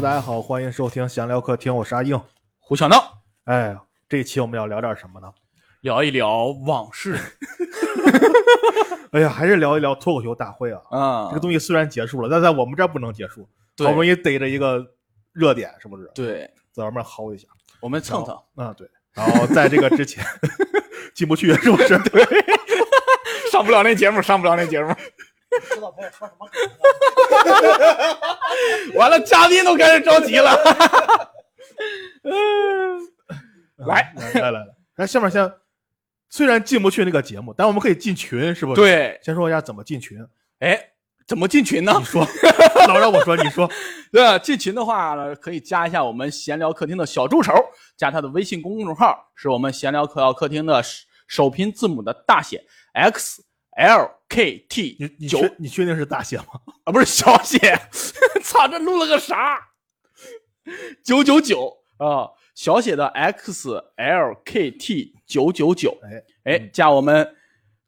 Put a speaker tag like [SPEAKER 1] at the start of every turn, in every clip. [SPEAKER 1] 家好，欢迎收听闲聊客厅，我是阿硬。
[SPEAKER 2] 胡小闹
[SPEAKER 1] 哎，这一期我们要聊点什么呢？
[SPEAKER 2] 聊一聊往事
[SPEAKER 1] 哎呀，还是聊一聊脱口秀大会啊。
[SPEAKER 2] 啊，
[SPEAKER 1] 这个东西虽然结束了，但在我们这儿不能结束，
[SPEAKER 2] 对
[SPEAKER 1] 好不容易逮着一个热点，是不是？
[SPEAKER 2] 对，
[SPEAKER 1] 在外面薅一下。
[SPEAKER 2] 我们蹭蹭
[SPEAKER 1] 啊，对。然后在这个之前 进不去，是不 是？对。
[SPEAKER 2] 上不了那节目，上不了那节目。
[SPEAKER 3] 知道朋友说什么 梗。
[SPEAKER 2] 完了，嘉宾都开始着急 了。来
[SPEAKER 1] 来来来来，那下面先，虽然进不去那个节目，但我们可以进群，是不是？。
[SPEAKER 2] 对，
[SPEAKER 1] 先说一下怎么进群。
[SPEAKER 2] 哎，怎么进群呢？
[SPEAKER 1] 你说，老让我说，你说。
[SPEAKER 2] 对啊，进群的话呢，可以加一下我们闲聊客厅的小助手，加他的微信公众号，是我们闲聊客客厅的首首拼字母的大写 X L K T
[SPEAKER 1] 你你
[SPEAKER 2] 九
[SPEAKER 1] 确你确定是大写吗？
[SPEAKER 2] 啊，不是小写，操，这录了个啥？九九九啊，小写的 X L K T 九九九，
[SPEAKER 1] 哎，
[SPEAKER 2] 哎，加我们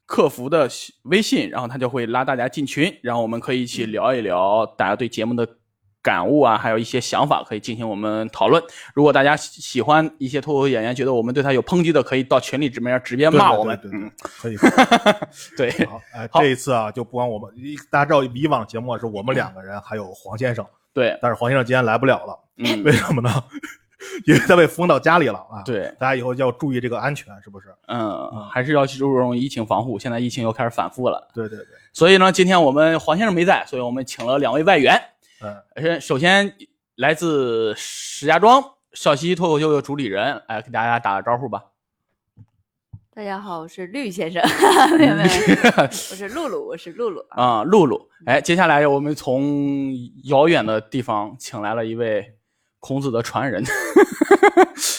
[SPEAKER 2] 客服的微信，然后他就会拉大家进群，然后我们可以一起
[SPEAKER 1] 嗯
[SPEAKER 2] 聊一聊大家对节目的感悟啊，还有一些想法，可以进行我们讨论。如果大家喜喜欢一些脱口秀演员，觉得我们对他有抨击的，可以到群里直面直接骂我们。
[SPEAKER 1] 对对对
[SPEAKER 2] 嗯，
[SPEAKER 1] 对对可
[SPEAKER 2] 对，
[SPEAKER 1] 以。好，哎，
[SPEAKER 2] 好
[SPEAKER 1] 这一次啊，就不光我们，一大家知道以往节目啊是我们两个人还有黄先生，
[SPEAKER 2] 对，
[SPEAKER 1] 但是黄先生今天来不了了，
[SPEAKER 2] 嗯，
[SPEAKER 1] 为什么呢？ 因为他被封到家里了啊。，
[SPEAKER 2] 对，
[SPEAKER 1] 大家以后要注意这个安全，是不是？
[SPEAKER 2] 嗯，还是要注重疫情防护。现在疫情又开始反复了，
[SPEAKER 1] 对对对，
[SPEAKER 2] 所以呢，今天我们黄先生没在，所以我们请了两位外援。
[SPEAKER 1] 嗯，
[SPEAKER 2] 呃首先来自石家庄少西脱口秀的主理人，哎，给大家打个招呼吧。
[SPEAKER 3] 大家好，我是绿先生， 没有没有，没有我是露露，我是露露。
[SPEAKER 2] 啊、露露。哎，接下来我们从遥远的地方请来了一位孔子的传人，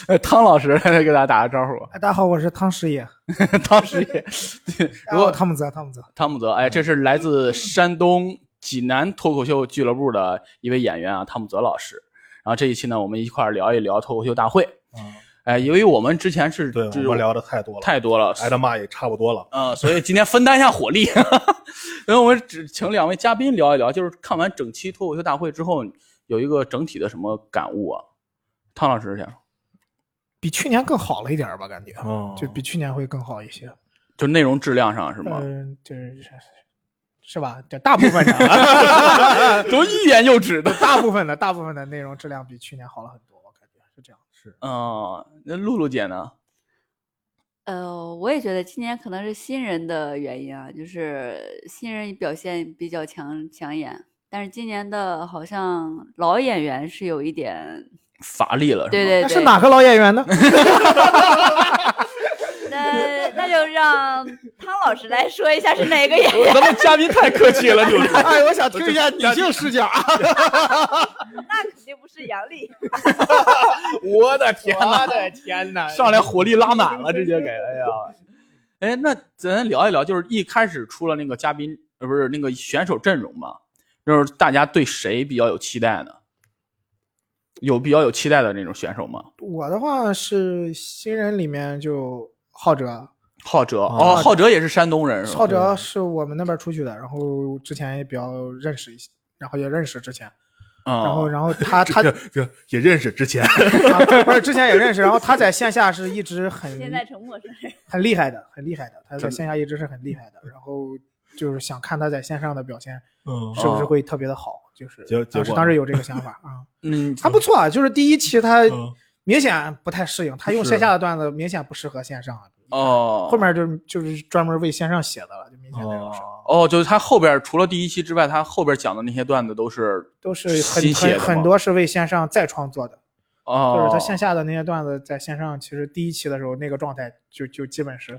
[SPEAKER 2] 呃汤老师来给大家打个 招呼。
[SPEAKER 4] 哎，大家好，我是汤师爷。
[SPEAKER 2] 汤师爷，对如
[SPEAKER 4] 哦
[SPEAKER 2] 果
[SPEAKER 4] 汤姆泽，汤姆泽，
[SPEAKER 2] 汤姆泽，哎，这是来自山东济南脱口秀俱乐部的一位演员啊，汤姆泽老师。然后这一期呢，我们一块儿聊一聊脱口秀大会。
[SPEAKER 1] 嗯
[SPEAKER 2] 哎，由于我们之前是
[SPEAKER 1] 对，
[SPEAKER 2] 这
[SPEAKER 1] 我
[SPEAKER 2] 种
[SPEAKER 1] 们聊的太多了，
[SPEAKER 2] 太多了，
[SPEAKER 1] 挨的骂也差不多了。
[SPEAKER 2] 呃，所以今天分担一下火力， 然后我们只请两位嘉宾聊一聊，就是看完整期脱口秀大会之后，有一个整体的什么感悟啊？汤老师先说，
[SPEAKER 4] 比去年更好了一点儿吧，感觉，
[SPEAKER 2] 哦
[SPEAKER 1] 嗯，
[SPEAKER 4] 就比去年会更好一些。
[SPEAKER 2] 就内容质量上是吗？
[SPEAKER 4] 嗯，就是是吧？这大部分的，啊
[SPEAKER 1] 嗯
[SPEAKER 2] 都一言又止的。
[SPEAKER 4] 大部分的，大部分的内容质量比去年好了很多，我感觉是这样。
[SPEAKER 1] 是
[SPEAKER 2] 嗯、那露露姐呢？
[SPEAKER 3] 呃，我也觉得今年可能是新人的原因啊，就是新人表现比较抢抢眼，但是今年的好像老演员是有一点，
[SPEAKER 2] 乏力了是吗？
[SPEAKER 3] 对对
[SPEAKER 4] 那
[SPEAKER 3] 对，
[SPEAKER 4] 是哪个老演 员呢？
[SPEAKER 3] 那那就让汤老师来说一下是哪个演 员。
[SPEAKER 2] 咱们嘉宾太客气了，就是。
[SPEAKER 4] 哎，我 想听一下女性视角。啊
[SPEAKER 3] 那肯定不是杨丽，
[SPEAKER 2] 我的天哪！
[SPEAKER 4] 的天哪
[SPEAKER 2] 上来火力拉满了，直接给，哎呀，哎，那咱聊一聊，就是一开始出了那个嘉宾，呃，不是那个选手阵容嘛，就是大家对谁比较有期待呢？有比较有期待的那种选手吗？
[SPEAKER 4] 我的话是新人里面就浩哲，
[SPEAKER 2] 浩哲
[SPEAKER 1] 啊
[SPEAKER 2] 哦，浩哲也是山东人是吧？
[SPEAKER 4] 浩哲是我们那边出去的，然后之前也比较认识一些，然后也认识之前，然后
[SPEAKER 2] 啊，
[SPEAKER 4] 然后 他他
[SPEAKER 1] 这这也认识之前，
[SPEAKER 4] 啊不是之前也认识，然后他在线下是一直很
[SPEAKER 3] 现在成陌生人。
[SPEAKER 4] 很厉害的，很厉害的，他在线下一直是很厉害的，然后就是想看他在线上的表现
[SPEAKER 1] 嗯
[SPEAKER 4] 是不
[SPEAKER 2] 哦
[SPEAKER 4] 是会特别的好，就是
[SPEAKER 1] 结结
[SPEAKER 4] 当时
[SPEAKER 1] 果
[SPEAKER 4] 当时有这个想法 啊，
[SPEAKER 2] 嗯，
[SPEAKER 4] 还不错啊，就是第一期他
[SPEAKER 1] 嗯
[SPEAKER 4] 明显不太适应，他用
[SPEAKER 1] 是啊
[SPEAKER 4] 线下的段子明显不适合线上啊，
[SPEAKER 2] 哦，
[SPEAKER 4] 后面就是就是专门为线上写的了，就明显那种是
[SPEAKER 1] 哦，
[SPEAKER 2] 哦，就是他后边除了第一期之外，他后边讲的那些段子都是
[SPEAKER 4] 都是
[SPEAKER 2] 新
[SPEAKER 4] 很
[SPEAKER 2] 写的
[SPEAKER 4] 很
[SPEAKER 2] 吗
[SPEAKER 4] 很多是为线上再创作的，
[SPEAKER 2] 哦，
[SPEAKER 4] 就是他线下的那些段子在线上其实第一期的时候那个状态就就基本是。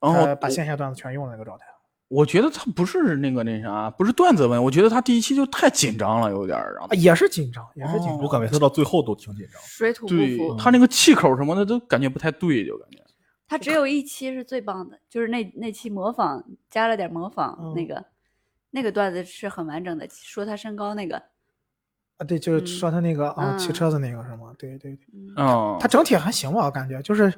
[SPEAKER 2] 然后
[SPEAKER 4] 他把线下段子全用了那个状态。
[SPEAKER 2] 我觉得他不是那个那啥，不是段子问，我觉得他第一期就太紧张了，有点儿让
[SPEAKER 1] 哎
[SPEAKER 4] 啊，也是紧张，也是紧张。
[SPEAKER 1] 哦我感觉他到最后都挺紧张。
[SPEAKER 3] 水土不
[SPEAKER 2] 对
[SPEAKER 3] 服，
[SPEAKER 2] 他那个气口什么的都感觉不太对，就感觉
[SPEAKER 3] 他只有一期是最棒的，就是那那期模仿加了点模仿那
[SPEAKER 4] 嗯
[SPEAKER 3] 个、那个段子是很完整的，说他身高那个，
[SPEAKER 4] 啊，对，就是说他那个啊，
[SPEAKER 3] 嗯
[SPEAKER 4] 骑车子那个是吗？对对
[SPEAKER 1] 哦
[SPEAKER 4] 对，
[SPEAKER 3] 嗯，
[SPEAKER 2] 嗯，
[SPEAKER 4] 他整体还行吧，我感觉就是，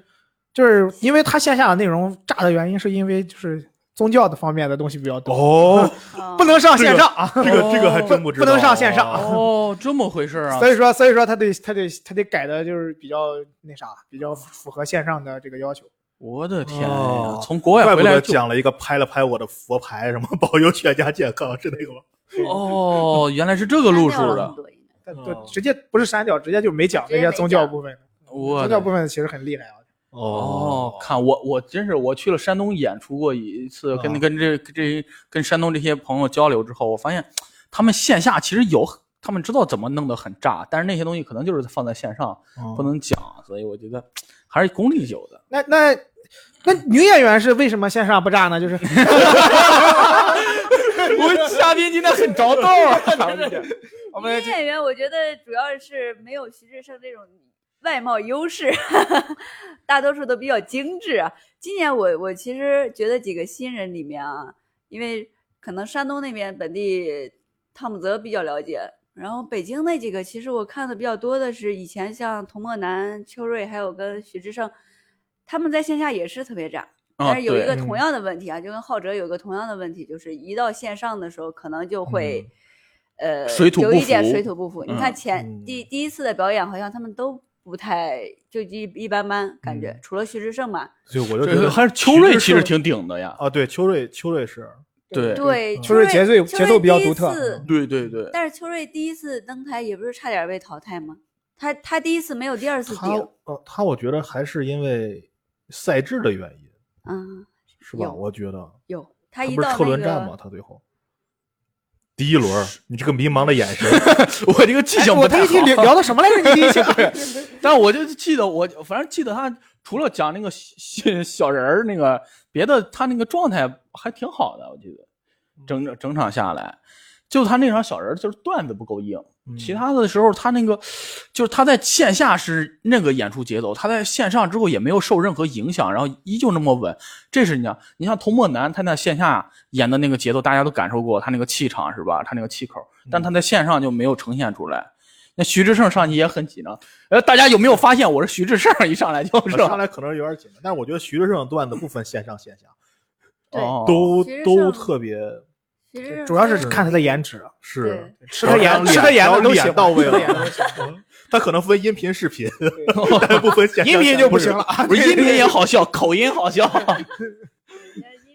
[SPEAKER 4] 就是因为他线下的内容炸的原因，是因为就是宗教的方面的东西比较多，
[SPEAKER 1] 哦，
[SPEAKER 3] 啊
[SPEAKER 4] 不能上线上啊，
[SPEAKER 1] 这个这个还
[SPEAKER 2] 哦
[SPEAKER 1] 真不知道，
[SPEAKER 4] 不能上线上
[SPEAKER 2] 哦，这么回事儿啊
[SPEAKER 4] 所以说所以说他得他得他得改的就是比较那啥，比较符合线上的这个要求。
[SPEAKER 2] 我的天呀、
[SPEAKER 1] 哦
[SPEAKER 2] 从国外
[SPEAKER 1] 怪不
[SPEAKER 2] 回来
[SPEAKER 1] 得
[SPEAKER 2] 就
[SPEAKER 1] 讲了一个拍了拍我的佛牌，什么保佑全家健康，是那个吗？
[SPEAKER 2] 哦，原来是这个路数
[SPEAKER 3] 删掉了
[SPEAKER 2] 的。
[SPEAKER 3] 很多应该
[SPEAKER 4] 但
[SPEAKER 1] 哦
[SPEAKER 4] 对，直接不是删掉，直接就没讲
[SPEAKER 3] 直
[SPEAKER 4] 这
[SPEAKER 3] 接
[SPEAKER 4] 些
[SPEAKER 3] 没
[SPEAKER 4] 宗教
[SPEAKER 3] 讲
[SPEAKER 4] 部分。
[SPEAKER 2] 我
[SPEAKER 4] 宗
[SPEAKER 2] 的
[SPEAKER 4] 教部分其实很厉害啊。
[SPEAKER 2] 哦，看我我真是我去了山东演出过一次，跟、
[SPEAKER 1] 啊
[SPEAKER 2] 跟这这跟山东这些朋友交流之后，我发现他们线下其实有，他们知道怎么弄得很炸，但是那些东西可能就是放在线上
[SPEAKER 1] 哦
[SPEAKER 2] 不能讲，所以我觉得还是功力有的。
[SPEAKER 4] 那那那女演员是为什么线上不炸呢？就是
[SPEAKER 2] 我们嘉宾今天很着道 啊，
[SPEAKER 4] 我们
[SPEAKER 3] 女演员，我觉得主要是没有徐志胜这种外貌优势， 大多数都比较精致啊。今年我我其实觉得几个新人里面啊，因为可能山东那边本地汤姆泽比较了解，然后北京那几个其实我看的比较多的是以前像童漠南、邱瑞，还有跟徐志胜，他们在线下也是特别炸。但是有一个
[SPEAKER 2] 啊对
[SPEAKER 4] 嗯
[SPEAKER 3] 同样的问题啊，就跟浩哲有一个同样的问题，就是一到线上的时候，可能就会，呃，
[SPEAKER 2] 嗯水土
[SPEAKER 3] 有
[SPEAKER 2] 不
[SPEAKER 3] 一点
[SPEAKER 2] 服
[SPEAKER 3] 水土不服。你看前、
[SPEAKER 1] 嗯
[SPEAKER 3] 第第一次的表演，好像他们都不太就一一般般，感觉、
[SPEAKER 1] 嗯
[SPEAKER 3] 除了徐志胜嘛，
[SPEAKER 1] 所以我就觉
[SPEAKER 2] 这个
[SPEAKER 1] 得
[SPEAKER 2] 还是
[SPEAKER 1] 邱
[SPEAKER 2] 秋瑞
[SPEAKER 1] 瑞
[SPEAKER 2] 其实挺顶的呀。
[SPEAKER 1] 啊，对，邱瑞邱瑞是
[SPEAKER 2] 对
[SPEAKER 3] 对，
[SPEAKER 4] 邱瑞节奏
[SPEAKER 3] 邱
[SPEAKER 4] 节奏比较
[SPEAKER 3] 第一
[SPEAKER 4] 独特
[SPEAKER 3] 次
[SPEAKER 2] 对对对，
[SPEAKER 3] 但是邱瑞第一次登台也不是差点被淘汰吗？他他第一次没有第二次
[SPEAKER 1] 他
[SPEAKER 3] 顶，
[SPEAKER 1] 呃他，我觉得还是因为赛制的原因，
[SPEAKER 3] 嗯，
[SPEAKER 1] 是吧？
[SPEAKER 3] 有
[SPEAKER 1] 我觉得
[SPEAKER 3] 有
[SPEAKER 1] 他
[SPEAKER 3] 他一
[SPEAKER 1] 不
[SPEAKER 3] 到
[SPEAKER 1] 是
[SPEAKER 3] 那
[SPEAKER 1] 车
[SPEAKER 3] 个
[SPEAKER 1] 轮战吗？他最后第一轮，你这个迷茫的眼 神，
[SPEAKER 2] 我这个
[SPEAKER 3] 哎
[SPEAKER 2] 记性
[SPEAKER 4] 哎我
[SPEAKER 2] 不太
[SPEAKER 4] 第一
[SPEAKER 2] 好。
[SPEAKER 4] 期聊聊的什么来着？你第一期
[SPEAKER 2] 但我就记得我，反正记得他除了讲那个小 小人儿那个，别的他那个状态还挺好的，我记得整整场下来，就他那场小人儿就是段子不够硬，
[SPEAKER 1] 嗯
[SPEAKER 2] 其他的时候他那个就是他在线下是那个演出节奏，他在线上之后也没有受任何影响，然后依旧那么稳。这是你像你像童漠南，他在线下演的那个节奏，大家都感受过他那个气场是吧？他那个气口，
[SPEAKER 1] 嗯
[SPEAKER 2] 但他在线上就没有呈现出来。那徐志胜上去也很紧张，呃，大家有没有发现我是徐志胜？一上来就是
[SPEAKER 1] 上来可能有点紧张，但是我觉得徐志胜的段子不分线上线下，
[SPEAKER 3] 对
[SPEAKER 2] 哦
[SPEAKER 1] 都
[SPEAKER 3] 徐志
[SPEAKER 1] 都
[SPEAKER 3] 胜
[SPEAKER 1] 特别
[SPEAKER 3] 徐志胜
[SPEAKER 4] 主要是
[SPEAKER 3] 是
[SPEAKER 4] 看他的颜值，
[SPEAKER 1] 是
[SPEAKER 3] 对。
[SPEAKER 4] 吃他
[SPEAKER 1] 然后
[SPEAKER 4] 颜吃他
[SPEAKER 1] 脸
[SPEAKER 4] 颜
[SPEAKER 1] 然
[SPEAKER 4] 的
[SPEAKER 1] 后
[SPEAKER 4] 都
[SPEAKER 1] 脸
[SPEAKER 4] 行，
[SPEAKER 1] 到位
[SPEAKER 4] 吃他颜的
[SPEAKER 1] 了
[SPEAKER 4] 都行
[SPEAKER 1] 他可能分音频、视频， 但不分线上
[SPEAKER 4] 音频就不
[SPEAKER 1] 线
[SPEAKER 4] 行
[SPEAKER 1] 下
[SPEAKER 4] 了，
[SPEAKER 2] 不是音频也好笑，口音 好笑。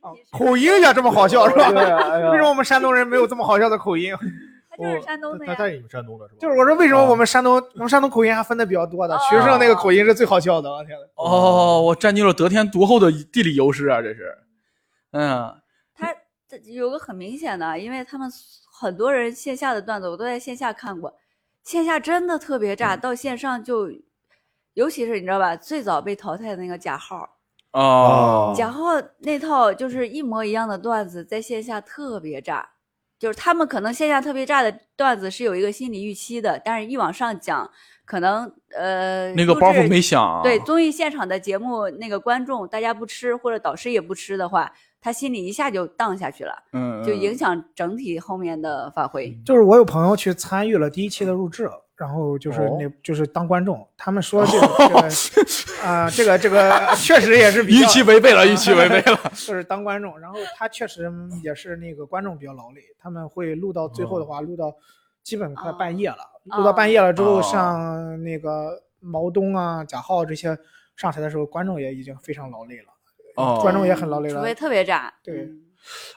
[SPEAKER 1] 哦
[SPEAKER 4] 口音呀这么好笑是吧？为
[SPEAKER 2] 为
[SPEAKER 4] 什么我们山东人没有这么好笑的口 音？
[SPEAKER 3] 他就是山东的
[SPEAKER 1] 他
[SPEAKER 3] 呀，
[SPEAKER 1] 他是你们山东的是吧？
[SPEAKER 4] 就是我说为什么我们山东我们山东口音还分的比较多的
[SPEAKER 3] 哦，
[SPEAKER 4] 学生那个口音是最好笑的，我天呐。
[SPEAKER 2] 哦，我占据了得天独厚的地理优势啊，这是。嗯，
[SPEAKER 3] 他这有个很明显的，啊因为他们很多人线下的段子我都在线下看过，线下真的特别
[SPEAKER 2] 嗯
[SPEAKER 3] 炸，到线上就，尤其是你知道吧，最早被淘汰的那个贾浩，
[SPEAKER 2] 哦，
[SPEAKER 3] 贾浩那套就是一模一样的段子，在线下特别炸。就是他们可能线下特别炸的段子是有一个心理预期的，但是一往上讲，可能呃
[SPEAKER 2] 那个
[SPEAKER 3] 录
[SPEAKER 2] 包
[SPEAKER 3] 制
[SPEAKER 2] 袱没响啊。
[SPEAKER 3] 对综艺现场的节目，那个观众大家不吃或者导师也不吃的话，他心里一下就荡下去了，
[SPEAKER 2] 嗯，嗯，
[SPEAKER 3] 就影响整体后面的发挥。
[SPEAKER 4] 就是我有朋友去参与了第一期的录制，然后就是
[SPEAKER 1] 哦
[SPEAKER 4] 那、就是当观众，他们 说这个这个啊、这个这个确实也是比
[SPEAKER 2] 预
[SPEAKER 4] 较，
[SPEAKER 2] 期违背了，预期违背 了。
[SPEAKER 4] 就是当观众，然后他 确实也是那个观众比较劳累，他们会录到最后的话，录到基本快半夜了，录到半夜了之后，
[SPEAKER 2] 哦哦
[SPEAKER 4] 像那个毛东啊、贾浩这些上台的时候，观众也已经非常劳累了，
[SPEAKER 2] 哦
[SPEAKER 4] 观众也很劳累
[SPEAKER 3] 嗯除
[SPEAKER 4] 了
[SPEAKER 3] 非，特别炸。
[SPEAKER 4] 对
[SPEAKER 3] 嗯，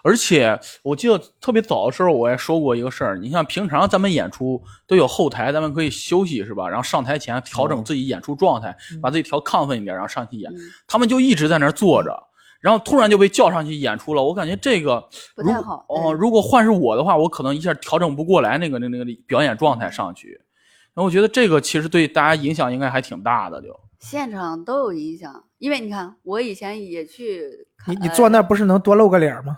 [SPEAKER 2] 而且我记得特别早的时候，我也说过一个事儿。你像平常咱们演出都有后台，咱们可以休息是吧？然后上台前调整自己演出状态，
[SPEAKER 4] 嗯
[SPEAKER 2] 把自己调亢奋一点，然后上去演。
[SPEAKER 3] 嗯
[SPEAKER 2] 他们就一直在那儿坐着，然后突然就被叫上去演出了。我感觉这个
[SPEAKER 3] 不
[SPEAKER 2] 如
[SPEAKER 3] 太好
[SPEAKER 2] 哦、
[SPEAKER 3] 嗯
[SPEAKER 2] 如果换是我的话，我可能一下调整不过来那个那个那个表演状态上去。然后我觉得这个其实对大家影响应该还挺大的，就
[SPEAKER 3] 现场都有影响，因为你看，我以前也去看，
[SPEAKER 4] 你你
[SPEAKER 3] 呃
[SPEAKER 4] 坐那不是能多露个脸吗？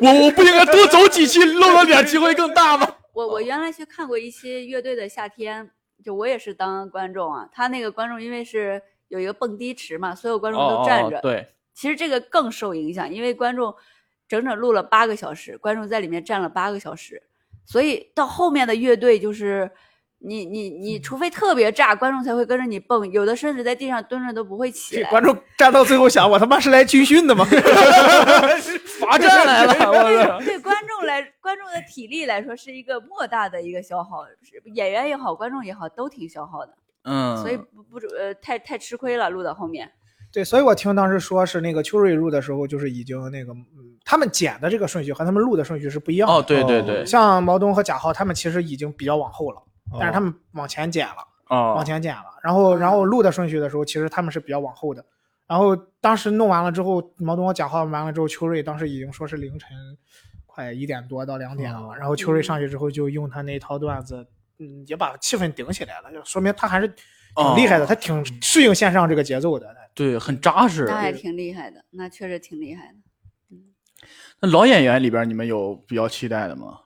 [SPEAKER 2] 我我不应该多走几期，露了点机会更大吗？
[SPEAKER 3] 我
[SPEAKER 4] 哦
[SPEAKER 3] 我原来去看过一期乐队的夏天，就我也是当观众啊。他那个观众因为是有一个蹦迪池嘛，所有观众都站着，
[SPEAKER 2] 哦哦、对，
[SPEAKER 3] 其实这个更受影响，因为观众整整录了八个小时，观众在里面站了八个小时，所以到后面的乐队就是你你你除非特别炸，观众才会跟着你蹦，有的甚至在地上蹲着都不会起
[SPEAKER 4] 这
[SPEAKER 3] 来。
[SPEAKER 4] 观众站到最后想，我他妈是来军训的吗？ 罚站来了，我操！
[SPEAKER 3] 对对观众来，观众的体力来说是一个莫大的一个消耗，是演员也好，观众也好，都挺消耗的，
[SPEAKER 2] 嗯，
[SPEAKER 3] 所以不不呃太太吃亏了，录到后面。
[SPEAKER 4] 对，所以我听当时说是那个秋瑞录的时候，就是已经那个，嗯，他们剪的这个顺序和他们录的顺序是不一样的。
[SPEAKER 2] 哦，对对对，
[SPEAKER 4] 像毛东和贾浩他们其实已经比较往后了，但是他
[SPEAKER 1] 们
[SPEAKER 4] 们往前剪了，
[SPEAKER 2] 哦
[SPEAKER 1] 啊
[SPEAKER 4] 往，前剪了。然后然后录的顺序的时候，其实他们是比较往后的。然后当时弄完了之后，毛东和贾浩完了之后，秋瑞当时已经说是凌晨快一点多到两点了。
[SPEAKER 1] 哦
[SPEAKER 4] 然后秋瑞上去之后就用他那套段子，嗯，也把气氛顶起来了，就说明他还是挺厉害的，
[SPEAKER 2] 哦
[SPEAKER 4] 他挺
[SPEAKER 1] 嗯
[SPEAKER 4] 适应线上这个节奏的。
[SPEAKER 2] 对，很扎实。
[SPEAKER 3] 那还挺厉害的，那确实挺厉害的。
[SPEAKER 2] 那老演员里边，你们有比较期待的吗？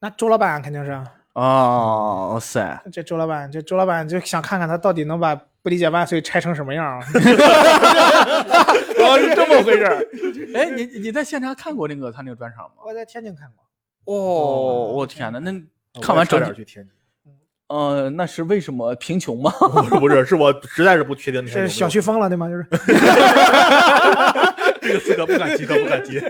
[SPEAKER 4] 那周老板肯定是啊，
[SPEAKER 2] 哦，哇塞，
[SPEAKER 4] 这周老板，这周老板就想看看他到底能把不理解万岁拆成什么样 啊！
[SPEAKER 1] 哦是这么回事儿，
[SPEAKER 2] 哎，你你在现场看过那个他那个专场吗？
[SPEAKER 4] 我在天津看过，
[SPEAKER 2] 哦，我天哪，那看
[SPEAKER 1] 哦我
[SPEAKER 2] 完
[SPEAKER 1] 也差
[SPEAKER 2] 整
[SPEAKER 1] 点
[SPEAKER 2] 体，
[SPEAKER 1] 去天津，
[SPEAKER 2] 呃，那是为什么贫穷吗？
[SPEAKER 1] 不是不是，是我实在是不确定你还有
[SPEAKER 4] 是
[SPEAKER 1] 没有
[SPEAKER 4] 小区封了对吗？就是
[SPEAKER 1] 这个资格不敢提，可不敢提。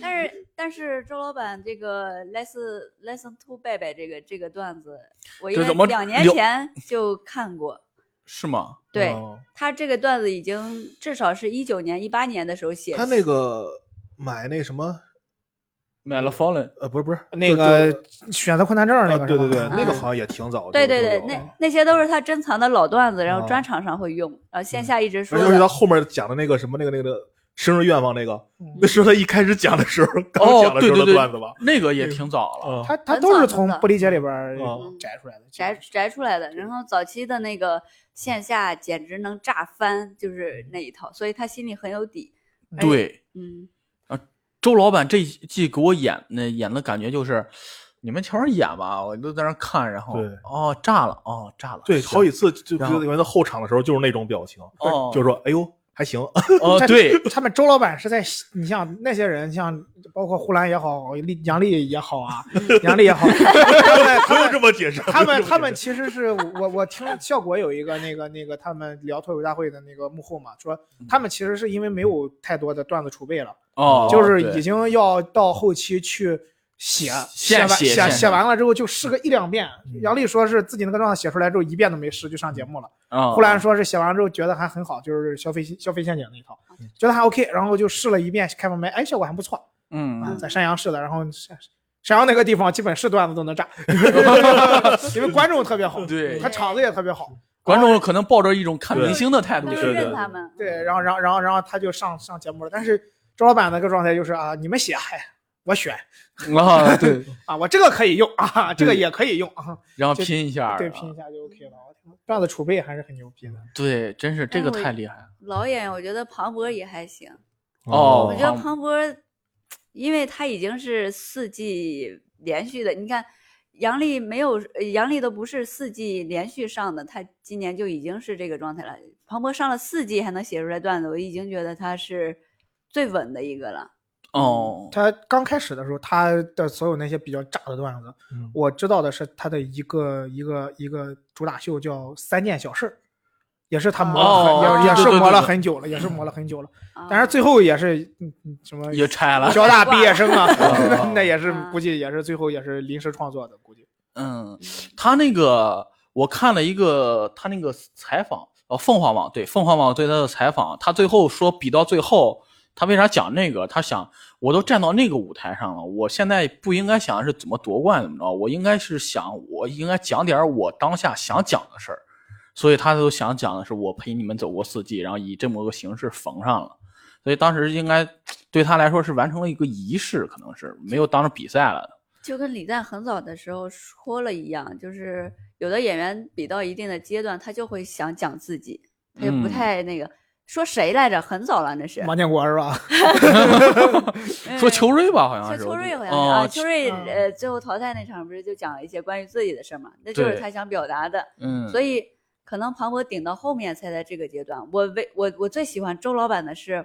[SPEAKER 3] 但是但是周老板这个 lesson lesson to 贝贝这个这个段子，我应
[SPEAKER 2] 就
[SPEAKER 3] 该
[SPEAKER 2] 怎么
[SPEAKER 3] 两年
[SPEAKER 2] 有
[SPEAKER 3] 前就看过。
[SPEAKER 2] 是吗？
[SPEAKER 3] 对、
[SPEAKER 1] 哦
[SPEAKER 3] 他这个段子已经至少是一九年、一八年的时候写的。
[SPEAKER 1] 他那个买那什么，
[SPEAKER 2] 买了 Fallen，
[SPEAKER 1] 呃，不是不是
[SPEAKER 4] 那个选择困难症
[SPEAKER 1] 啊
[SPEAKER 4] 那个、
[SPEAKER 1] 对对对，
[SPEAKER 3] 嗯
[SPEAKER 1] 那个好像也挺早的。
[SPEAKER 3] 对
[SPEAKER 1] 我
[SPEAKER 3] 对
[SPEAKER 1] 记得
[SPEAKER 3] 对，
[SPEAKER 1] 有
[SPEAKER 3] 那那些都是他珍藏的老段子，然后
[SPEAKER 1] 啊
[SPEAKER 3] 专场上会用，然后线下一直说
[SPEAKER 1] 而且尤其他
[SPEAKER 3] 的。
[SPEAKER 1] 后面讲的那个什么那个那个生日愿望那个
[SPEAKER 4] 嗯，
[SPEAKER 1] 那是他一开始讲的时候刚
[SPEAKER 2] 哦
[SPEAKER 1] 讲的时
[SPEAKER 2] 对对
[SPEAKER 1] 候的
[SPEAKER 2] 对
[SPEAKER 1] 段子吧？
[SPEAKER 2] 那个也挺早了。
[SPEAKER 1] 啊，
[SPEAKER 4] 他他都是从不理解里边儿
[SPEAKER 1] 嗯
[SPEAKER 4] 摘出来的。
[SPEAKER 3] 摘摘出来的，然后早期的那个线下简直能炸翻，就是那一套，所以他心里很有底。而且，
[SPEAKER 2] 对，
[SPEAKER 3] 嗯，
[SPEAKER 2] 周老板这一季给我演那演的感觉就是，你们瞧着演吧，我都在那儿看，然后
[SPEAKER 1] 对
[SPEAKER 2] 哦炸了，哦炸了，
[SPEAKER 1] 对，
[SPEAKER 2] 是
[SPEAKER 1] 好几次就
[SPEAKER 2] 然后
[SPEAKER 1] 就原来后场的时候就是那种表情，
[SPEAKER 2] 哦，
[SPEAKER 1] 就是说哎呦还行，
[SPEAKER 2] 哦
[SPEAKER 4] 他
[SPEAKER 2] 对，
[SPEAKER 4] 他们周老板是在，你像那些人，像包括呼兰也好，丽杨丽也好啊，杨丽也好，
[SPEAKER 1] 不用这么解释。
[SPEAKER 4] 哎他们
[SPEAKER 1] 不用这么解释
[SPEAKER 4] 他们其实是我我听效果有一个那个那个他们聊脱口大会的那个幕后嘛，说
[SPEAKER 1] 嗯
[SPEAKER 4] 他们其实是因为没有太多的段子储备了，
[SPEAKER 2] 哦，
[SPEAKER 4] 就是
[SPEAKER 2] 对
[SPEAKER 4] 已经要到后期去写写
[SPEAKER 2] 现
[SPEAKER 4] 完
[SPEAKER 2] 写
[SPEAKER 4] 写
[SPEAKER 2] 现
[SPEAKER 4] 写完了之后就试个一两遍。
[SPEAKER 1] 嗯
[SPEAKER 4] 杨笠说是自己那个段子写出来之后一遍都没试就上节目了，
[SPEAKER 2] 啊，
[SPEAKER 4] 呼兰说是写完之后觉得还很好，就是消费消费陷阱那一套，觉得还 OK，然后就试了一遍开放麦，哎效果还不错，
[SPEAKER 2] 嗯，
[SPEAKER 4] 啊
[SPEAKER 2] 嗯
[SPEAKER 4] 在山阳试的，然后山山阳那个地方基本是段子都能炸，因为观众特别好，
[SPEAKER 2] 对
[SPEAKER 4] 他场子也特别好。
[SPEAKER 2] 观众可能抱着一种看明星的态度
[SPEAKER 3] 都
[SPEAKER 2] 去
[SPEAKER 1] 对
[SPEAKER 3] 是
[SPEAKER 1] 对
[SPEAKER 3] 认
[SPEAKER 1] 对
[SPEAKER 3] 他们。
[SPEAKER 4] 对，然后，然后，然后，然后他就上上节目了。但是周老板那个状态就是啊，你们写，嗨，我选
[SPEAKER 2] 啊， 对，
[SPEAKER 4] 啊，我这个可以用啊，这个也可以用啊。
[SPEAKER 2] 然后
[SPEAKER 4] 就
[SPEAKER 2] 拼一下，
[SPEAKER 4] 对，拼一下就 OK 了。我天，段子储备还是很牛逼的。
[SPEAKER 2] 对，真是这
[SPEAKER 3] 但
[SPEAKER 4] 哎
[SPEAKER 2] 个
[SPEAKER 3] 我
[SPEAKER 2] 太厉害了，
[SPEAKER 3] 老演员，我觉得庞博也还行。
[SPEAKER 1] 嗯
[SPEAKER 2] 哦
[SPEAKER 3] 我觉得
[SPEAKER 2] 庞
[SPEAKER 3] 庞博，因为他已经是四季连续的，你看杨笠没有，呃杨笠都不是四季连续上的，他今年就已经是这个状态了。庞博上了四季还能写出来段子，我已经觉得他是最稳的一个了。
[SPEAKER 4] 嗯
[SPEAKER 2] 哦，
[SPEAKER 4] 他刚开始的时候，他的所有那些比较炸的段子，
[SPEAKER 1] 嗯
[SPEAKER 4] 我知道的是他的一个一个一个主打秀叫《三件小事》，也是他磨了很，
[SPEAKER 3] 哦
[SPEAKER 4] 也也
[SPEAKER 3] 对
[SPEAKER 4] 是
[SPEAKER 2] 对对
[SPEAKER 4] 磨了
[SPEAKER 2] 对
[SPEAKER 4] 很久了，也是磨了很久了。
[SPEAKER 3] 啊
[SPEAKER 4] 但是最后也是嗯嗯什么
[SPEAKER 2] 也拆了，
[SPEAKER 4] 交大毕业生啊，
[SPEAKER 2] 哦
[SPEAKER 4] 那也是
[SPEAKER 3] 啊
[SPEAKER 4] 估计也是最后也是临时创作的，估计。
[SPEAKER 2] 嗯，他那个我看了一个他那个采访，哦，凤凰网对凤凰网对他的采访，他最后说比到最后，他为啥讲那个？他想我都站到那个舞台上了，我现在不应该想是怎么夺冠怎么着，我应该是想我应该讲点我当下想讲的事儿，所以他都想讲的是我陪你们走过四季，然后以这么个形式缝上了。所以当时应该对他来说是完成了一个仪式，可能是没有当成比赛了。
[SPEAKER 3] 就跟李诞很早的时候说了一样，就是有的演员比到一定的阶段，他就会想讲自己，他就
[SPEAKER 2] 嗯
[SPEAKER 3] 不太那个。说谁来着？很早了，那是嗯
[SPEAKER 4] 王建国是吧？
[SPEAKER 2] 说秋瑞吧，好像
[SPEAKER 3] 哎说
[SPEAKER 2] 是
[SPEAKER 3] 秋
[SPEAKER 2] 我
[SPEAKER 3] 瑞
[SPEAKER 2] 记得
[SPEAKER 3] 好像是
[SPEAKER 2] 哦
[SPEAKER 3] 啊，秋瑞
[SPEAKER 4] 嗯
[SPEAKER 3] 呃最后淘汰那场不是就讲了一些关于自己的事儿嘛，那就是
[SPEAKER 2] 对
[SPEAKER 3] 他想表达的，
[SPEAKER 2] 嗯，
[SPEAKER 3] 所以可能庞博顶到后面才在这个阶段。我为我我最喜欢周老板的是，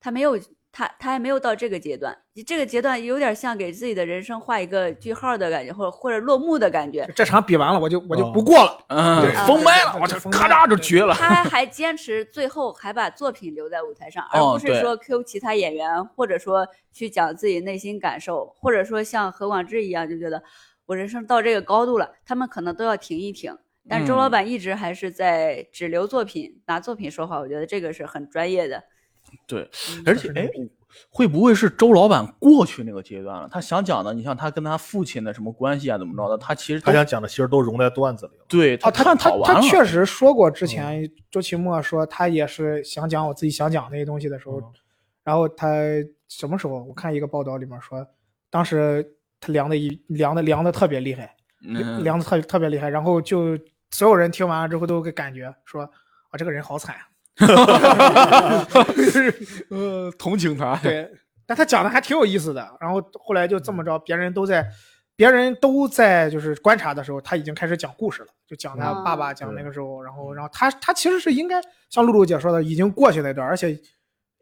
[SPEAKER 3] 他没有他他还没有到这个阶段，这个阶段有点像给自己的人生画一个句号的感觉，或者或者落幕的感觉。
[SPEAKER 4] 这场比完了，我就我就
[SPEAKER 1] 哦
[SPEAKER 4] 不过了。
[SPEAKER 2] 嗯
[SPEAKER 1] 对，
[SPEAKER 2] 封麦了，
[SPEAKER 4] 对
[SPEAKER 2] 我这
[SPEAKER 4] 对封麦
[SPEAKER 2] 咔嚓就绝了。
[SPEAKER 3] 他还坚持最后还把作品留在舞台上，而
[SPEAKER 2] 哦
[SPEAKER 3] 不是说 Q 其他演员，或者说去讲自己内心感受，或者说像何广智一样，就觉得我人生到这个高度了，他们可能都要停一停。但周老
[SPEAKER 2] 嗯
[SPEAKER 3] 板一直还是在只留作品，拿作品说话，我觉得这个是很专业的。
[SPEAKER 2] 对
[SPEAKER 3] 嗯，
[SPEAKER 2] 而且哎，会不会是周老板过去那个阶段了？他想讲的，你像他跟他父亲的什么关系啊，怎么着的，他其实
[SPEAKER 1] 他
[SPEAKER 2] 都
[SPEAKER 1] 想讲的其实都融在段子里了。
[SPEAKER 2] 对
[SPEAKER 4] 哦，他
[SPEAKER 2] 探
[SPEAKER 4] 他
[SPEAKER 2] 讨完
[SPEAKER 4] 他
[SPEAKER 2] 了，
[SPEAKER 4] 确实说过，之前周奇墨说他也是想讲我自己想讲那些东西的时候，
[SPEAKER 1] 嗯
[SPEAKER 4] 然后他什么时候我看一个报道里面说，当时他凉的一凉的凉的特别厉害，
[SPEAKER 2] 嗯
[SPEAKER 4] 凉的特特别厉害，然后就所有人听完了之后都给感觉说啊这个人好惨，啊
[SPEAKER 2] 呃同情他，
[SPEAKER 4] 对，但他讲的还挺有意思的。然后后来就这
[SPEAKER 2] 嗯
[SPEAKER 4] 么着，别人都在，别人都在就是观察的时候，他已经开始讲故事了，就讲他爸
[SPEAKER 2] 哦
[SPEAKER 4] 爸，讲那个时候，然
[SPEAKER 2] 嗯
[SPEAKER 4] 后然后他他其实是应该像露露姐说的，已经过去那段，而且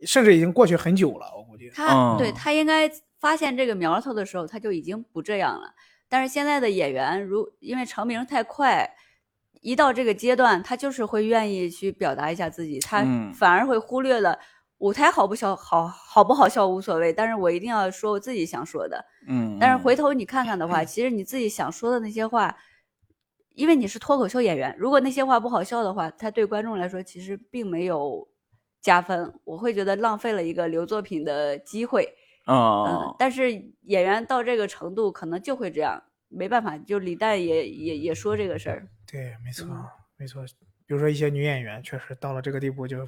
[SPEAKER 4] 甚至已经过去很久了，我估计。
[SPEAKER 3] 他、
[SPEAKER 2] 嗯
[SPEAKER 3] 对他应该发现这个苗头的时候，他就已经不这样了。但是现在的演员，如因为成名太快，一到这个阶段，他就是会愿意去表达一下自己，他
[SPEAKER 2] 嗯
[SPEAKER 3] 反而会忽略了舞台好不笑，好好不好笑无所谓，但是我一定要说我自己想说的。
[SPEAKER 2] 嗯，
[SPEAKER 3] 但是回头你看看的话，
[SPEAKER 4] 嗯
[SPEAKER 3] 其实你自己想说的那些话，因为你是脱口秀演员，如果那些话不好笑的话，它对观众来说其实并没有加分，我会觉得浪费了一个留作品的机会。嗯
[SPEAKER 2] 啊，，
[SPEAKER 4] 哦
[SPEAKER 3] 但是演员到这个程度，可能就会这样，没办法。就李诞也也也说这个事儿，
[SPEAKER 4] 对，没错
[SPEAKER 3] 嗯，
[SPEAKER 4] 没错。比如说一些女演员，确实到了这个地步就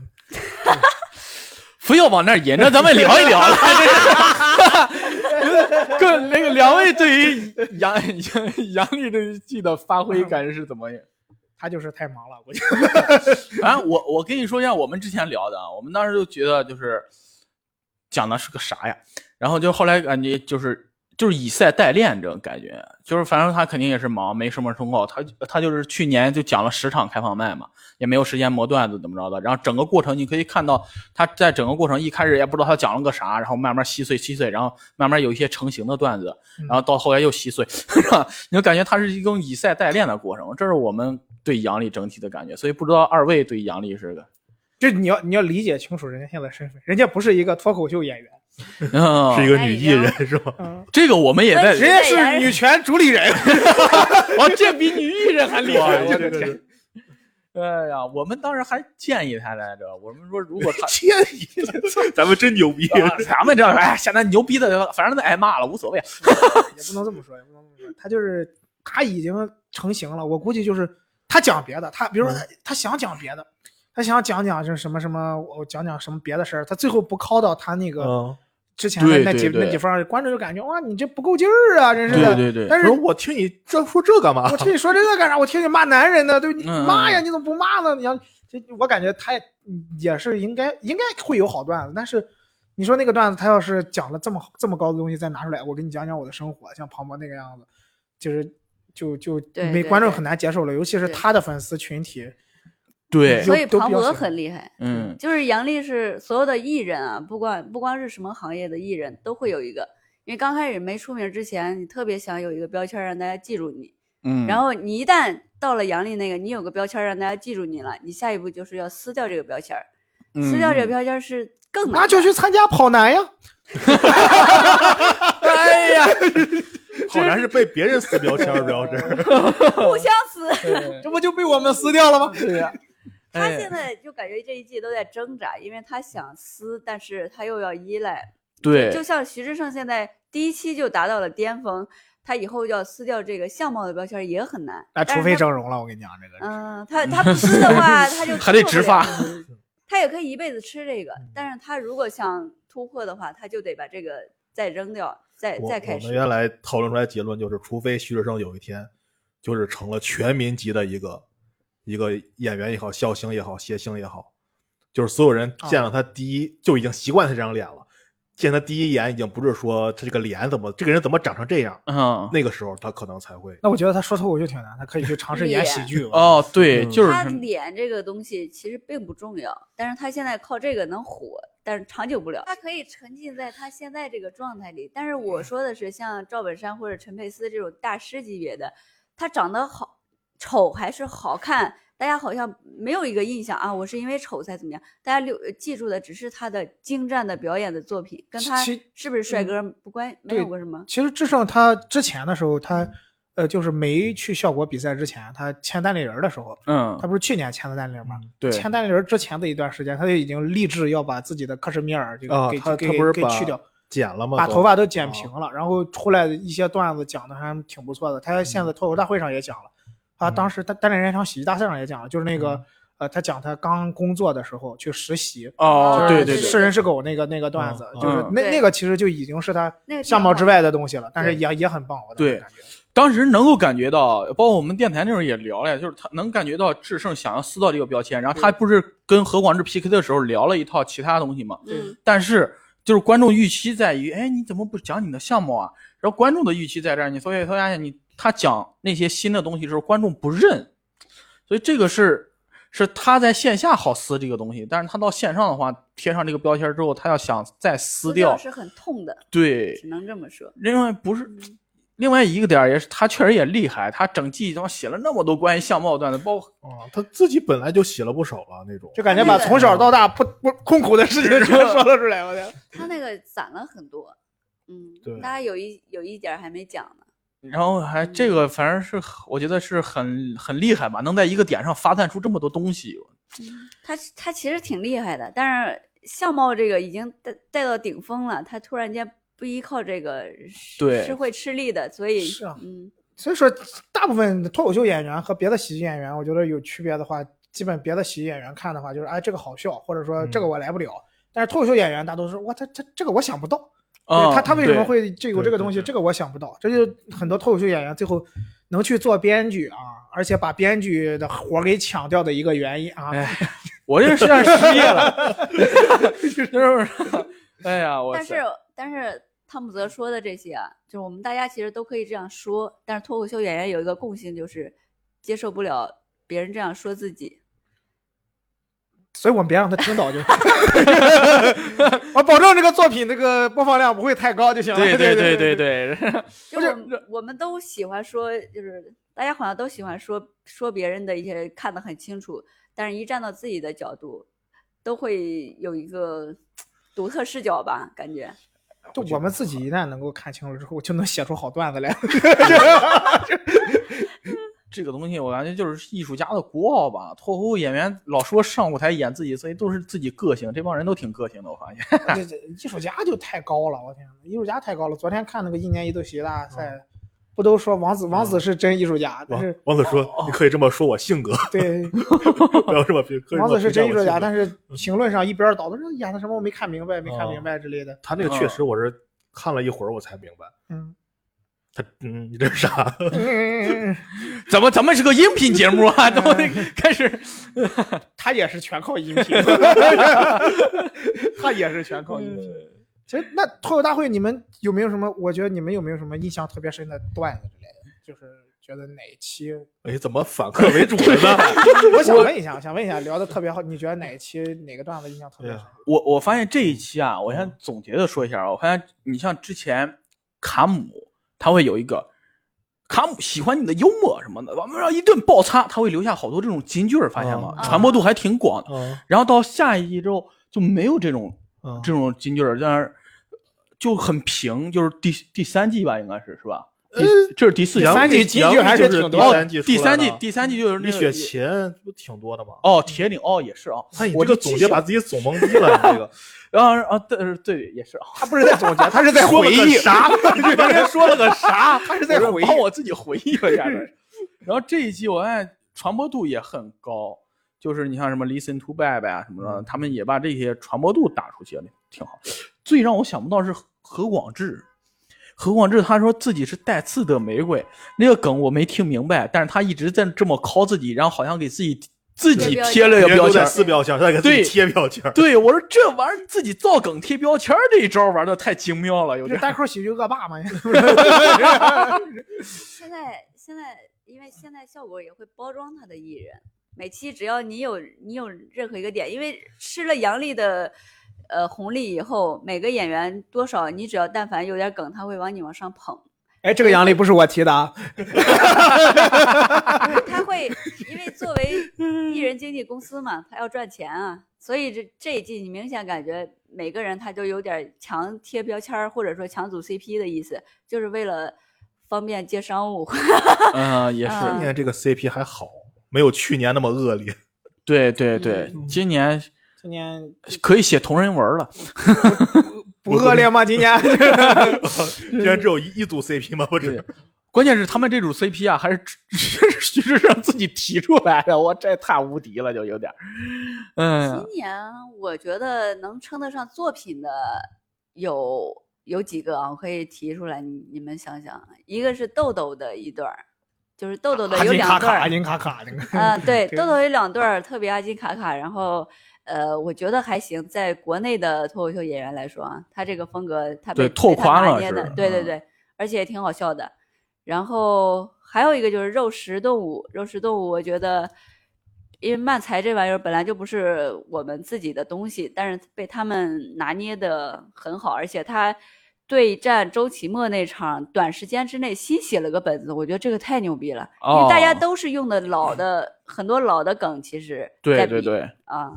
[SPEAKER 2] 非要往那儿引，那咱们聊一聊 了。 跟那个两位对于杨杨杨笠这一季的发挥感觉是怎么样？
[SPEAKER 4] 她就是 太忙了，我觉
[SPEAKER 2] 反正哎我我跟你说一下我们之前聊的啊，我们当时就觉得就是讲的是个啥呀，然后就后来感觉就是就是以赛代练这种感觉，就是反正他肯定也是忙，没什么通告，他他就是去年就讲了十场开放麦嘛，也没有时间磨段子怎么着的，然后整个过程你可以看到他在整个过程一开始也不知道他讲了个啥，然后慢慢稀碎稀碎，然后慢慢有一些成型的段子，然后到后来又稀碎，是吧？ 你就感觉它是一种以赛代练的过程，这是我们对杨笠整体的感觉。所以不知道二位对杨笠是个，
[SPEAKER 4] 就你要你要理解清楚人家现在身份，人家不是一个脱口秀演员，
[SPEAKER 2] 嗯，
[SPEAKER 1] 是一
[SPEAKER 2] 个
[SPEAKER 1] 个
[SPEAKER 3] 哎
[SPEAKER 1] 女艺人是吧？
[SPEAKER 4] 嗯，
[SPEAKER 2] 这个我们也在
[SPEAKER 3] 人
[SPEAKER 4] 人
[SPEAKER 3] 家
[SPEAKER 4] 家
[SPEAKER 3] 是
[SPEAKER 4] 是女权主理人。
[SPEAKER 2] 哇，这比女艺人还厉
[SPEAKER 4] 哇
[SPEAKER 2] 害！
[SPEAKER 4] 我
[SPEAKER 2] 的
[SPEAKER 4] 的天
[SPEAKER 2] 天！哎呀，我们当时还建议他来着，我们说如果 他
[SPEAKER 1] 天，咱们真牛逼！
[SPEAKER 2] 啊咱们这哎，现在牛逼的，反正都挨骂了，无所谓。
[SPEAKER 4] 也不能这么说，也不能这么说，他就是他已经成型了。我估计就是他讲别的，他比如
[SPEAKER 2] 嗯
[SPEAKER 4] 说他,、他想讲别的，他想讲讲就是什么什么，我讲讲什么别的事儿，他最后不靠到他那个
[SPEAKER 1] 嗯，
[SPEAKER 4] 之前的
[SPEAKER 2] 对
[SPEAKER 4] 那
[SPEAKER 2] 对
[SPEAKER 4] 几
[SPEAKER 2] 对
[SPEAKER 4] 那几方儿，观众就感觉哇，你这不够劲儿啊，真是的。
[SPEAKER 2] 对对对
[SPEAKER 4] 但
[SPEAKER 1] 但
[SPEAKER 4] 是
[SPEAKER 1] 是我听你这说这干嘛
[SPEAKER 4] 我？听你说这个干啥？我听你骂男人呢，对不对？
[SPEAKER 2] 啊嗯嗯
[SPEAKER 4] 你骂呀，你怎么不骂呢？你要这，我感觉他也也是应该应该会有好段子，但是你说那个段子，他要是讲了这么好这么高的东西再拿出来，我给你讲讲我的生活，像庞博那个样子，就是就就
[SPEAKER 3] 对对
[SPEAKER 4] 没观众
[SPEAKER 3] 对
[SPEAKER 4] 很难接受了，尤其是
[SPEAKER 3] 对
[SPEAKER 4] 他的粉丝群体，
[SPEAKER 2] 对
[SPEAKER 4] 就
[SPEAKER 3] 所以
[SPEAKER 4] 都比
[SPEAKER 3] 庞
[SPEAKER 4] 较
[SPEAKER 3] 博
[SPEAKER 4] 喜欢
[SPEAKER 3] 很厉害。
[SPEAKER 2] 嗯，
[SPEAKER 3] 就是杨笠是所有的艺人啊，不管不光是什么行业的艺人，都会有一个。因为刚开始没出名之前，你特别想有一个标签儿让大家记住你，
[SPEAKER 2] 嗯，
[SPEAKER 3] 然后你一旦到了杨笠那个，你有个标签儿让大家记住你了，你下一步就是要撕掉这个标签儿，
[SPEAKER 2] 嗯
[SPEAKER 3] 撕掉这个标签儿是更难
[SPEAKER 4] 那就
[SPEAKER 3] 的
[SPEAKER 4] 去参加跑男 呀，
[SPEAKER 2] 哎呀，
[SPEAKER 1] 好像是被别人撕标签儿，主要是。
[SPEAKER 3] 互相撕。
[SPEAKER 4] 这不就被我们撕掉了吗？对呀、
[SPEAKER 3] 他
[SPEAKER 2] 哎
[SPEAKER 3] 现在就感觉这一季都在挣扎，因为他想撕，但是他又要依赖。
[SPEAKER 2] 对，
[SPEAKER 3] 就像徐志胜现在第一期就达到了巅峰，他以后要撕掉这个相貌的标签儿也很难。
[SPEAKER 4] 哎，
[SPEAKER 3] 但
[SPEAKER 4] 除
[SPEAKER 3] 是
[SPEAKER 4] 非
[SPEAKER 3] 他
[SPEAKER 4] 整容了，我跟你讲这个。
[SPEAKER 3] 嗯，他他不吃的话，他就
[SPEAKER 2] 还得
[SPEAKER 3] 吃
[SPEAKER 2] 植
[SPEAKER 3] 不了
[SPEAKER 2] 发。
[SPEAKER 3] 他也可以一辈子吃这个，
[SPEAKER 1] 嗯
[SPEAKER 3] 但是他如果想突破的话，他就得把这个再扔掉，再
[SPEAKER 1] 我
[SPEAKER 3] 再开
[SPEAKER 1] 我们
[SPEAKER 3] 始。
[SPEAKER 1] 原来讨论出来结论就是，除非徐志胜有一天就是成了全民级的一个一个演员也好，笑星也好，谐星也好，就是所有人
[SPEAKER 3] 哦
[SPEAKER 1] 见到他第一、就已经习惯他这张脸了，见他第一眼已经不是说他这个脸怎么这个人怎么长成这样，
[SPEAKER 2] 嗯，
[SPEAKER 1] 那个时候他可能才会。
[SPEAKER 4] 那我觉得他说脱口秀挺难，他可以去尝试演喜
[SPEAKER 3] 演
[SPEAKER 4] 剧。
[SPEAKER 2] 哦，对，
[SPEAKER 1] 嗯
[SPEAKER 2] 就是
[SPEAKER 3] 他脸这个东西其实并不重要，但是他现在靠这个能火，但是长久不了。他可以沉浸在他现在这个状态里，但是我说的是像赵本山或者陈佩斯这种大师级别的，他长得好丑还是好看，大家好像没有一个印象啊，我是因为丑才怎么样，大家留记住的只是他的精湛的表演的作品，跟
[SPEAKER 4] 其
[SPEAKER 3] 他
[SPEAKER 4] 其嗯
[SPEAKER 3] 是不是帅哥不关、没
[SPEAKER 4] 对
[SPEAKER 3] 有过什么。
[SPEAKER 4] 其实至少他之前的时候，
[SPEAKER 1] 嗯
[SPEAKER 4] 他呃就是没去效果比赛之前，他签代理人的时候，
[SPEAKER 2] 嗯
[SPEAKER 4] 他，不是去年签的代理人吗？
[SPEAKER 1] 嗯
[SPEAKER 2] 对，
[SPEAKER 4] 签代理人之前的一段时间，他就已经立志要把自己的克什米尔这个
[SPEAKER 1] 啊
[SPEAKER 4] 给、
[SPEAKER 1] 他
[SPEAKER 4] 给
[SPEAKER 1] 他不是
[SPEAKER 4] 给
[SPEAKER 1] 把啊
[SPEAKER 4] 去掉，
[SPEAKER 1] 剪了吗？
[SPEAKER 4] 把
[SPEAKER 1] 都
[SPEAKER 4] 头发都剪平了。然后出来的一些段子讲的还挺不错的。他现在脱口大会上也讲了，啊，
[SPEAKER 1] 嗯
[SPEAKER 4] 当时他单人演唱喜剧大赛上也讲了，就是那个、呃，他讲他刚工作的时候去实习，
[SPEAKER 2] 哦，
[SPEAKER 4] 就
[SPEAKER 2] 对
[SPEAKER 4] 是
[SPEAKER 2] 对
[SPEAKER 4] 是
[SPEAKER 2] 对，
[SPEAKER 4] 人是狗那个那个段子，
[SPEAKER 1] 嗯
[SPEAKER 4] 就是
[SPEAKER 2] 嗯
[SPEAKER 4] 那
[SPEAKER 3] 对
[SPEAKER 4] 那个其实就已经是他
[SPEAKER 3] 那个
[SPEAKER 4] 相貌之外的东西了，但是
[SPEAKER 3] 对
[SPEAKER 4] 也也很棒，我当时
[SPEAKER 2] 对
[SPEAKER 4] 感觉。
[SPEAKER 2] 当时能够感觉到，包括我们电台那时候也聊了呀，就是他能感觉到智胜想要撕掉这个标签，然后他不是跟何广智 PK 的时候聊了一套其他东西嘛，
[SPEAKER 3] 嗯，
[SPEAKER 2] 但是就是观众预期在于，哎，你怎么不讲你的项目啊？然后观众的预期在这儿，你所以发现你他讲那些新的东西的时候，观众不认，所以这个是是他在线下好撕这个东西，但是他到线上的话，贴上这个标签之后，他要想再撕
[SPEAKER 3] 撕
[SPEAKER 2] 掉，
[SPEAKER 3] 是很痛的，
[SPEAKER 2] 对，
[SPEAKER 3] 只能这么说。
[SPEAKER 2] 另外不是，另外一个点儿也是，他确实也厉害，他整季他妈写了那么多关于相貌的段子，包括
[SPEAKER 1] 啊、他自己本来就洗了不少了那种，
[SPEAKER 4] 就感觉把
[SPEAKER 3] 对
[SPEAKER 4] 从小到大不不痛苦的事 情全说了出来，我天！
[SPEAKER 3] 他那个攒了很多，嗯，
[SPEAKER 1] 对
[SPEAKER 3] 大家有一有一点儿还没讲呢。
[SPEAKER 2] 然后还这个反正是我觉得是很很厉害吧，能在一个点上发散出这么多东西，
[SPEAKER 3] 他他其实挺厉害的，但是相貌这个已经带带到顶峰了，他突然间不依靠这个是
[SPEAKER 2] 对
[SPEAKER 3] 是会吃力的，所以
[SPEAKER 4] 是啊
[SPEAKER 3] 嗯，
[SPEAKER 4] 所以说，大部分脱口秀演员和别的喜剧演员，我觉得有区别的话，基本别的喜剧演员看的话，就是哎这个好笑，或者说
[SPEAKER 1] 嗯
[SPEAKER 4] 这个我来不了。但是脱口秀演员大多数，哇，他他这个我想不到，
[SPEAKER 2] 啊、
[SPEAKER 4] 对他他为什么
[SPEAKER 2] 对？
[SPEAKER 4] 会这有这个
[SPEAKER 1] 嗯对
[SPEAKER 4] 东西？
[SPEAKER 1] 对
[SPEAKER 4] 这个我想不到，这就很多脱口秀演员最后能去做编剧啊，而且把编剧的活给抢掉的一个原因啊。
[SPEAKER 2] 哎，我这是现在失业了， 就是，哎呀，我
[SPEAKER 3] 但
[SPEAKER 2] 操
[SPEAKER 3] 是但是汤姆泽说的这些啊，就是我们大家其实都可以这样说，但是脱口秀演员有一个共性就是接受不了别人这样说自己，
[SPEAKER 4] 所以我们别让他听到就， 我保证这个作品这个播放量不会太高就行了。
[SPEAKER 2] 对
[SPEAKER 4] 对
[SPEAKER 2] 对
[SPEAKER 4] 对
[SPEAKER 2] 对对，
[SPEAKER 3] 就是我们我们都喜欢说，就是大家好像都喜欢说说别人的一些看得很清楚，但是一站到自己的角度，都会有一个独特视角吧，感觉。
[SPEAKER 4] 就我们自己一旦能够看清了之后，就能写出好段子来。
[SPEAKER 2] 这个东西我感觉就是艺术家的国傲吧。脱口秀演员老说上舞台演自己，所以都是自己个性，这帮人都挺个性的，我发现。
[SPEAKER 4] 这这艺术家就太高了，我天呐，艺术家太高了。昨天看那个一年一度喜剧大赛，不都说王子王子是真艺术家，但
[SPEAKER 1] 王
[SPEAKER 4] 是哦
[SPEAKER 1] 王子说：“你可以这么说我性格，
[SPEAKER 4] 对。
[SPEAKER 1] 不要这么评。可以这么评价我性格”
[SPEAKER 4] 王子是真艺术家，但是评论上一边倒，他说演的什么我没看明白，没看明白之类的。
[SPEAKER 1] 他那个确实我是看了一会儿我才明白，
[SPEAKER 4] 嗯，
[SPEAKER 1] 他嗯，你这是啥？
[SPEAKER 4] 嗯
[SPEAKER 2] 怎么咱们是个音频节目啊？都得开始
[SPEAKER 4] 他也是全靠音频， 他也是全
[SPEAKER 1] 嗯
[SPEAKER 4] 靠音频。其实那脱口大会，你们有没有什么？我觉得你们有没有什么印象特别深的段子之类的？就是觉得哪一 期？
[SPEAKER 1] 哎，怎么反客为主了呢？
[SPEAKER 4] 我想问一下，想问一下，聊的特别好，你觉得哪一期哪个段子印象特别深？
[SPEAKER 2] 我我发现这一期啊，我先总结的说一下啊，我发现你像之前卡姆，他会有一个卡姆喜欢你的幽默什么的，完了让一顿爆擦，他会留下好多这种金句儿，发现吗？
[SPEAKER 1] 嗯
[SPEAKER 2] 传播度还挺广的。
[SPEAKER 1] 嗯
[SPEAKER 2] 然后到下一季之后就没有这种
[SPEAKER 1] 嗯
[SPEAKER 2] 这种金句儿，但是就很平，就是第第三季吧，应该是是吧？第这是第四季，
[SPEAKER 4] 呃
[SPEAKER 2] 哦
[SPEAKER 4] 第三季金句还是挺多
[SPEAKER 1] 杨
[SPEAKER 4] 的
[SPEAKER 1] 幂就是
[SPEAKER 2] 第
[SPEAKER 1] 第
[SPEAKER 2] 三
[SPEAKER 1] 三季出来
[SPEAKER 2] 季
[SPEAKER 1] 的
[SPEAKER 2] 第三季就是那
[SPEAKER 1] 李雪
[SPEAKER 2] 个
[SPEAKER 1] 琴不挺多的吗？
[SPEAKER 2] 哦，铁岭哦也是啊，
[SPEAKER 1] 看你
[SPEAKER 2] 我
[SPEAKER 1] 这个
[SPEAKER 2] 就
[SPEAKER 1] 总
[SPEAKER 2] 记
[SPEAKER 1] 结
[SPEAKER 2] 性
[SPEAKER 1] 把自己总懵逼了，你这个
[SPEAKER 2] 然后啊对对也是啊，
[SPEAKER 4] 他不是在总结，他是在回忆。
[SPEAKER 1] 啥？
[SPEAKER 4] 刚才说了个啥？他是在回忆
[SPEAKER 2] 帮。我自己回忆了一下子。然后这一季我看传播度也很高，就是你像什么 Listen to Bye Bye 啊什么
[SPEAKER 4] 嗯
[SPEAKER 2] 的，他们也把这些传播度打出去了，挺好。最让我想不到是何广智。何广智他说自己是带刺的玫瑰，那个梗我没听明白，但是他一直在这么敲自己，然后好像给自己自己贴了一
[SPEAKER 1] 别
[SPEAKER 2] 个
[SPEAKER 1] 人
[SPEAKER 2] 标
[SPEAKER 1] 都在
[SPEAKER 2] 签。
[SPEAKER 1] 撕标签，再给自
[SPEAKER 2] 对
[SPEAKER 1] 己贴标签。
[SPEAKER 2] 对，我说这玩意儿自己造梗贴标签儿这一招玩的太精妙了，有
[SPEAKER 4] 就
[SPEAKER 2] 点
[SPEAKER 4] 单口喜剧恶霸嘛，
[SPEAKER 3] 现在现在，因为现在效果也会包装他的艺人，每期只要你有你有任何一个点，因为吃了杨笠的呃红利以后，每个演员多少你只要但凡有点梗，他会往你往上捧。
[SPEAKER 4] 哎，这个杨笠不是我提的啊，
[SPEAKER 3] 他会因为作为艺人经纪公司嘛，他要赚钱啊，所以这这一季你明显感觉每个人他就有点强贴标签儿，或者说强组 CP 的意思，就是为了方便接商务。
[SPEAKER 2] 嗯，也是，
[SPEAKER 1] 今
[SPEAKER 3] 嗯
[SPEAKER 1] 年这个 CP 还好，没有去年那么恶劣。
[SPEAKER 2] 对对对，今年
[SPEAKER 4] 今年
[SPEAKER 2] 可以写同人文了。
[SPEAKER 4] 不恶劣吗？今年
[SPEAKER 1] 今年只有一一组 CP 吗？不
[SPEAKER 2] 对
[SPEAKER 1] 是，，
[SPEAKER 2] 关键是他们这组 CP 啊，还是 徐志胜自己提出来的，我这太无敌了，就有点儿，嗯
[SPEAKER 3] 今年我觉得能称得上作品的有有几个啊，我可以提出来，你你们想想，一个是豆豆的一段儿，就是豆豆 的有两段
[SPEAKER 4] 阿
[SPEAKER 3] 儿，
[SPEAKER 4] 金啊卡卡那 个，
[SPEAKER 3] 啊，对，
[SPEAKER 4] 对
[SPEAKER 3] 豆豆有两段儿特别阿金卡卡，然后。呃，我觉得还行，在国内的脱口秀演员来说啊，他这个风格他被
[SPEAKER 2] 对拓
[SPEAKER 3] 被他
[SPEAKER 2] 宽
[SPEAKER 3] 拿
[SPEAKER 2] 了
[SPEAKER 3] 捏的
[SPEAKER 2] 是
[SPEAKER 3] 对对
[SPEAKER 2] 嗯
[SPEAKER 3] 对，而且也挺好笑的。然后还有一个就是肉食动物，肉食动物，我觉得，因为漫才这玩意儿本来就不是我们自己的东西，但是被他们拿捏的很好，而且他对战周奇墨那场，短时间之内新写了个本子，我觉得这个太牛逼了，因为大家
[SPEAKER 2] 哦
[SPEAKER 3] 都是用的老的很多老的梗，其实
[SPEAKER 2] 对
[SPEAKER 3] 在
[SPEAKER 2] 对
[SPEAKER 3] 比
[SPEAKER 2] 对，
[SPEAKER 3] 啊，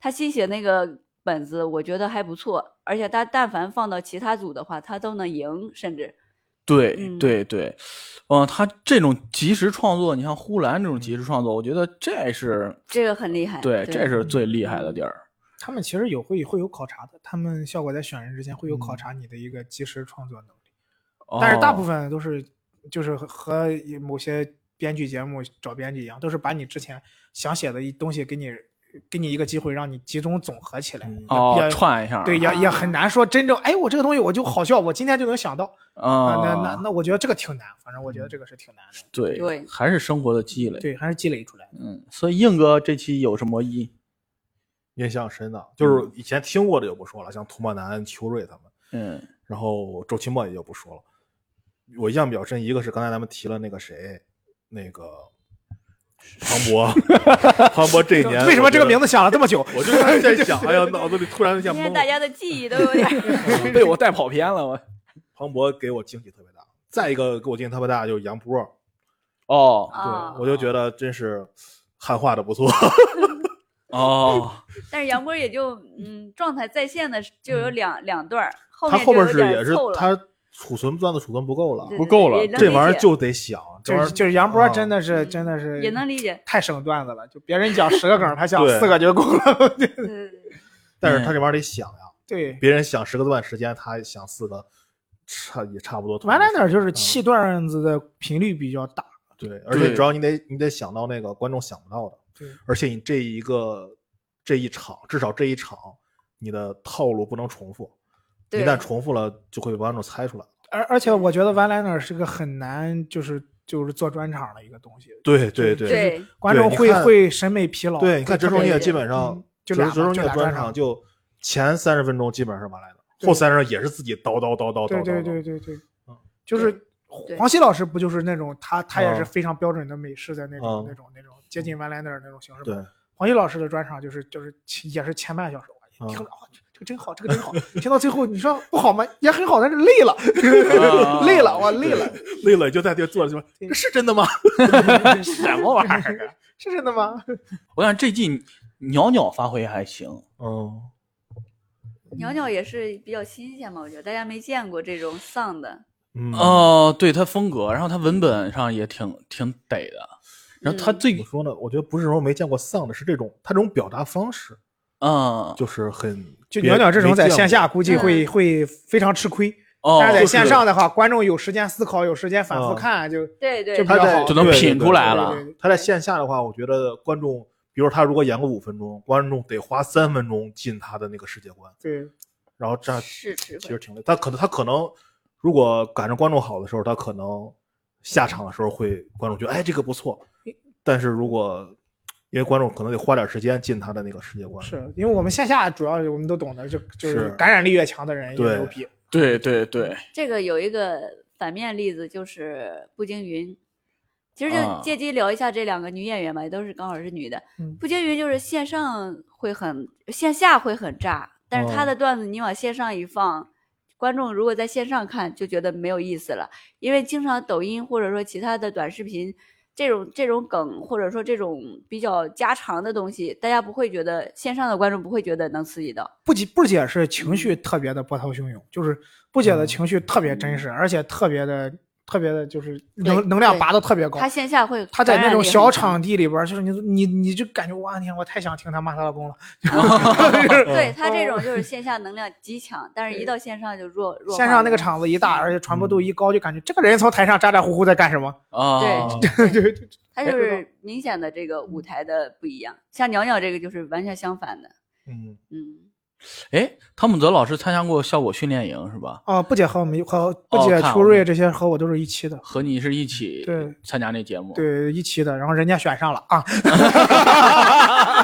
[SPEAKER 3] 他新写那个本子，我觉得还不错，而且他但凡放到其他组的话，他都能赢，甚至
[SPEAKER 2] 对
[SPEAKER 3] 嗯
[SPEAKER 2] 对对，嗯、他这种即时创作，你像呼兰这种即时创作，我觉得这是
[SPEAKER 3] 这个很厉害。
[SPEAKER 2] 对，这是最厉害的地儿。
[SPEAKER 4] 他们其实有会会有考察的，他们效果在选人之前会有考察你的一个及时创作能力，但是大部
[SPEAKER 2] 哦
[SPEAKER 4] 分都是就是和和某些编剧节目找编剧一样，都是把你之前想写的一东西给你给你一个机会，让你集中总合起来。比较
[SPEAKER 2] 哦串一下，
[SPEAKER 4] 对，也也很难说真正，哎，我这个东西我就好笑，我今天就能想到。啊，
[SPEAKER 2] 啊，
[SPEAKER 4] 那那那，我觉得这个挺难，反正我
[SPEAKER 2] 嗯
[SPEAKER 4] 觉得这个是挺难的。
[SPEAKER 2] 对
[SPEAKER 3] 对
[SPEAKER 2] 还是生活的积累。
[SPEAKER 4] 对，还是积累出来的。
[SPEAKER 2] 嗯，所以硬哥这期有什么意？
[SPEAKER 1] 印象深的，就是以前听过的就不说了，像涂沫南、邱瑞他们，
[SPEAKER 2] 嗯
[SPEAKER 1] 然后周奇墨也就不说了。我印象比较深，一个是刚才咱们提了那个谁，那个庞博，庞博这一年
[SPEAKER 4] 为什么这个名
[SPEAKER 1] 字？
[SPEAKER 4] 字想了这么久？
[SPEAKER 1] 我就在想，哎呀，脑子里突然一下
[SPEAKER 3] 今天
[SPEAKER 1] 懵
[SPEAKER 3] 大
[SPEAKER 1] 了。
[SPEAKER 3] 家的记忆都有点 儿
[SPEAKER 2] 被我带跑偏了，我
[SPEAKER 1] 庞博给我惊喜特别大，再一个给我惊喜特别大就是杨波，
[SPEAKER 2] 哦
[SPEAKER 1] 对
[SPEAKER 3] 啊，
[SPEAKER 1] 我就觉得真是汉化的不错。
[SPEAKER 2] 哦，
[SPEAKER 3] 但是杨波也就嗯状态在线的就有两两段儿，后
[SPEAKER 1] 嗯他
[SPEAKER 3] 面
[SPEAKER 1] 后边
[SPEAKER 3] 就
[SPEAKER 1] 是
[SPEAKER 3] 有点
[SPEAKER 1] 也是
[SPEAKER 3] 凑了
[SPEAKER 1] 他储存段子储存不够了
[SPEAKER 3] 对，
[SPEAKER 2] 不够了
[SPEAKER 3] 对对也能
[SPEAKER 1] 这
[SPEAKER 3] 理
[SPEAKER 1] 玩意儿
[SPEAKER 3] 解
[SPEAKER 1] 就得想，这玩
[SPEAKER 4] 就
[SPEAKER 1] 意
[SPEAKER 4] 是
[SPEAKER 1] 儿
[SPEAKER 4] 就是杨波
[SPEAKER 1] 啊
[SPEAKER 4] 真的是
[SPEAKER 3] 嗯
[SPEAKER 4] 真的是
[SPEAKER 3] 也能理解。
[SPEAKER 4] 太省段子了，就别人讲十个梗，他讲
[SPEAKER 1] 对
[SPEAKER 4] 四个就够了。
[SPEAKER 3] 嗯，
[SPEAKER 1] 但是他这玩意儿得想呀，
[SPEAKER 4] 对，
[SPEAKER 1] 别人想十个段时间，他想四个，差也差不多。
[SPEAKER 4] 完了点儿就是
[SPEAKER 1] 气，
[SPEAKER 4] 气段子的频率比较大。
[SPEAKER 1] 对，而且
[SPEAKER 2] 对
[SPEAKER 1] 主要你得你得想到那个观众想不到的，
[SPEAKER 4] 对，
[SPEAKER 1] 而且你这一个这一场，至少这一场，你的套路不能重复，一
[SPEAKER 3] 对
[SPEAKER 1] 旦重复了就会被观众猜出来。
[SPEAKER 4] 而而且我觉得 one liner 是个很难，就是就是做专场的一个东西。
[SPEAKER 1] 对对对
[SPEAKER 3] 对，
[SPEAKER 4] 观众
[SPEAKER 1] 你
[SPEAKER 4] 会
[SPEAKER 1] 看
[SPEAKER 4] 会审美疲劳。
[SPEAKER 1] 对，你看折
[SPEAKER 4] 特
[SPEAKER 1] 中
[SPEAKER 4] 别
[SPEAKER 1] 业
[SPEAKER 3] 也
[SPEAKER 1] 啊基本上
[SPEAKER 4] 嗯，就
[SPEAKER 1] 折
[SPEAKER 4] 俩
[SPEAKER 1] 折中
[SPEAKER 4] 嘛就
[SPEAKER 1] 业
[SPEAKER 4] 俩
[SPEAKER 1] 专
[SPEAKER 4] 专
[SPEAKER 1] 场
[SPEAKER 4] 场
[SPEAKER 1] 就前三十分钟基本上是完来的，
[SPEAKER 4] 对
[SPEAKER 1] 后三十也是自己叨叨叨叨叨
[SPEAKER 4] 对
[SPEAKER 1] 叨
[SPEAKER 4] 对
[SPEAKER 1] 叨。
[SPEAKER 4] 对对对
[SPEAKER 1] 嗯，
[SPEAKER 4] 就是
[SPEAKER 3] 对
[SPEAKER 4] 黄西老师不就是那种他他也
[SPEAKER 1] 啊
[SPEAKER 4] 是非常标准的美式的那种
[SPEAKER 1] 啊
[SPEAKER 4] 那种那种接近 one liner 那种形式嘛。
[SPEAKER 1] 对
[SPEAKER 4] 黄西老师的专场就是就是前也是前半小时，
[SPEAKER 1] 啊
[SPEAKER 4] 我听着哦这个真好，这个真好，听到最后你说不好吗？也很好，但是累了，
[SPEAKER 1] 嗯
[SPEAKER 2] 啊
[SPEAKER 4] 累了，我累了，
[SPEAKER 1] 累了就在这坐着就说，
[SPEAKER 4] 对
[SPEAKER 1] 这是真的吗？
[SPEAKER 2] 什么玩意儿啊？
[SPEAKER 4] 是真的吗？
[SPEAKER 2] 我想这季袅袅发挥还行，
[SPEAKER 1] 嗯，
[SPEAKER 3] 鸟鸟也是比较新鲜嘛，我觉得大家没见过这种丧的，
[SPEAKER 1] 嗯
[SPEAKER 2] 哦，对他风格，然后他文本上也挺挺得的，然后他
[SPEAKER 3] 嗯
[SPEAKER 2] 最
[SPEAKER 1] 怎么说呢？我觉得不是说没见过丧的，是这种他这种表达方式
[SPEAKER 2] 嗯
[SPEAKER 1] 就是很
[SPEAKER 4] 就
[SPEAKER 1] 别
[SPEAKER 4] 鸟鸟这种
[SPEAKER 1] 没
[SPEAKER 4] 在
[SPEAKER 1] 见过
[SPEAKER 4] 线下估计
[SPEAKER 3] 嗯
[SPEAKER 4] 会会非常吃亏，
[SPEAKER 2] 哦，
[SPEAKER 4] 但是在
[SPEAKER 2] 就是
[SPEAKER 4] 线上的话，观众有时间思考，有时间反
[SPEAKER 1] 啊
[SPEAKER 4] 复看，就
[SPEAKER 3] 对对
[SPEAKER 4] 就
[SPEAKER 1] 他
[SPEAKER 4] 比较
[SPEAKER 1] 在
[SPEAKER 4] 好
[SPEAKER 2] 就能
[SPEAKER 1] 对对
[SPEAKER 2] 品出
[SPEAKER 1] 对
[SPEAKER 2] 来
[SPEAKER 1] 对
[SPEAKER 2] 了
[SPEAKER 1] 对对他在线下的话，我觉得观众，比如他如果演个五分钟，观众得花三分钟进他的那个世界观，
[SPEAKER 4] 对
[SPEAKER 1] 然后这样
[SPEAKER 3] 是智
[SPEAKER 1] 其
[SPEAKER 3] 慧
[SPEAKER 1] 实。挺累。他可能他可能如果赶上观众好的时候，他可能下场的时候会观众觉得哎这个不错，
[SPEAKER 4] 嗯
[SPEAKER 1] 但是如果因为观众可能得花点时间进他的那个世界观，
[SPEAKER 4] 是因为我们线下主要我们都懂得，就就是
[SPEAKER 1] 是
[SPEAKER 4] 感染力越强的人越
[SPEAKER 1] 对
[SPEAKER 4] 牛逼。
[SPEAKER 2] 对对对，
[SPEAKER 3] 这个有一个反面例子就是步惊云，其实
[SPEAKER 2] 啊
[SPEAKER 3] 就借机聊一下这两个女演员吧，也都是刚好是女的
[SPEAKER 4] 嗯。
[SPEAKER 3] 步惊云就是线上会很，线下会很炸，但是他
[SPEAKER 1] 哦
[SPEAKER 3] 的段子你往线上一放，观众如果在线上看就觉得没有意思了，因为经常抖音或者说其他的短视频这种这种梗或者说这种比较家常的东西，大家不会觉得线上的观众不会觉得能刺激到。
[SPEAKER 4] 不仅不解是情绪特别的波涛汹涌，就是不解的情绪特别真实，而且特别的特别的，就是
[SPEAKER 3] 对
[SPEAKER 4] 能能量
[SPEAKER 3] 对
[SPEAKER 4] 拔的特别高
[SPEAKER 3] 他。线下会
[SPEAKER 4] 他在
[SPEAKER 3] 感
[SPEAKER 4] 那
[SPEAKER 3] 染
[SPEAKER 4] 种
[SPEAKER 3] 力很
[SPEAKER 4] 小
[SPEAKER 3] 强
[SPEAKER 4] 场地里边儿，就是你你你就感觉我天，我太想听他骂她老公了。
[SPEAKER 3] 对
[SPEAKER 1] 嗯
[SPEAKER 3] 他这
[SPEAKER 4] 哦
[SPEAKER 3] 种就是线下能量极强，但是一到线上就弱弱。
[SPEAKER 4] 线上那个，场子一大，而且传
[SPEAKER 2] 嗯
[SPEAKER 4] 播度一高，就感觉这个人从台上咋咋呼呼在干什么？
[SPEAKER 2] 啊，
[SPEAKER 3] 对
[SPEAKER 4] 对，
[SPEAKER 3] 他就是明显的这个舞台的不一样。像鸟鸟这个就是完全相反的，
[SPEAKER 1] 嗯，
[SPEAKER 3] 嗯，
[SPEAKER 2] 哎，汤姆泽老师参加过效果训练营是吧？
[SPEAKER 4] 啊，不解和我们和不
[SPEAKER 2] 哦
[SPEAKER 4] 解、
[SPEAKER 2] 看
[SPEAKER 4] 秋
[SPEAKER 2] 我
[SPEAKER 4] 瑞
[SPEAKER 2] 们
[SPEAKER 4] 这些和我都是一期的，
[SPEAKER 2] 和你是一起
[SPEAKER 4] 对
[SPEAKER 2] 参加那节目，
[SPEAKER 4] 对，一期的。然后人家选上了啊，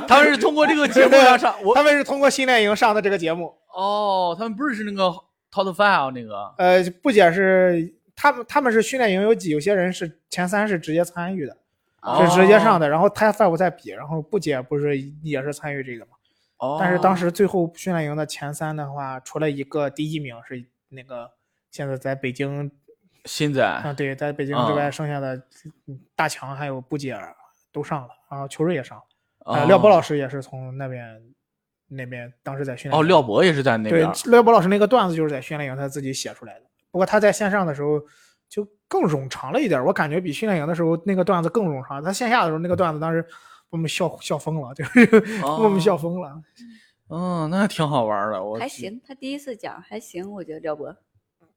[SPEAKER 2] 他们是通过这个节目要上我
[SPEAKER 4] 他们是通过训练营上的这个节目。
[SPEAKER 2] 哦，他们不是是那个 Top Five 那个
[SPEAKER 4] 呃，不解是他们他们是训练营有几有些人是前三是直接参与的，
[SPEAKER 2] 哦
[SPEAKER 4] 是直接上的。然后他 five 在比，然后不解不是也是参与这个嘛？
[SPEAKER 2] 哦，
[SPEAKER 4] 但是当时最后训练营的前三的话，除了一个第一名是那个现在在北京
[SPEAKER 2] 新仔
[SPEAKER 4] 啊，对，在北京之外剩下的嗯大强还有布吉尔都上了，然后球瑞也上了，啊，
[SPEAKER 2] 哦
[SPEAKER 4] 廖波老师也是从那边那边当时在训练
[SPEAKER 2] 哦，
[SPEAKER 4] 营
[SPEAKER 2] 廖博也是在那
[SPEAKER 4] 对
[SPEAKER 2] 边，
[SPEAKER 4] 廖波老师那个段子就是在训练营他自己写出来的，不过他在线上的时候就更冗长了一点，我感觉比训练营的时候那个段子更冗长，他线下的时候那个段子当时。把我们笑笑疯了，就是
[SPEAKER 2] 哦
[SPEAKER 4] 把 我们笑疯了。
[SPEAKER 2] 嗯，那挺好玩的，我
[SPEAKER 3] 还行。他第一次讲还行，我觉得廖博，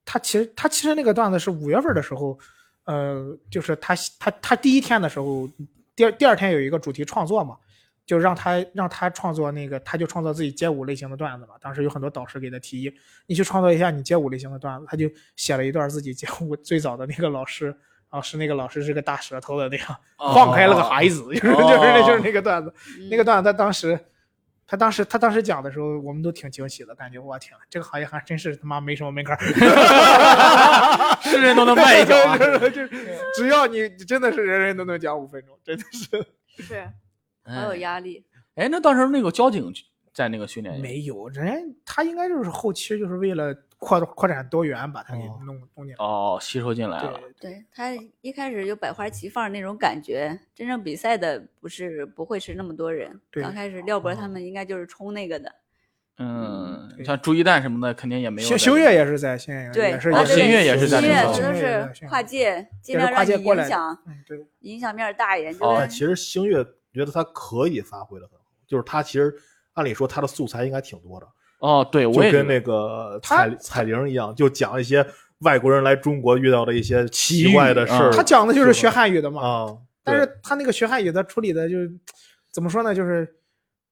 [SPEAKER 4] 他其实他其实那个段子是五月份的时候，呃，就是他他他第一天的时候，第二第二天有一个主题创作嘛，就让他让他创作那个，他就创作自己街舞类型的段子嘛。当时有很多导师给他提议，你去创作一下你街舞类型的段子，他就写了一段自己街舞最早的那个老师。啊，是那个老师是个大舌头的那样，
[SPEAKER 2] 哦
[SPEAKER 4] 放开了个孩子，就是就是那就是那个段子，
[SPEAKER 3] 嗯
[SPEAKER 4] 那个段子他当时，他当时他当时讲的时候，我们都挺惊喜的，感觉我天，啊这个行业还真是他妈没什么门槛儿，
[SPEAKER 2] 是人都能卖一脚啊
[SPEAKER 4] 就是只要你真的是人人都能讲五分钟，真的是
[SPEAKER 3] 是好有压力。
[SPEAKER 2] 哎，那当时那个交警在那个训练
[SPEAKER 1] 嗯
[SPEAKER 2] 营
[SPEAKER 4] 没有人家他应该就是后期就是为了扩扩展多元，把他给
[SPEAKER 1] 哦
[SPEAKER 4] 弄弄进来。
[SPEAKER 2] 哦，吸收进来了。
[SPEAKER 4] 对，
[SPEAKER 3] 对他一开始就百花齐放那种感觉，真正比赛的不是不会是那么多人。
[SPEAKER 4] 对
[SPEAKER 3] 刚开始廖博他
[SPEAKER 2] 哦
[SPEAKER 3] 们应该就是冲那个的，
[SPEAKER 2] 嗯，
[SPEAKER 4] 对
[SPEAKER 2] 像朱一蛋什么的，肯定也没有在
[SPEAKER 4] 修
[SPEAKER 2] 这。
[SPEAKER 4] 修月也是在线，
[SPEAKER 3] 对，
[SPEAKER 4] 也是
[SPEAKER 2] 啊
[SPEAKER 3] 对
[SPEAKER 2] 新月
[SPEAKER 3] 对
[SPEAKER 2] 也是在
[SPEAKER 3] 新
[SPEAKER 2] 那个
[SPEAKER 3] 月这
[SPEAKER 2] 时
[SPEAKER 3] 都
[SPEAKER 2] 候
[SPEAKER 3] 是跨，界，尽
[SPEAKER 4] 也是
[SPEAKER 3] 量让
[SPEAKER 4] 跨
[SPEAKER 3] 你
[SPEAKER 4] 界过
[SPEAKER 3] 影
[SPEAKER 4] 来的
[SPEAKER 3] 响
[SPEAKER 4] 嗯对，
[SPEAKER 3] 影响面儿大一点，就
[SPEAKER 2] 哦
[SPEAKER 1] 但
[SPEAKER 3] 跟
[SPEAKER 1] 其实星月觉得他可以发挥的很好，就是他其实按理说他的素材应该挺多的，
[SPEAKER 2] 哦，对，
[SPEAKER 1] 就
[SPEAKER 2] 我
[SPEAKER 1] 跟
[SPEAKER 2] 也觉得
[SPEAKER 1] 那个
[SPEAKER 4] 他
[SPEAKER 1] 彩彩铃一样，就讲一些外国人来中国遇到的一些
[SPEAKER 2] 奇
[SPEAKER 1] 奇
[SPEAKER 2] 遇
[SPEAKER 1] 怪的事儿。
[SPEAKER 2] 啊
[SPEAKER 4] 他讲的就是学汉语的嘛，
[SPEAKER 1] 啊，
[SPEAKER 4] 但
[SPEAKER 1] 对
[SPEAKER 4] 是他那个学汉语的处理的就是怎么说呢，就是。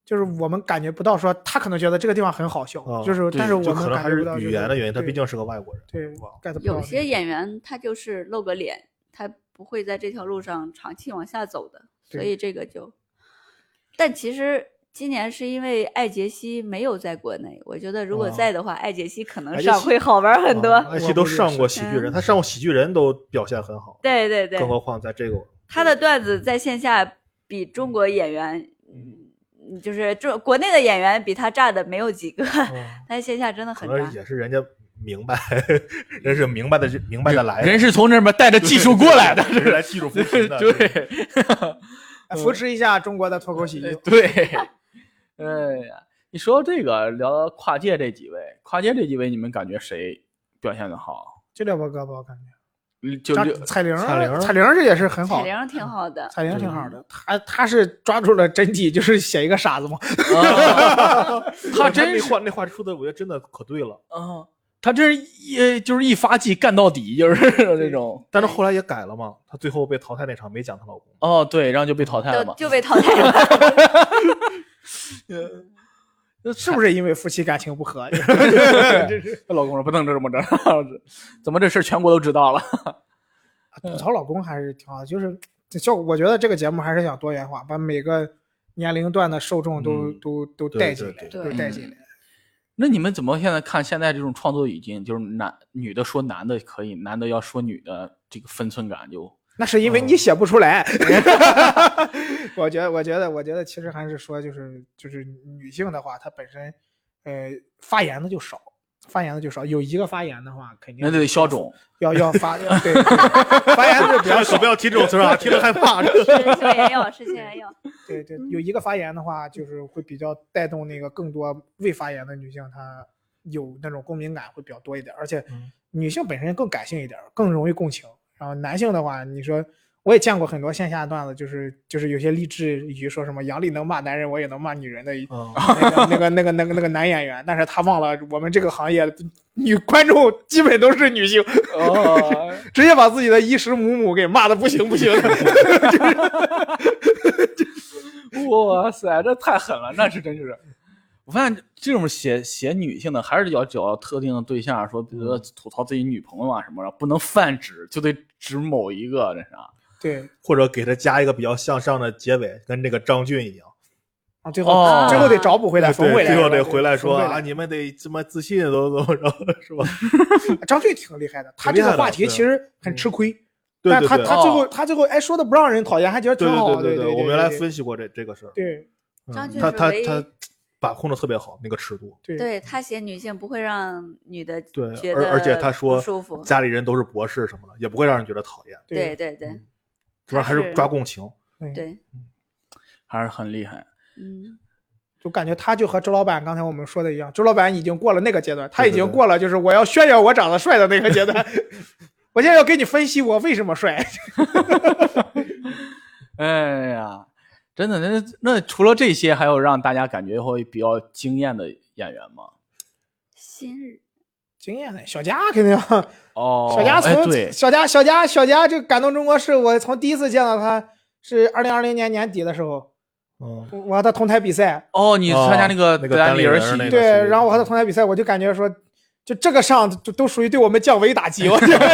[SPEAKER 4] 就是我们感觉不到，说他可能觉得这个地方很好笑，
[SPEAKER 1] 哦
[SPEAKER 4] 就是
[SPEAKER 2] 对
[SPEAKER 4] 但是我
[SPEAKER 1] 就
[SPEAKER 4] 们
[SPEAKER 1] 可能
[SPEAKER 4] 感
[SPEAKER 1] 还
[SPEAKER 4] 觉
[SPEAKER 1] 是
[SPEAKER 4] 不到、
[SPEAKER 1] 语言的原因，他
[SPEAKER 4] 对
[SPEAKER 1] 毕竟是个外国人。
[SPEAKER 4] 对
[SPEAKER 1] 哇
[SPEAKER 4] get 不到
[SPEAKER 3] 有
[SPEAKER 4] 那
[SPEAKER 3] 些
[SPEAKER 4] 个
[SPEAKER 3] 演员他就是露个脸，他不会在这条路上长期往下走的，所
[SPEAKER 4] 对
[SPEAKER 3] 以这个就。但其实今年是因为艾杰西没有在国内，我觉得如果
[SPEAKER 1] 哦
[SPEAKER 3] 在的话，艾杰西可能
[SPEAKER 1] 艾杰
[SPEAKER 3] 上
[SPEAKER 1] 西
[SPEAKER 3] 会好玩很多。
[SPEAKER 1] 啊而且
[SPEAKER 4] 我
[SPEAKER 1] 都
[SPEAKER 4] 估计
[SPEAKER 1] 上
[SPEAKER 4] 是
[SPEAKER 1] 过喜剧人，
[SPEAKER 3] 嗯
[SPEAKER 1] 他上过喜剧人都表现很好，
[SPEAKER 3] 对对对
[SPEAKER 1] 更，何况在这个
[SPEAKER 3] 他的段子在线下比中国演员，嗯，就是中国内的演员比他炸的没有几个， 但线下真的
[SPEAKER 1] 可
[SPEAKER 3] 很炸
[SPEAKER 1] 能。也是人家明白，人是明白的，明白的来的，
[SPEAKER 2] 人是从那边带着技术过 来的。
[SPEAKER 1] 人是来技术扶贫的。
[SPEAKER 2] 对，
[SPEAKER 4] 扶持一下中国的脱口喜剧。
[SPEAKER 2] 对，哎呀，你说到这个，聊到跨界这几位，跨界这几位，你们感觉谁表现的好？
[SPEAKER 4] 这两波胳膊我感觉，
[SPEAKER 2] 嗯就
[SPEAKER 4] 张
[SPEAKER 2] 就
[SPEAKER 4] 彩玲，
[SPEAKER 1] 彩玲
[SPEAKER 4] 彩玲这也是很好
[SPEAKER 3] 彩，铃挺好的，
[SPEAKER 4] 彩玲挺好的，她她是抓住了真谛，就是写一个傻子嘛。
[SPEAKER 2] 啊，他真
[SPEAKER 1] 那
[SPEAKER 2] 是
[SPEAKER 1] 话那话说的，我觉得真的可对了。
[SPEAKER 2] 啊，他真是一呃就是一发技干到底，就是这种。
[SPEAKER 1] 但是后来也改了嘛，她最后被淘汰那场没讲她老公，
[SPEAKER 2] 哦，对，然后就被淘汰了
[SPEAKER 3] 就
[SPEAKER 2] 嘛。
[SPEAKER 3] 就被淘汰了。
[SPEAKER 4] 是不是因为夫妻感情不和？
[SPEAKER 2] 她老公说不能这么着， 怎么这事儿全国都知道了？
[SPEAKER 4] 吐槽老公还是挺好的，就是这效果。我觉得这个节目还是想多元化，把每个年龄段的受众都
[SPEAKER 1] 嗯
[SPEAKER 4] 都都
[SPEAKER 1] 对
[SPEAKER 4] 带
[SPEAKER 1] 对
[SPEAKER 4] 进来，
[SPEAKER 1] 对
[SPEAKER 4] 都
[SPEAKER 3] 对
[SPEAKER 4] 带进来。
[SPEAKER 2] 那你们怎么现在看现在这种创作语境，就是男女的说男的可以，男的要说女的，这个分寸感就
[SPEAKER 4] 那是因为你写不出来。我觉得，我觉得，我觉得，其实还是说，就是就是女性的话，她本身，呃，发言的就少，发言的就少。有一个发言的话，肯定
[SPEAKER 2] 那得消肿。
[SPEAKER 4] 要要发对对发言的就比较少
[SPEAKER 1] 可。不要听这种词儿啊，听着害怕。这
[SPEAKER 3] 是是也有，是也有，
[SPEAKER 4] 对对，有一个发言的话，就是会比较带动那个更多未发言的女性，她有那种共鸣感会比较多一点，而且
[SPEAKER 1] 嗯
[SPEAKER 4] 女性本身更感性一点，更容易共情。然后男性的话，你说我也见过很多线下段子，就是就是有些励志语说什么“杨笠能骂男人，我也能骂女人”的一。
[SPEAKER 1] 嗯，
[SPEAKER 4] 那个那个那个那个那个男演员，但是他忘了我们这个行业女观众基本都是女性，
[SPEAKER 2] 哦，
[SPEAKER 4] 直接把自己的衣食母母给骂的不行不 行的。
[SPEAKER 2] 哇塞，这太狠了，那是真是。我发现这种写写女性的，还是要找特定的对象，说比如说吐槽自己女朋友啊什么的，不能泛指，就得指某一个，这是啊。
[SPEAKER 4] 对，
[SPEAKER 1] 或者给他加一个比较向上的结尾，跟那个张俊一样。
[SPEAKER 4] 啊，最后、
[SPEAKER 2] 哦
[SPEAKER 4] 最后得找补回来，缝回
[SPEAKER 1] 对，
[SPEAKER 4] 来，
[SPEAKER 1] 最后得
[SPEAKER 4] 是吧
[SPEAKER 1] 回来说
[SPEAKER 4] 缝
[SPEAKER 1] 啊，你们得这么自信，怎么怎么着，是吧？
[SPEAKER 4] 张俊挺厉害的，他
[SPEAKER 1] 挺厉
[SPEAKER 4] 这
[SPEAKER 1] 害的
[SPEAKER 4] 个话
[SPEAKER 1] 对
[SPEAKER 4] 题
[SPEAKER 1] 嗯
[SPEAKER 4] 其实很吃亏，
[SPEAKER 1] 对
[SPEAKER 4] 但
[SPEAKER 1] 对
[SPEAKER 4] 他
[SPEAKER 1] 对
[SPEAKER 4] 他最后
[SPEAKER 2] 哦
[SPEAKER 4] 他最后哎说的不让人讨厌，还觉 得挺
[SPEAKER 1] 对
[SPEAKER 4] 好，
[SPEAKER 1] 对
[SPEAKER 4] 对
[SPEAKER 1] 我们原来
[SPEAKER 4] 对
[SPEAKER 1] 分析过这这个事儿。
[SPEAKER 4] 对
[SPEAKER 1] 嗯
[SPEAKER 3] 张俊
[SPEAKER 1] 他
[SPEAKER 3] 是
[SPEAKER 1] 他
[SPEAKER 3] 唯一
[SPEAKER 1] 他把控的特别好，那个尺度。
[SPEAKER 4] 对
[SPEAKER 3] 对他写女性不会让女的
[SPEAKER 1] 对
[SPEAKER 3] 觉，
[SPEAKER 1] 而
[SPEAKER 3] 得
[SPEAKER 1] 而且他说
[SPEAKER 3] 不舒服，
[SPEAKER 1] 家里人都是博士什么的，也不会让人觉得讨厌，
[SPEAKER 3] 对对对
[SPEAKER 1] 主要还是
[SPEAKER 3] 是
[SPEAKER 1] 抓共情。
[SPEAKER 3] 对，
[SPEAKER 2] 还是很厉害。
[SPEAKER 3] 嗯，
[SPEAKER 4] 就感觉他就和周老板刚才我们说的一样，周老板已经过了那个阶段，他已
[SPEAKER 1] 对
[SPEAKER 4] 经
[SPEAKER 1] 对
[SPEAKER 4] 过了就是我要炫耀我长得帅的那个阶 段。我现在要给你分析我为什么帅，
[SPEAKER 2] 哎呀，真的，那那除了这些，还有让大家感觉会比较惊艳的演员吗？
[SPEAKER 3] 新日
[SPEAKER 4] 经验的小佳肯定，
[SPEAKER 2] 哦，
[SPEAKER 4] 小佳
[SPEAKER 2] 哎
[SPEAKER 4] 从、
[SPEAKER 2] 对，
[SPEAKER 4] 小佳小佳小佳这感动中国是我从第一次见到他是二零二零年年底的时候，
[SPEAKER 1] 嗯，
[SPEAKER 4] 我我和他同台比赛，
[SPEAKER 2] 哦，你参加
[SPEAKER 1] 哦
[SPEAKER 2] 那个
[SPEAKER 1] 那个
[SPEAKER 2] 德兰
[SPEAKER 1] 单
[SPEAKER 2] 里
[SPEAKER 1] 立
[SPEAKER 2] 尔
[SPEAKER 1] 人
[SPEAKER 2] 喜
[SPEAKER 1] 那
[SPEAKER 2] 剧
[SPEAKER 1] 个是
[SPEAKER 4] 对，然后我和他同台比赛，我就感觉说，就这个上都都属于对我们降维打击。我 觉得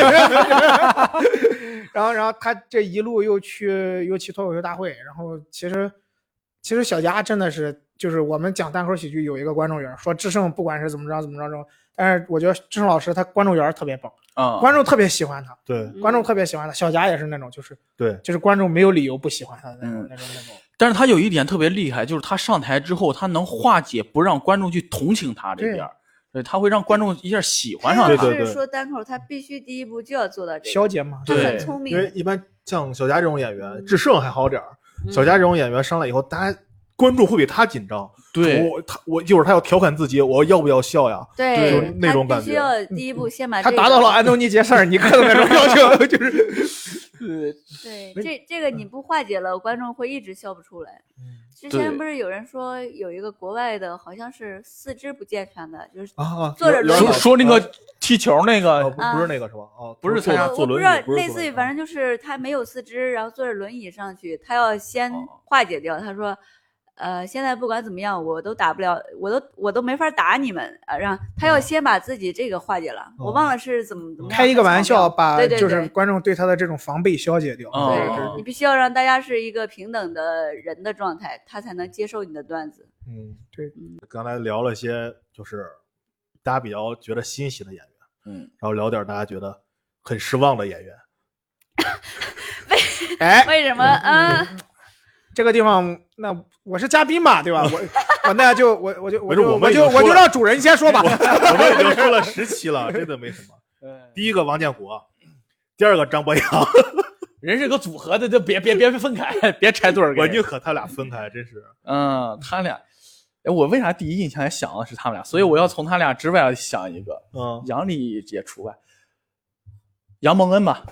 [SPEAKER 4] 然后，然后他这一路又去又去脱口秀大会，然后其实其实小佳真的是就是我们讲单口喜剧有一个观众缘儿，说志胜不管是怎么着怎么着怎么着，但是我觉得志胜老师他观众缘儿特别棒，
[SPEAKER 2] 啊，嗯
[SPEAKER 4] 观众特别喜欢他，
[SPEAKER 1] 对
[SPEAKER 4] 观众特别喜欢他。小佳也是那种就是
[SPEAKER 1] 对，
[SPEAKER 4] 就是观众没有理由不喜欢他的那种
[SPEAKER 2] 嗯
[SPEAKER 4] 那种那种。
[SPEAKER 2] 但是他有一点特别厉害，就是他上台之后，他能化解不让观众去同情他这点儿，对，他会让观众一下喜欢上
[SPEAKER 3] 他
[SPEAKER 2] 他。
[SPEAKER 1] 对
[SPEAKER 3] 要
[SPEAKER 1] 对
[SPEAKER 3] 是说单口，他必须第一步就要做到这
[SPEAKER 4] 小
[SPEAKER 3] 个，
[SPEAKER 4] 姐嘛，
[SPEAKER 3] 他
[SPEAKER 2] 对
[SPEAKER 3] 很聪明
[SPEAKER 1] 因，为一般像小佳这种演员，志胜还好点儿，
[SPEAKER 3] 嗯
[SPEAKER 1] 小佳这种演员上来以后，大家观众会比他紧张。
[SPEAKER 2] 对
[SPEAKER 1] 我他我一会儿他要调侃自己，我要不要笑呀？
[SPEAKER 2] 对
[SPEAKER 3] 对，
[SPEAKER 1] 那
[SPEAKER 3] 他
[SPEAKER 1] 种感
[SPEAKER 3] 必须
[SPEAKER 1] 觉
[SPEAKER 3] 要第一步先把
[SPEAKER 4] 他
[SPEAKER 3] 这
[SPEAKER 4] 达
[SPEAKER 3] 个
[SPEAKER 4] 到了安东尼·杰塞尔尼克的那种 要求，就是。
[SPEAKER 3] 对，这这个
[SPEAKER 4] 嗯
[SPEAKER 3] 你不化解了，观众会一直笑不出来。之
[SPEAKER 2] 对
[SPEAKER 3] 前不是有人说有一个国外的，好像是四肢不健全的，就是
[SPEAKER 1] 啊啊，
[SPEAKER 3] 坐着
[SPEAKER 1] 有
[SPEAKER 3] 轮
[SPEAKER 1] 有
[SPEAKER 2] 说
[SPEAKER 1] 点
[SPEAKER 3] 椅
[SPEAKER 2] 说
[SPEAKER 1] 啊
[SPEAKER 2] 那个踢球那
[SPEAKER 1] 哦
[SPEAKER 2] 个
[SPEAKER 1] 不不是那个是吧？哦，
[SPEAKER 2] 不是
[SPEAKER 1] 坐
[SPEAKER 2] 参加
[SPEAKER 1] 着
[SPEAKER 3] 我
[SPEAKER 1] 坐
[SPEAKER 3] 我不
[SPEAKER 1] 轮
[SPEAKER 3] 知道
[SPEAKER 1] 椅，不是
[SPEAKER 3] 类
[SPEAKER 1] 坐
[SPEAKER 3] 似
[SPEAKER 1] 轮
[SPEAKER 3] 于
[SPEAKER 1] 椅啊
[SPEAKER 3] 反正就是他没有四肢，然后坐着轮椅上去，他要先
[SPEAKER 2] 哦
[SPEAKER 3] 化解掉。他说，呃，现在不管怎么样，我都打不了，我都我都没法打你们，啊，让他要先把自己这个化解了。我忘了是怎么怎么样
[SPEAKER 4] 哦开一个玩
[SPEAKER 3] 巧
[SPEAKER 4] 笑，
[SPEAKER 3] 妙
[SPEAKER 4] 把
[SPEAKER 3] 对对
[SPEAKER 4] 就是
[SPEAKER 3] 对
[SPEAKER 4] 观众对他的这种防备消解掉。
[SPEAKER 2] 哦
[SPEAKER 3] 对你必须要让大家是一个平等的人的状态，他才能接受你的段子。
[SPEAKER 1] 嗯，
[SPEAKER 4] 对。
[SPEAKER 1] 刚才聊了些就是大家比较觉得欣喜的演员，
[SPEAKER 2] 嗯，
[SPEAKER 1] 然后聊点大家觉得很失望的演员。
[SPEAKER 4] 哎，
[SPEAKER 3] 为什么啊？
[SPEAKER 4] 这个地方，那我是嘉宾嘛，对吧？我我那就我我就我
[SPEAKER 1] 没事
[SPEAKER 4] 就
[SPEAKER 1] 我们已
[SPEAKER 4] 就
[SPEAKER 1] 经说
[SPEAKER 4] 我就
[SPEAKER 1] 了
[SPEAKER 4] 让主人先说吧
[SPEAKER 1] 我。我们已经说了十期了，真的没什么。
[SPEAKER 2] 对，
[SPEAKER 1] 第一个王建国，第二个张博洋，
[SPEAKER 2] 人是个组合的，就别别别分开，别拆对儿给。
[SPEAKER 1] 我宁可他俩分开，真是。
[SPEAKER 2] 嗯，他俩，哎，我为啥第一印象想的是他们俩？所以我要从他俩之外想一个，
[SPEAKER 1] 嗯，
[SPEAKER 2] 杨笠也除外，杨蒙恩吧，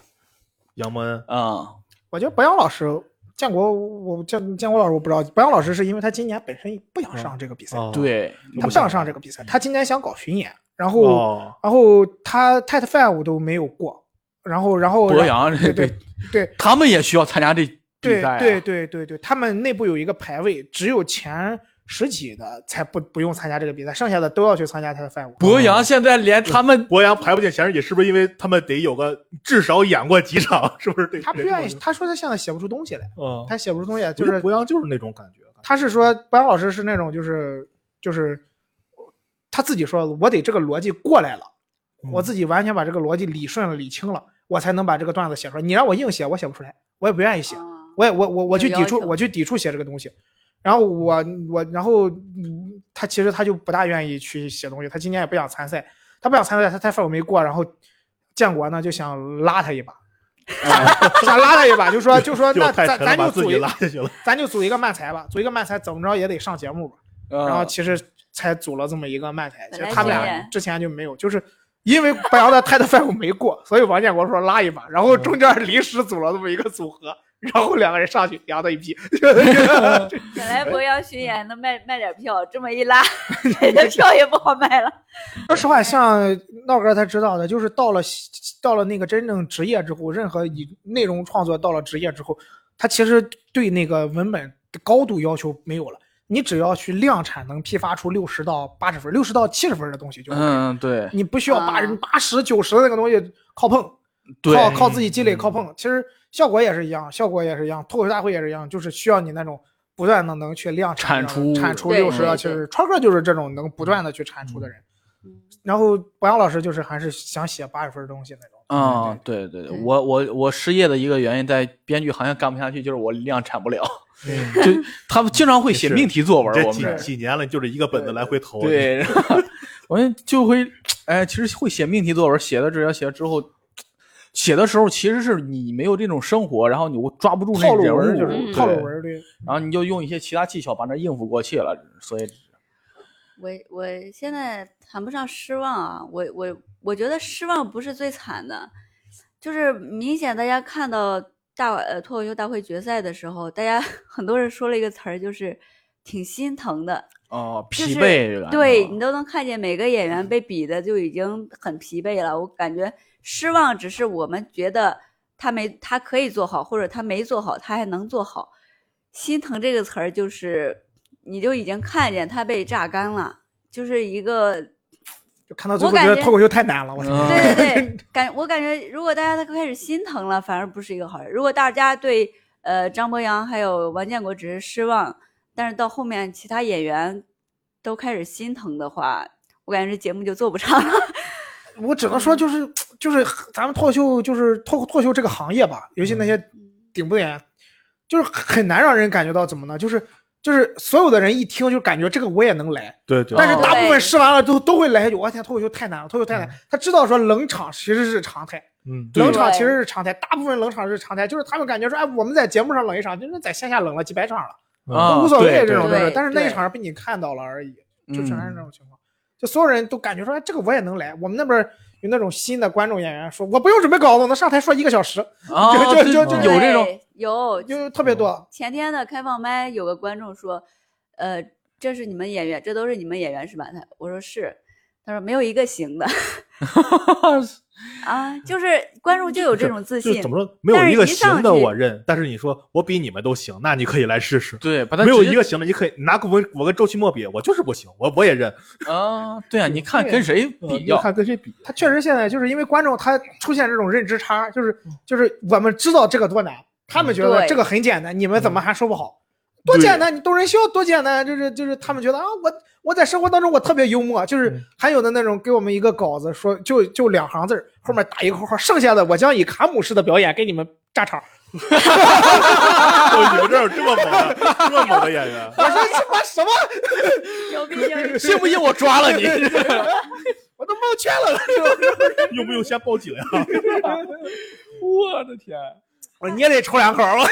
[SPEAKER 1] 杨蒙恩，
[SPEAKER 2] 嗯，
[SPEAKER 4] 我觉得博洋老师，建国我建建国老师我不知道，博洋老师是因为他今年本身不想上这个比赛，
[SPEAKER 1] 哦，
[SPEAKER 2] 对，
[SPEAKER 4] 他不想上这个比赛，他今年想搞巡演，然后、
[SPEAKER 1] 哦，
[SPEAKER 4] 然后他 Tet Five 都没有过，然后然后
[SPEAKER 2] 博洋，
[SPEAKER 4] 对 对对，
[SPEAKER 2] 他们也需要参加这比
[SPEAKER 4] 对
[SPEAKER 2] 赛啊，
[SPEAKER 4] 对对对对，他们内部有一个排位，只有前十几的才不不用参加这个比赛，剩下的都要去参加他的哦范围。
[SPEAKER 2] 博洋现在连他们
[SPEAKER 1] 博洋排不进前十几，是不是因为他们得有个至少演过几场？是不是得？
[SPEAKER 4] 他不愿意，他说他现在写不出东西来，
[SPEAKER 1] 嗯，
[SPEAKER 4] 他写不出东西来，
[SPEAKER 1] 就
[SPEAKER 4] 就是是
[SPEAKER 1] 博洋就是那种感觉。
[SPEAKER 4] 他是说白老师是那种就是就是他自己说，我得这个逻辑过来了，
[SPEAKER 1] 嗯
[SPEAKER 4] 我自己完全把这个逻辑理顺了、理清了，我才能把这个段子写出来。你让我硬写，我写不出来，我也不愿意写。
[SPEAKER 3] 啊
[SPEAKER 4] 我也我我我去
[SPEAKER 3] 有
[SPEAKER 4] 抵
[SPEAKER 3] 要
[SPEAKER 4] 触，
[SPEAKER 3] 求
[SPEAKER 4] 我去抵触写这个东西。然后我我然后嗯他其实他就不大愿意去写东西，他今年也不想参赛，他不想参赛，他他分儿没过，然后建国呢就想拉他一 把，想拉他一把，就说就
[SPEAKER 1] 嗯
[SPEAKER 4] 说
[SPEAKER 1] 就
[SPEAKER 4] 那
[SPEAKER 1] 太
[SPEAKER 4] 咱
[SPEAKER 1] 沉了，
[SPEAKER 4] 咱
[SPEAKER 1] 把
[SPEAKER 4] 就
[SPEAKER 1] 自
[SPEAKER 4] 组
[SPEAKER 1] 己
[SPEAKER 4] 一
[SPEAKER 1] 拉下去了。
[SPEAKER 4] 咱就组一个漫才吧，组一个漫才怎么着也得上节目吧。
[SPEAKER 2] 嗯
[SPEAKER 4] 然后其实才组了这么一个漫才，其
[SPEAKER 3] 本
[SPEAKER 4] 实
[SPEAKER 3] 来
[SPEAKER 4] 他们
[SPEAKER 3] 今
[SPEAKER 4] 俩
[SPEAKER 3] 年
[SPEAKER 4] 之前就没有，就是因为白羊的 Ted Five 没过，所以王建国说拉一把，然后中间临时组了这么一个组合，然后两个人上去聊到一批，
[SPEAKER 3] 本来博洋巡演能 卖卖点票，这么一 拉，人家票也不好卖了。
[SPEAKER 4] 说实话，像闹哥他知道的，就是到了到了那个真正职业之后，任何以内容创作到了职业之后，他其实对那个文本的高度要求没有了。你只要去量产，能批发出六十到八十分、六十到七十分的东西就可以。
[SPEAKER 2] 嗯，对
[SPEAKER 4] 你不需要八
[SPEAKER 3] 啊
[SPEAKER 4] 八十九十那个东西靠碰，
[SPEAKER 2] 对，
[SPEAKER 4] 靠靠自己积累靠碰。其实效果也是一样，效果也是一样，脱口秀大会也是一样，就是需要你那种不断的能去量
[SPEAKER 2] 产
[SPEAKER 4] 产然后
[SPEAKER 2] 出
[SPEAKER 4] 产出
[SPEAKER 3] 对
[SPEAKER 4] 六十啊，
[SPEAKER 3] 对
[SPEAKER 4] 其
[SPEAKER 3] 对嗯
[SPEAKER 4] 实川哥就是这种能不断的去产出的
[SPEAKER 2] 嗯
[SPEAKER 4] 人。然后博洋老师就是还是想写八十分的东西那种。
[SPEAKER 2] 啊、对对对，
[SPEAKER 3] 对
[SPEAKER 2] 我我我失业的一个原因在编剧行业干不下去，就是我量产 不了，
[SPEAKER 1] 嗯
[SPEAKER 2] 就他们经常会写
[SPEAKER 1] 是
[SPEAKER 2] 命题作文，
[SPEAKER 1] 这
[SPEAKER 2] 我们
[SPEAKER 1] 几几年了，就这一个本子来回投。
[SPEAKER 2] 对，然后我们就会哎，其实会写命题作文，写的只要写了之后，写的时候其实是你没有这种生活，然后你我抓不住那
[SPEAKER 4] 套路
[SPEAKER 2] 人
[SPEAKER 4] 文
[SPEAKER 2] 物，
[SPEAKER 4] 就
[SPEAKER 3] 嗯
[SPEAKER 4] 是
[SPEAKER 2] 对
[SPEAKER 4] 套路文对，
[SPEAKER 2] 然后你就用一些其他技巧把那应付过去了，所以
[SPEAKER 3] 我我现在谈不上失望啊，我我我觉得失望不是最惨的，就是明显大家看到大呃脱口秀大会决赛的时候，大家 很多人说了一个词儿，就是挺心疼的，
[SPEAKER 2] 哦、
[SPEAKER 3] 就
[SPEAKER 2] 疲
[SPEAKER 3] 是
[SPEAKER 2] 惫感到了，
[SPEAKER 3] 对你都能看见每个演员被比的就已经很疲惫了。我感觉失望只是我们觉得他没他可以做好，或者他没做好，他还能做好。心疼这个词儿就是，你就已经看见他被榨干了，就是一个
[SPEAKER 4] 就看到最后
[SPEAKER 3] 我感
[SPEAKER 4] 觉
[SPEAKER 3] 觉
[SPEAKER 4] 得脱口秀太难了，我操！
[SPEAKER 2] 嗯
[SPEAKER 3] 对对对，感 我感觉如果大家都开始心疼了，反而不是一个好人。如果大家对呃张博洋还有王建国只是失望，但是到后面其他演员都开始心疼的话，我感觉这节目就做不长了。
[SPEAKER 4] 我只能说
[SPEAKER 2] 嗯
[SPEAKER 4] 就是就是咱们脱口秀就是脱脱口秀这个行业吧，尤其那些
[SPEAKER 2] 嗯
[SPEAKER 4] 顶部演员，就是很难让人感觉到怎么呢？就是就是所有的人一听就感觉这个我也能来，
[SPEAKER 1] 对对，
[SPEAKER 4] 但是
[SPEAKER 2] 哦
[SPEAKER 4] 大部分
[SPEAKER 3] 对
[SPEAKER 4] 试完了都都会来一句：“我天，脱口秀太难了，脱口秀太难。他知道说冷场其实是常态，
[SPEAKER 1] 嗯，
[SPEAKER 2] 嗯对啊
[SPEAKER 4] 冷场其实是常态，大部分冷场是常态，就是他们感觉说，哎，我们在节目上冷一场，就是在线下冷了几百场了，
[SPEAKER 2] 啊
[SPEAKER 4] 都无所谓
[SPEAKER 2] 对
[SPEAKER 4] 这种
[SPEAKER 2] 对
[SPEAKER 4] 东西。
[SPEAKER 3] 对
[SPEAKER 4] 但是那一
[SPEAKER 3] 对
[SPEAKER 4] 场被你看到了而已，就全是
[SPEAKER 2] 嗯
[SPEAKER 4] 这种情况。就所有人都感觉说，哎，这个我也能来。我们那边有那种新的观众演员说，我不用准备稿子，我能上台说一个小时，
[SPEAKER 2] 啊，
[SPEAKER 4] 就就
[SPEAKER 2] 对
[SPEAKER 4] 就
[SPEAKER 2] 有这种
[SPEAKER 3] 对有
[SPEAKER 4] 就特别多。
[SPEAKER 3] 前天的开放麦有个观众说，呃，这是你们演员，这都是你们演员是吧？他我说是，他说没有一个行的啊，就是观众就有这种自
[SPEAKER 1] 就
[SPEAKER 3] 信
[SPEAKER 1] 怎。么说，没有
[SPEAKER 3] 但是
[SPEAKER 1] 一个
[SPEAKER 3] 一上
[SPEAKER 1] 行的
[SPEAKER 3] 去
[SPEAKER 1] 我认，但是你说我比你们都行，那你可以来试试。
[SPEAKER 2] 对，把它
[SPEAKER 1] 没有
[SPEAKER 2] 直接
[SPEAKER 1] 一个行的，你可以拿我跟我跟周奇墨比，我就是不行，我我也 认。
[SPEAKER 2] 啊，对啊，你看
[SPEAKER 4] 对
[SPEAKER 2] 跟谁
[SPEAKER 1] 你
[SPEAKER 2] 嗯比较？
[SPEAKER 1] 嗯看跟谁比？
[SPEAKER 4] 他确实现在就是因为观众他出现这种认知差，就是
[SPEAKER 2] 嗯
[SPEAKER 4] 就是我们知道这个多难，他们觉得
[SPEAKER 3] 对
[SPEAKER 4] 这个很简单，你
[SPEAKER 2] 嗯
[SPEAKER 4] 们怎么还说不好？多简单，你逗人笑多简单，就是就是他们觉得啊，我我在生活当中我特别幽默，就是
[SPEAKER 1] 嗯
[SPEAKER 4] 还有的那种给我们一个稿子说就就两行字儿，后面打一个括号，剩下的我将以卡姆式的表演给你们炸场。
[SPEAKER 1] 哦就你们这儿有这么猛的，这么猛的演员，
[SPEAKER 4] 我说什么什么，
[SPEAKER 3] 牛逼牛逼！
[SPEAKER 2] 信不信我抓 了你？
[SPEAKER 4] 我都蒙圈了，
[SPEAKER 1] 用不用先报警呀？
[SPEAKER 4] 啊
[SPEAKER 2] 我的天！
[SPEAKER 4] 我说你也得抽两口。啊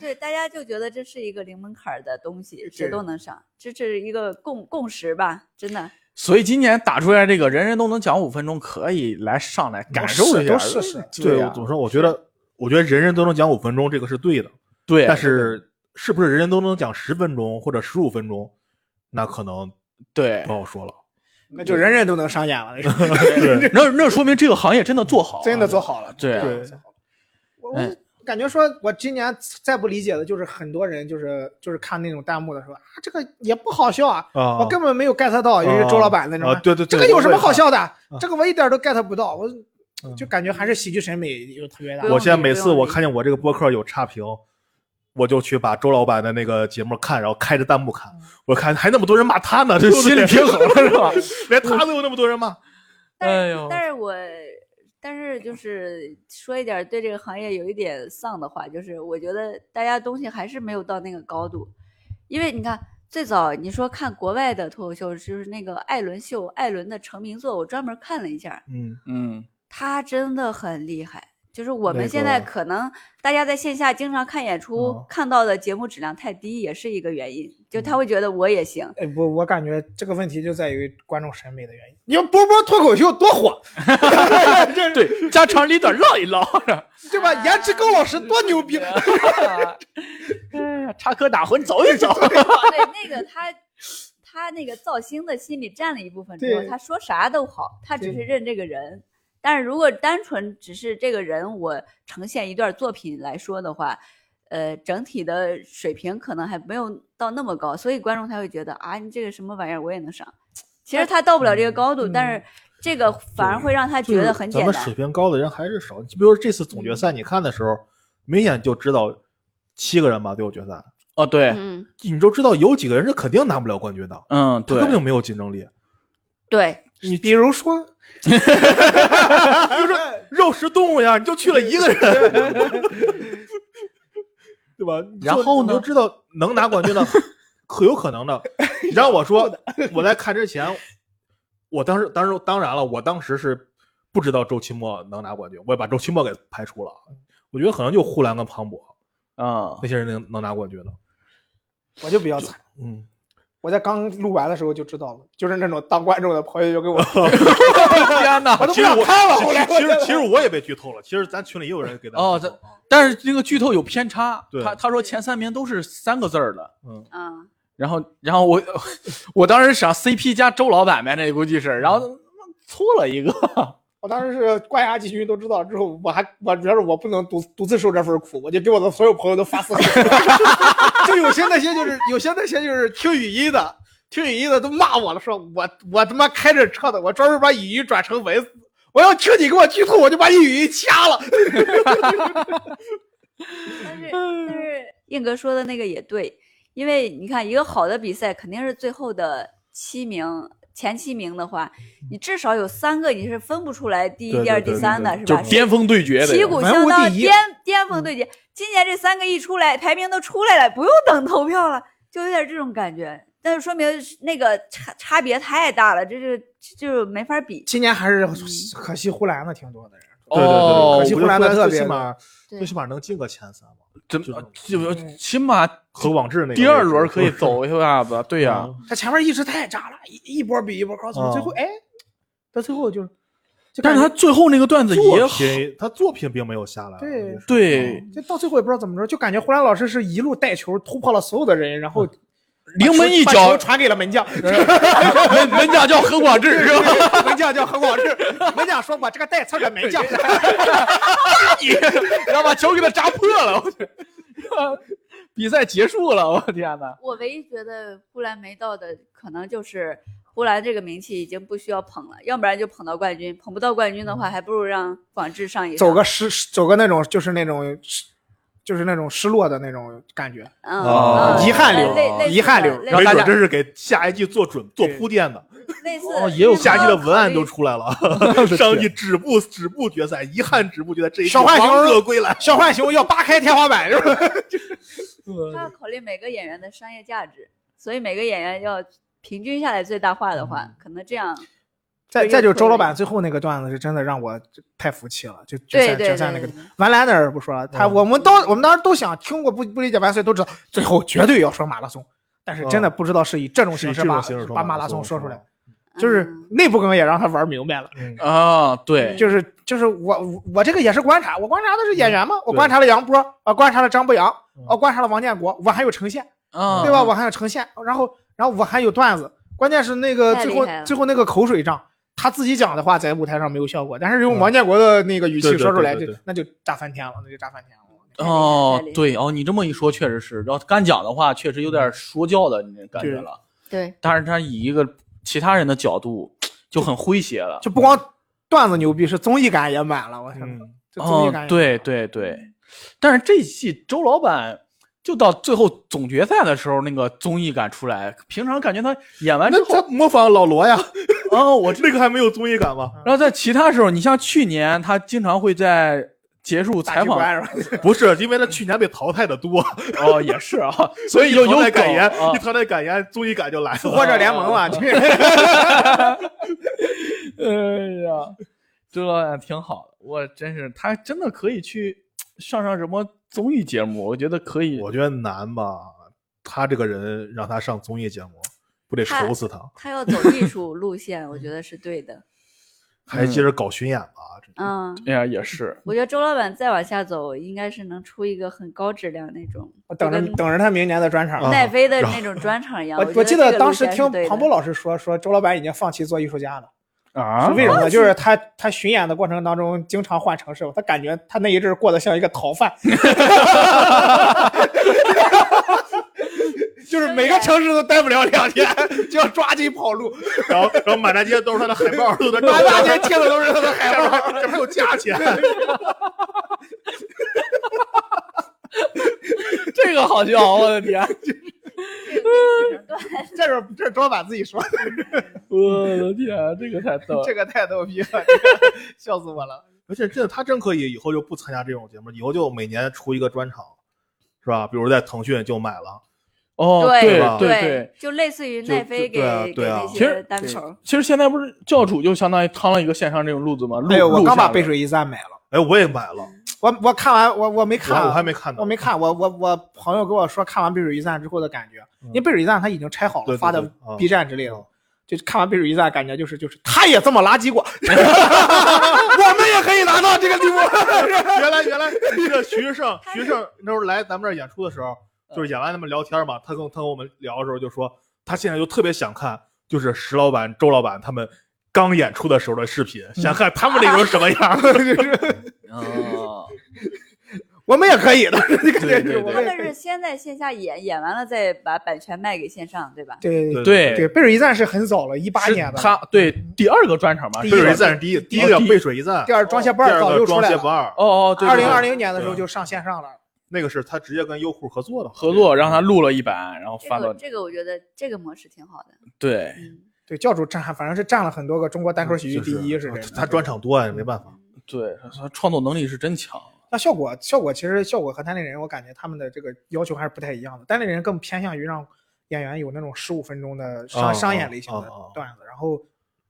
[SPEAKER 3] 对，大家就觉得这是一个零门槛儿的东西，谁
[SPEAKER 4] 是
[SPEAKER 3] 都能上，这是一个共共识吧，真的。
[SPEAKER 2] 所以今年打出来这个人人都能讲五分钟，可以来上来感受一下，
[SPEAKER 4] 都试试
[SPEAKER 1] 对，
[SPEAKER 2] 呀
[SPEAKER 1] 我怎么说？我觉得，我觉得人人都能讲五分钟，这个是对的。
[SPEAKER 2] 对，啊
[SPEAKER 1] 但是是不是人人都能讲十分钟或者十五分钟，那可能
[SPEAKER 2] 对
[SPEAKER 1] 不，好说了。
[SPEAKER 4] 那就人人都能上演了，
[SPEAKER 1] 对，
[SPEAKER 2] 那那说明这个行业真的做好，
[SPEAKER 4] 真的做。好了。
[SPEAKER 2] 对啊
[SPEAKER 4] 真的做好了我
[SPEAKER 2] 哎
[SPEAKER 4] 我感觉说，我今年再不理解的就是很多人就是就是看那种弹幕的时候啊，这个也不好笑啊，
[SPEAKER 1] 啊，
[SPEAKER 4] 我根本没有 get 到，尤其是周老板那种
[SPEAKER 1] 啊，，对对
[SPEAKER 4] 哦这
[SPEAKER 1] 对，
[SPEAKER 4] 个嗯有什么好
[SPEAKER 1] 我也看？
[SPEAKER 4] 笑的？这个我一点都 get 不到，我
[SPEAKER 1] 嗯
[SPEAKER 4] 就感觉还是喜剧审美有特别大
[SPEAKER 3] 不。用
[SPEAKER 1] 我现在
[SPEAKER 3] 理
[SPEAKER 1] 每
[SPEAKER 3] 不
[SPEAKER 1] 次
[SPEAKER 3] 用
[SPEAKER 1] 我
[SPEAKER 3] 理
[SPEAKER 1] 看见我这个播客有差评，我就去把周老板的那个节目看，然后开着弹幕
[SPEAKER 3] 嗯
[SPEAKER 1] 看，我看还那么多人骂他呢，这
[SPEAKER 2] 心里平衡了是吧？
[SPEAKER 1] 连他都有那么多人骂。
[SPEAKER 3] 但
[SPEAKER 2] 哎
[SPEAKER 3] 是、
[SPEAKER 2] 呦
[SPEAKER 3] 但是我但是就是说一点儿对这个行业有一点丧的话，就是我觉得大家东西还是没有到那个高度，因为你看最早你说看国外的脱口秀，就是那个艾伦秀，艾伦的成名作，我专门看了一下，
[SPEAKER 1] 嗯，
[SPEAKER 2] 嗯，
[SPEAKER 3] 他真的很厉害。就是我
[SPEAKER 1] 那
[SPEAKER 3] 们现在
[SPEAKER 1] 个
[SPEAKER 3] 可能大家在线下经常看演出，
[SPEAKER 1] 嗯
[SPEAKER 3] 看到的节目质量太低，也是一个原因。就他会觉得我也行，
[SPEAKER 4] 哎，我我感觉这个问题就在于观众审美的原因。你要波波脱口秀多火，这
[SPEAKER 2] 对，家长里短唠一唠， 哎
[SPEAKER 4] 对吧？颜值高老师多 牛逼！
[SPEAKER 2] 插科打诨走一 走。
[SPEAKER 3] 对那个他他那个造星的心理占了一部分之后，
[SPEAKER 4] 对
[SPEAKER 3] 他说啥都好，他只
[SPEAKER 4] 对
[SPEAKER 3] 是认这个人。但是如果单纯只是这个人，我呈现一段作品来说的话，呃，整体的水平可能还没有到那么高，所以观众才会觉得啊，你这个什么玩意儿我也能上。其实他到不了
[SPEAKER 1] 嗯
[SPEAKER 3] 这个高度，但是这个反而会让他觉得很
[SPEAKER 1] 咱
[SPEAKER 3] 简
[SPEAKER 1] 们
[SPEAKER 3] 单。嗯
[SPEAKER 1] 水平高的人还是少。你比如说这次总决赛，你看的时候，明显就知道七个人嘛，最后决赛，
[SPEAKER 2] 哦，对，
[SPEAKER 3] 嗯，
[SPEAKER 1] 你就知道有几个人是肯定拿不了冠军的，
[SPEAKER 2] 嗯，
[SPEAKER 1] 他
[SPEAKER 2] 对
[SPEAKER 1] 根，本就没有竞争力。
[SPEAKER 3] 对，
[SPEAKER 4] 你比如说，
[SPEAKER 1] 肉食动物呀，你就去了一个 人，对吧？你就
[SPEAKER 2] 然后呢
[SPEAKER 1] 你就知道能拿冠军的 可有可能 的。你让我说，我在看之前，我当时当时当然了，我当时是不知道周奇墨能拿冠军，我也把周奇墨给排除了。我觉得可能就呼兰跟庞博
[SPEAKER 2] 嗯
[SPEAKER 1] 那，些人能能拿冠军的。
[SPEAKER 4] 我就比较惨。
[SPEAKER 1] 嗯，
[SPEAKER 4] 我在刚录完的时候就知道了，就是那种当观众的朋友就跟 我，
[SPEAKER 2] 天哪
[SPEAKER 4] 我都
[SPEAKER 1] 啊其
[SPEAKER 4] 不
[SPEAKER 1] 实
[SPEAKER 4] 想
[SPEAKER 1] 我
[SPEAKER 4] 看了。后来
[SPEAKER 1] 其实其实我也被剧透了。其实咱群里也有人给咱
[SPEAKER 2] 哦
[SPEAKER 1] 剧透啊
[SPEAKER 2] 但是这个剧透有偏差，
[SPEAKER 1] 对
[SPEAKER 2] 他他说前三名都是三个字儿的，
[SPEAKER 1] 嗯，
[SPEAKER 3] 嗯。
[SPEAKER 2] 然后然后我 我当时想 CP 加周老板呗，那估计是，然后错了一个，
[SPEAKER 4] 我当时是关押集训都知道之后，我还我觉得我不能独独自受这份苦，我就给我的所有朋友都发私信， 就有些那些就是有些那些就是听语音的，听语音的都骂我了，说我我他妈开着车的，我专门把语音转成文字，我要听你给我剧透，我就把你语音掐了。
[SPEAKER 3] 但是但是硬哥说的那个也对，因为你看一个好的比赛肯定是最后的七名。前七名的话，你至少有三个你是分不出来第一、
[SPEAKER 1] 对
[SPEAKER 3] 第二、
[SPEAKER 1] 对
[SPEAKER 3] 第
[SPEAKER 1] 对
[SPEAKER 3] 三
[SPEAKER 1] 对
[SPEAKER 3] 的，是
[SPEAKER 2] 就
[SPEAKER 3] 吧
[SPEAKER 2] 是？巅峰对决的
[SPEAKER 3] 旗鼓
[SPEAKER 4] 文
[SPEAKER 3] 相
[SPEAKER 4] 无
[SPEAKER 3] 当，
[SPEAKER 4] 第一
[SPEAKER 3] 巅巅峰对决。今年这三个一出来，排名都出来了，不用等投票了，就有点这种感觉。但是说明是那个差差别太大了，这就就是没法比。
[SPEAKER 4] 今年还是可惜呼兰的挺多的人，
[SPEAKER 1] 对对对
[SPEAKER 2] 哦
[SPEAKER 1] 对，
[SPEAKER 4] 可惜
[SPEAKER 1] 我觉
[SPEAKER 4] 呼
[SPEAKER 1] 得
[SPEAKER 4] 兰
[SPEAKER 1] 兰
[SPEAKER 4] 的特
[SPEAKER 1] 最
[SPEAKER 4] 别
[SPEAKER 1] 起码
[SPEAKER 3] 对
[SPEAKER 1] 最起码能进个前三吧。
[SPEAKER 2] 怎
[SPEAKER 1] 就
[SPEAKER 2] 么就起码
[SPEAKER 1] 和往志那个
[SPEAKER 2] 第二轮
[SPEAKER 1] 位置
[SPEAKER 2] 可以走一下子，对呀、
[SPEAKER 1] 嗯
[SPEAKER 4] 他前面一直太炸了，一一波比一波高，怎么最后
[SPEAKER 1] 啊
[SPEAKER 4] 哎，到最后就，就
[SPEAKER 2] 但是他
[SPEAKER 4] 感觉
[SPEAKER 2] 最后那个段子也
[SPEAKER 1] 作
[SPEAKER 2] 好，
[SPEAKER 1] 品他作品并没有下来，
[SPEAKER 4] 对
[SPEAKER 1] 就是
[SPEAKER 2] 对，
[SPEAKER 4] 就到最后也不知道怎么着，就感觉胡兰老师是一路带球突破了所有的人，然后
[SPEAKER 2] 临门一
[SPEAKER 4] 把
[SPEAKER 2] 脚
[SPEAKER 4] 球，传给了门将，嗯
[SPEAKER 2] 门门将叫何广智是吧？
[SPEAKER 4] 门将叫何广智， 门将说我这个带刺儿的门将，
[SPEAKER 2] 你， 然后把球给他扎破了，我去！ 比赛结束了，我天哪！
[SPEAKER 3] 我唯一觉得呼兰没到的，可能就是呼兰这个名气已经不需要捧了，要不然就捧到冠军，捧不到冠军的话，还不如让广智上一上
[SPEAKER 4] 走个失走个那种就是那种就是那种失落的那种感觉，
[SPEAKER 3] 嗯、
[SPEAKER 1] 啊
[SPEAKER 3] 嗯
[SPEAKER 4] 哦遗憾流
[SPEAKER 3] 类类似
[SPEAKER 4] 遗憾
[SPEAKER 3] 的
[SPEAKER 4] 流
[SPEAKER 1] 没
[SPEAKER 3] 类似
[SPEAKER 1] 准
[SPEAKER 3] 的
[SPEAKER 1] 这是给下一季做准做铺垫的，
[SPEAKER 3] 类似
[SPEAKER 2] 哦也有
[SPEAKER 1] 下
[SPEAKER 3] 一
[SPEAKER 1] 季的文案都出来 了。上一季止步止步决赛，遗憾止步决赛，这一季
[SPEAKER 4] 小浣熊
[SPEAKER 1] 王者归来，
[SPEAKER 4] 小浣熊要扒开天花板是吧？
[SPEAKER 3] 他要考虑每个演员的商业价值，所以每个演员要平均下来最大化的话，
[SPEAKER 1] 嗯
[SPEAKER 3] 可能这样
[SPEAKER 4] 再再就是周老板最后那个段子是真的让我太服气了，就决
[SPEAKER 3] 对
[SPEAKER 4] 赛
[SPEAKER 3] 对
[SPEAKER 4] 决
[SPEAKER 3] 对
[SPEAKER 4] 赛那
[SPEAKER 3] 对
[SPEAKER 4] 个
[SPEAKER 3] 对
[SPEAKER 4] 完兰那儿不说了，他
[SPEAKER 1] 嗯
[SPEAKER 4] 我们都我们当时都想听过不不理解完，所以都知道最后绝对要说马拉松，但是真的不知道是以这种
[SPEAKER 1] 是
[SPEAKER 4] 形
[SPEAKER 1] 以
[SPEAKER 4] 式
[SPEAKER 1] 这
[SPEAKER 4] 把
[SPEAKER 1] 种形式说
[SPEAKER 4] 把
[SPEAKER 1] 马
[SPEAKER 4] 马
[SPEAKER 1] 拉
[SPEAKER 4] 拉松
[SPEAKER 1] 松
[SPEAKER 4] 说
[SPEAKER 1] 是
[SPEAKER 4] 出
[SPEAKER 1] 吧
[SPEAKER 4] 来，就是
[SPEAKER 3] 嗯
[SPEAKER 4] 内部梗也让他玩明白了，
[SPEAKER 1] 嗯
[SPEAKER 2] 啊，对，
[SPEAKER 4] 就是就是我我我这个也是观察，我观察的是演员嘛，我
[SPEAKER 1] 对
[SPEAKER 4] 观察了杨波，我观察了张博洋
[SPEAKER 1] 嗯，
[SPEAKER 4] 我观察了王建国，我还有呈现，
[SPEAKER 3] 嗯
[SPEAKER 2] 啊，
[SPEAKER 4] 对吧？我还有呈现，然后然后我还有段子，关键是那个
[SPEAKER 3] 太
[SPEAKER 4] 最
[SPEAKER 3] 厉
[SPEAKER 4] 后
[SPEAKER 3] 害了
[SPEAKER 4] 最后那个口水仗，他自己讲的话在舞台上没有效果，但是用
[SPEAKER 1] 嗯
[SPEAKER 4] 王建国的那个语气
[SPEAKER 1] 对对
[SPEAKER 4] 说出来，
[SPEAKER 1] 对
[SPEAKER 4] 就
[SPEAKER 1] 对
[SPEAKER 4] 那就炸翻天了，那就炸翻天了。
[SPEAKER 2] 哦
[SPEAKER 3] 太厉害，
[SPEAKER 2] 对哦，你这么一说确实是，然后干讲的话确实有点说教的那感觉了，
[SPEAKER 3] 对
[SPEAKER 2] 但是他以一个其他人的角度就很诙谐了，
[SPEAKER 4] 就不光段子牛逼，是综艺感也满了，我天，
[SPEAKER 1] 嗯，
[SPEAKER 4] 这综艺
[SPEAKER 2] 哦
[SPEAKER 4] 感也满了，
[SPEAKER 2] 对对对，但是这一季周老板就到最后总决赛的时候，那个综艺感出来。平常感觉他演完之
[SPEAKER 1] 那
[SPEAKER 2] 后，
[SPEAKER 1] 他模仿老罗呀，
[SPEAKER 2] 啊，我嗯
[SPEAKER 1] 这个还没有综艺感吗？
[SPEAKER 2] 然后在其他时候，你像去年他经常会在结束
[SPEAKER 4] 大
[SPEAKER 2] 采
[SPEAKER 4] 局
[SPEAKER 2] 访
[SPEAKER 4] 观是吧？
[SPEAKER 1] 不是，因为他去年被淘汰的多，
[SPEAKER 2] 哦，也是啊，
[SPEAKER 1] 所以
[SPEAKER 2] 有
[SPEAKER 1] 一淘汰
[SPEAKER 2] 有
[SPEAKER 1] 感言
[SPEAKER 2] 梗啊，
[SPEAKER 1] 一淘汰感言，综艺感就来
[SPEAKER 4] 复活
[SPEAKER 1] 了。
[SPEAKER 4] 者联盟
[SPEAKER 3] 哦
[SPEAKER 4] 嘛，就是
[SPEAKER 2] 哎 呀，这啊挺好的，我真是他真的可以去上上什么综艺节目，我觉得可以。
[SPEAKER 1] 我觉得难吧，他这个人让他上综艺节目，不得愁死
[SPEAKER 2] 嗯
[SPEAKER 1] 他？
[SPEAKER 3] 他要走艺术路线，我觉得是 对的。
[SPEAKER 1] 还接着搞巡演吧？这
[SPEAKER 3] 嗯，
[SPEAKER 2] 哎呀，也是，
[SPEAKER 3] 我觉得周老板再往下走，应该是能出一个很高质量那哦种，
[SPEAKER 4] 我啊等着等着他明年的专场。
[SPEAKER 1] 啊
[SPEAKER 3] 奈飞的
[SPEAKER 1] 然
[SPEAKER 3] 那种专场一样。
[SPEAKER 4] 我
[SPEAKER 3] 我
[SPEAKER 4] 记
[SPEAKER 3] 觉这
[SPEAKER 4] 得
[SPEAKER 3] 个
[SPEAKER 4] 当
[SPEAKER 3] 路
[SPEAKER 4] 时
[SPEAKER 3] 线是
[SPEAKER 4] 听
[SPEAKER 3] 对的
[SPEAKER 4] 庞博老师说，说周老板已经放弃做艺术家了，
[SPEAKER 2] 啊
[SPEAKER 4] 是 为什么呢？就是他他巡演的过程当中经常换城市，他感觉他那一阵儿过得像一个逃犯，就是每个城市都待不了两天，就要抓紧跑路，
[SPEAKER 1] 然后，然后满大街都是他的海报，都在
[SPEAKER 4] 满大街贴的都是他的海报。
[SPEAKER 1] 这还有价钱，
[SPEAKER 2] 这个好笑， 我的天，
[SPEAKER 4] 这是这是周老板自己说的，
[SPEAKER 2] 我的天，啊这个太逗了。
[SPEAKER 4] 这个太逗逼了，笑死我了。
[SPEAKER 1] 而且真的，他真可以以后就不参加这种节目，以后就每年出一个专场，是吧？比如在腾讯就买了，
[SPEAKER 2] 哦，
[SPEAKER 1] 对
[SPEAKER 2] 对
[SPEAKER 1] 吧
[SPEAKER 2] 对
[SPEAKER 3] 对，就类似于
[SPEAKER 1] 就
[SPEAKER 3] 奈飞
[SPEAKER 1] 就
[SPEAKER 3] 给
[SPEAKER 1] 对啊
[SPEAKER 3] 给
[SPEAKER 1] 对啊
[SPEAKER 3] 那
[SPEAKER 2] 其实
[SPEAKER 3] 些单口儿。
[SPEAKER 2] 其实现在不是教主就相当于趟了一个线上这种路子吗？录
[SPEAKER 4] 哎呦，我
[SPEAKER 2] 录
[SPEAKER 4] 刚
[SPEAKER 2] 下
[SPEAKER 4] 把
[SPEAKER 2] 来
[SPEAKER 4] 背水一战买了，
[SPEAKER 1] 哎，我也买了，
[SPEAKER 4] 我我看完我我没看，啊
[SPEAKER 1] 我我还没看呢，
[SPEAKER 4] 我 没看，我我我朋友跟我说看完《背水一战》之后的感觉，因为《背水一战》他已经拆好
[SPEAKER 1] 嗯对
[SPEAKER 4] 了
[SPEAKER 1] 对
[SPEAKER 4] 发的
[SPEAKER 1] 对啊
[SPEAKER 4] B 站之类的，就看完《背水一战》感觉就是就是他也这么 垃圾过， 我们也可以拿到这个地步。
[SPEAKER 1] 原来 原来那个徐胜，徐胜那时候来咱们这儿演出的时候，
[SPEAKER 4] 嗯
[SPEAKER 1] 就是演完他们聊天嘛，他跟他跟我们聊的时候就说，他现在就特别想看，就是石老板、周老板他们刚演出的时候的视频，
[SPEAKER 4] 嗯
[SPEAKER 1] 想看他们那时候什么样。
[SPEAKER 2] 哦，
[SPEAKER 4] 我们也可以的，这个
[SPEAKER 2] 对对
[SPEAKER 4] 就是我
[SPEAKER 3] 他
[SPEAKER 4] 们也
[SPEAKER 3] 们
[SPEAKER 4] 可以
[SPEAKER 3] 是先在线下演，演完了再把版权卖给线上，对吧？
[SPEAKER 4] 对
[SPEAKER 1] 对
[SPEAKER 2] 对
[SPEAKER 4] 对，《背水一战》是很早了，一八
[SPEAKER 2] 是
[SPEAKER 4] 年的。
[SPEAKER 2] 他对第二个专场吧，
[SPEAKER 4] 第一
[SPEAKER 1] 背
[SPEAKER 4] 个
[SPEAKER 1] 水一
[SPEAKER 2] 是吧
[SPEAKER 1] 战是第一，第一个叫背水一战
[SPEAKER 4] 哦第，二装卸
[SPEAKER 1] 第
[SPEAKER 4] 不二
[SPEAKER 1] 二
[SPEAKER 4] 早
[SPEAKER 1] 个
[SPEAKER 4] 就出
[SPEAKER 1] 装
[SPEAKER 4] 来
[SPEAKER 1] 卸
[SPEAKER 4] 了
[SPEAKER 1] 不，二。
[SPEAKER 2] 哦哦，对，
[SPEAKER 4] 二
[SPEAKER 2] 对
[SPEAKER 4] 零
[SPEAKER 2] 对
[SPEAKER 4] 二零年的时候
[SPEAKER 1] 对
[SPEAKER 4] 就上线上了。
[SPEAKER 1] 那个是他直接跟优酷合作的，
[SPEAKER 2] 合作让他录了一版，然后
[SPEAKER 3] 这
[SPEAKER 2] 发到
[SPEAKER 3] 个这个我觉得这个模式挺好的。
[SPEAKER 4] 哎
[SPEAKER 2] 对
[SPEAKER 3] 嗯，
[SPEAKER 4] 对，教主占，反正是占了很多个中国单口喜剧第一，是
[SPEAKER 1] 就
[SPEAKER 4] 这
[SPEAKER 1] 他他专场多呀，没办法。
[SPEAKER 2] 对，他创作能力是真强。
[SPEAKER 4] 那效果效果其实效果和他那人，我感觉他们的这个要求还是不太一样的。但那人更偏向于让演员有那种十五分钟的商、
[SPEAKER 1] 哦
[SPEAKER 4] 商演类型的
[SPEAKER 1] 哦哦哦
[SPEAKER 4] 段子，然后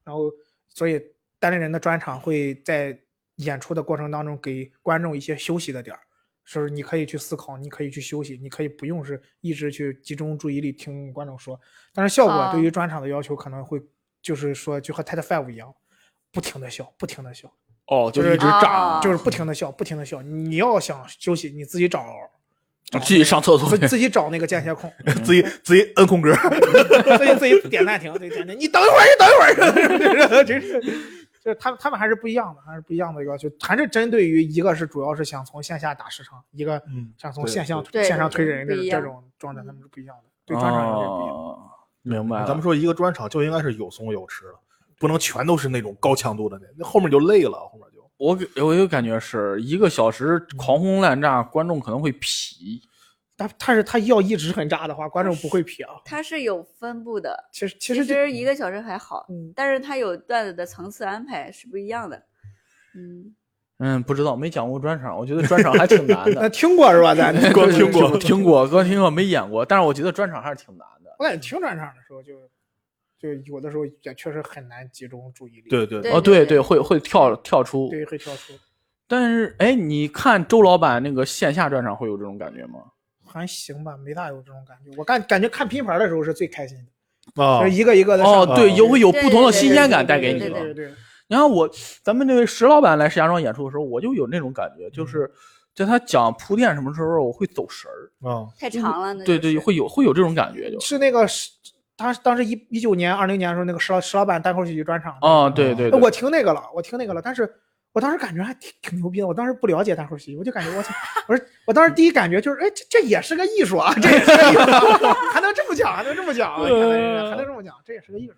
[SPEAKER 4] 然后所以单立人的专场会在演出的过程当中给观众一些休息的点儿，是你可以去思考，你可以去休息，你可以不用是一直去集中注意力听观众说。但是效果
[SPEAKER 3] 哦
[SPEAKER 4] 对于专场的要求可能会就是说就和 TED Five 一样，不停的笑，不停的笑。
[SPEAKER 2] 哦，
[SPEAKER 4] 就是
[SPEAKER 2] 一直炸
[SPEAKER 3] 啊，
[SPEAKER 4] 就是不停的笑，不停的笑。你要想休息，你自己找，
[SPEAKER 2] 就自己上厕所
[SPEAKER 4] 自。自己找那个间歇空，
[SPEAKER 1] 自己自己摁空格，
[SPEAKER 4] 自己自己点暂停，对点停。你等一会儿，你等一会儿， 真是，就是他们他们还是不一样的，还是不一样的一个，就还是针对于一个是主要是想从线下打市场，一个
[SPEAKER 1] 嗯
[SPEAKER 4] 想从线下
[SPEAKER 3] 对
[SPEAKER 4] 线上推人
[SPEAKER 3] 对
[SPEAKER 4] 这
[SPEAKER 3] 对对
[SPEAKER 4] 种这
[SPEAKER 3] 不一
[SPEAKER 4] 种状态，他们是不一样的，对专场也是不一样的。
[SPEAKER 2] 哦明白
[SPEAKER 1] 嗯
[SPEAKER 2] 了。
[SPEAKER 1] 咱们说一个专场就应该是有松有弛的，不能全都是那种高强度的那，那后面就累了，后面就
[SPEAKER 2] 我给我有感觉是一个小时狂轰滥炸，观众可能会疲。
[SPEAKER 4] 但但是他要一直很炸的话，观众不 会撇啊。
[SPEAKER 3] 它是有分布的，
[SPEAKER 4] 其实其
[SPEAKER 3] 其
[SPEAKER 4] 实
[SPEAKER 3] 实
[SPEAKER 4] 就
[SPEAKER 3] 一个小时还好，
[SPEAKER 4] 嗯
[SPEAKER 3] 但是它有段子的层次安排是不一样的。嗯，
[SPEAKER 2] 嗯，不知道，没讲过专场，我觉得专场还挺难
[SPEAKER 4] 呃
[SPEAKER 2] 的。
[SPEAKER 4] 听过是 吧？咱
[SPEAKER 1] 光听过
[SPEAKER 2] 听过，光听过，没演过，但是我觉得专场还是挺难的。
[SPEAKER 4] 我感觉听转场的时候就，就有的时候也确实很难集中注意力，
[SPEAKER 1] 对对
[SPEAKER 3] 对
[SPEAKER 2] 哦，对对，会会跳跳出。
[SPEAKER 4] 对，会跳出，
[SPEAKER 2] 但是，哎，你看周老板那个线下专场会有这种感觉吗？
[SPEAKER 4] 还行吧，没大有这种感觉。我感感觉看拼盘的时候是最开心的，
[SPEAKER 1] 啊
[SPEAKER 4] 就是，一个一个的
[SPEAKER 2] 哦，
[SPEAKER 4] 上
[SPEAKER 2] 对，
[SPEAKER 1] 嗯
[SPEAKER 2] 又会有
[SPEAKER 3] 对
[SPEAKER 2] 不同的
[SPEAKER 3] 对
[SPEAKER 2] 新
[SPEAKER 3] 对
[SPEAKER 2] 鲜
[SPEAKER 3] 对
[SPEAKER 2] 感
[SPEAKER 3] 对
[SPEAKER 2] 带给
[SPEAKER 3] 对
[SPEAKER 2] 你
[SPEAKER 3] 对
[SPEAKER 2] 了。
[SPEAKER 4] 对对对，
[SPEAKER 2] 你看我，咱们这位石老板来石家庄演出的时候，我就有那种感觉，就是
[SPEAKER 3] 嗯
[SPEAKER 2] 在他讲铺垫什么时候，我会走神儿。
[SPEAKER 1] 啊，
[SPEAKER 3] 太长了，那
[SPEAKER 2] 对
[SPEAKER 3] 就
[SPEAKER 2] 对，
[SPEAKER 3] 是
[SPEAKER 2] 会有会有这种感觉就，
[SPEAKER 4] 是那个是，当当时一一九年、二零年的时候，那个石老石老板单口喜剧专场
[SPEAKER 2] 啊，对对对，
[SPEAKER 4] 呃我听那个了，我听那个了，但是我当时感觉还挺挺牛逼的。我当时不了解单口喜剧，我就感觉我 操，我说我当时第一感觉就是，哎，这这也是个艺术 啊，这也是个艺术啊，还能这么讲，还能这么讲啊，看来人家还能这么讲，这也是个艺术。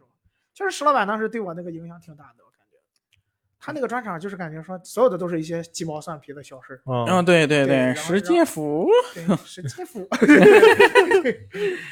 [SPEAKER 4] 确实，石老板当时对我那个影响挺大的，我感觉。他那个专场就是感觉说，所有的都是一些鸡毛蒜皮的小事，
[SPEAKER 1] 啊
[SPEAKER 2] 嗯，对对
[SPEAKER 4] 对然后
[SPEAKER 2] 石介甫，
[SPEAKER 4] 对，是切腹。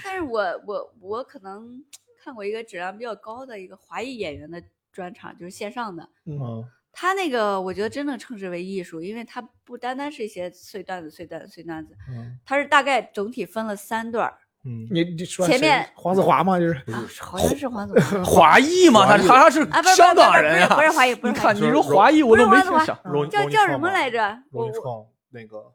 [SPEAKER 3] 但是我我我可能看过一个质量比较高的一个华裔演员的专场，就是线上的，
[SPEAKER 1] 嗯
[SPEAKER 3] 他那个我觉得真的称之为艺术，因为他不单单是一些碎段子、碎段子、碎段子，
[SPEAKER 1] 嗯
[SPEAKER 3] 他是大概整体分了三段儿，
[SPEAKER 1] 嗯，
[SPEAKER 4] 你你说
[SPEAKER 3] 前
[SPEAKER 4] 谁
[SPEAKER 3] 面
[SPEAKER 4] 黄子华吗？就是
[SPEAKER 3] 啊，好像是黄子华
[SPEAKER 2] 华裔嘛，他
[SPEAKER 1] 华裔
[SPEAKER 2] 他是
[SPEAKER 3] 啊，不是
[SPEAKER 2] 香港人
[SPEAKER 3] 不是不是不是
[SPEAKER 2] 呀。
[SPEAKER 3] 华裔，不
[SPEAKER 2] 你
[SPEAKER 3] 是华
[SPEAKER 2] 看，你
[SPEAKER 3] 裔
[SPEAKER 1] 就，是
[SPEAKER 2] 说华裔，我都没听
[SPEAKER 3] 不是
[SPEAKER 4] 嗯
[SPEAKER 2] 想。
[SPEAKER 1] 容易
[SPEAKER 3] 叫叫什么来？着？我
[SPEAKER 1] 容易
[SPEAKER 3] 我
[SPEAKER 1] 创那个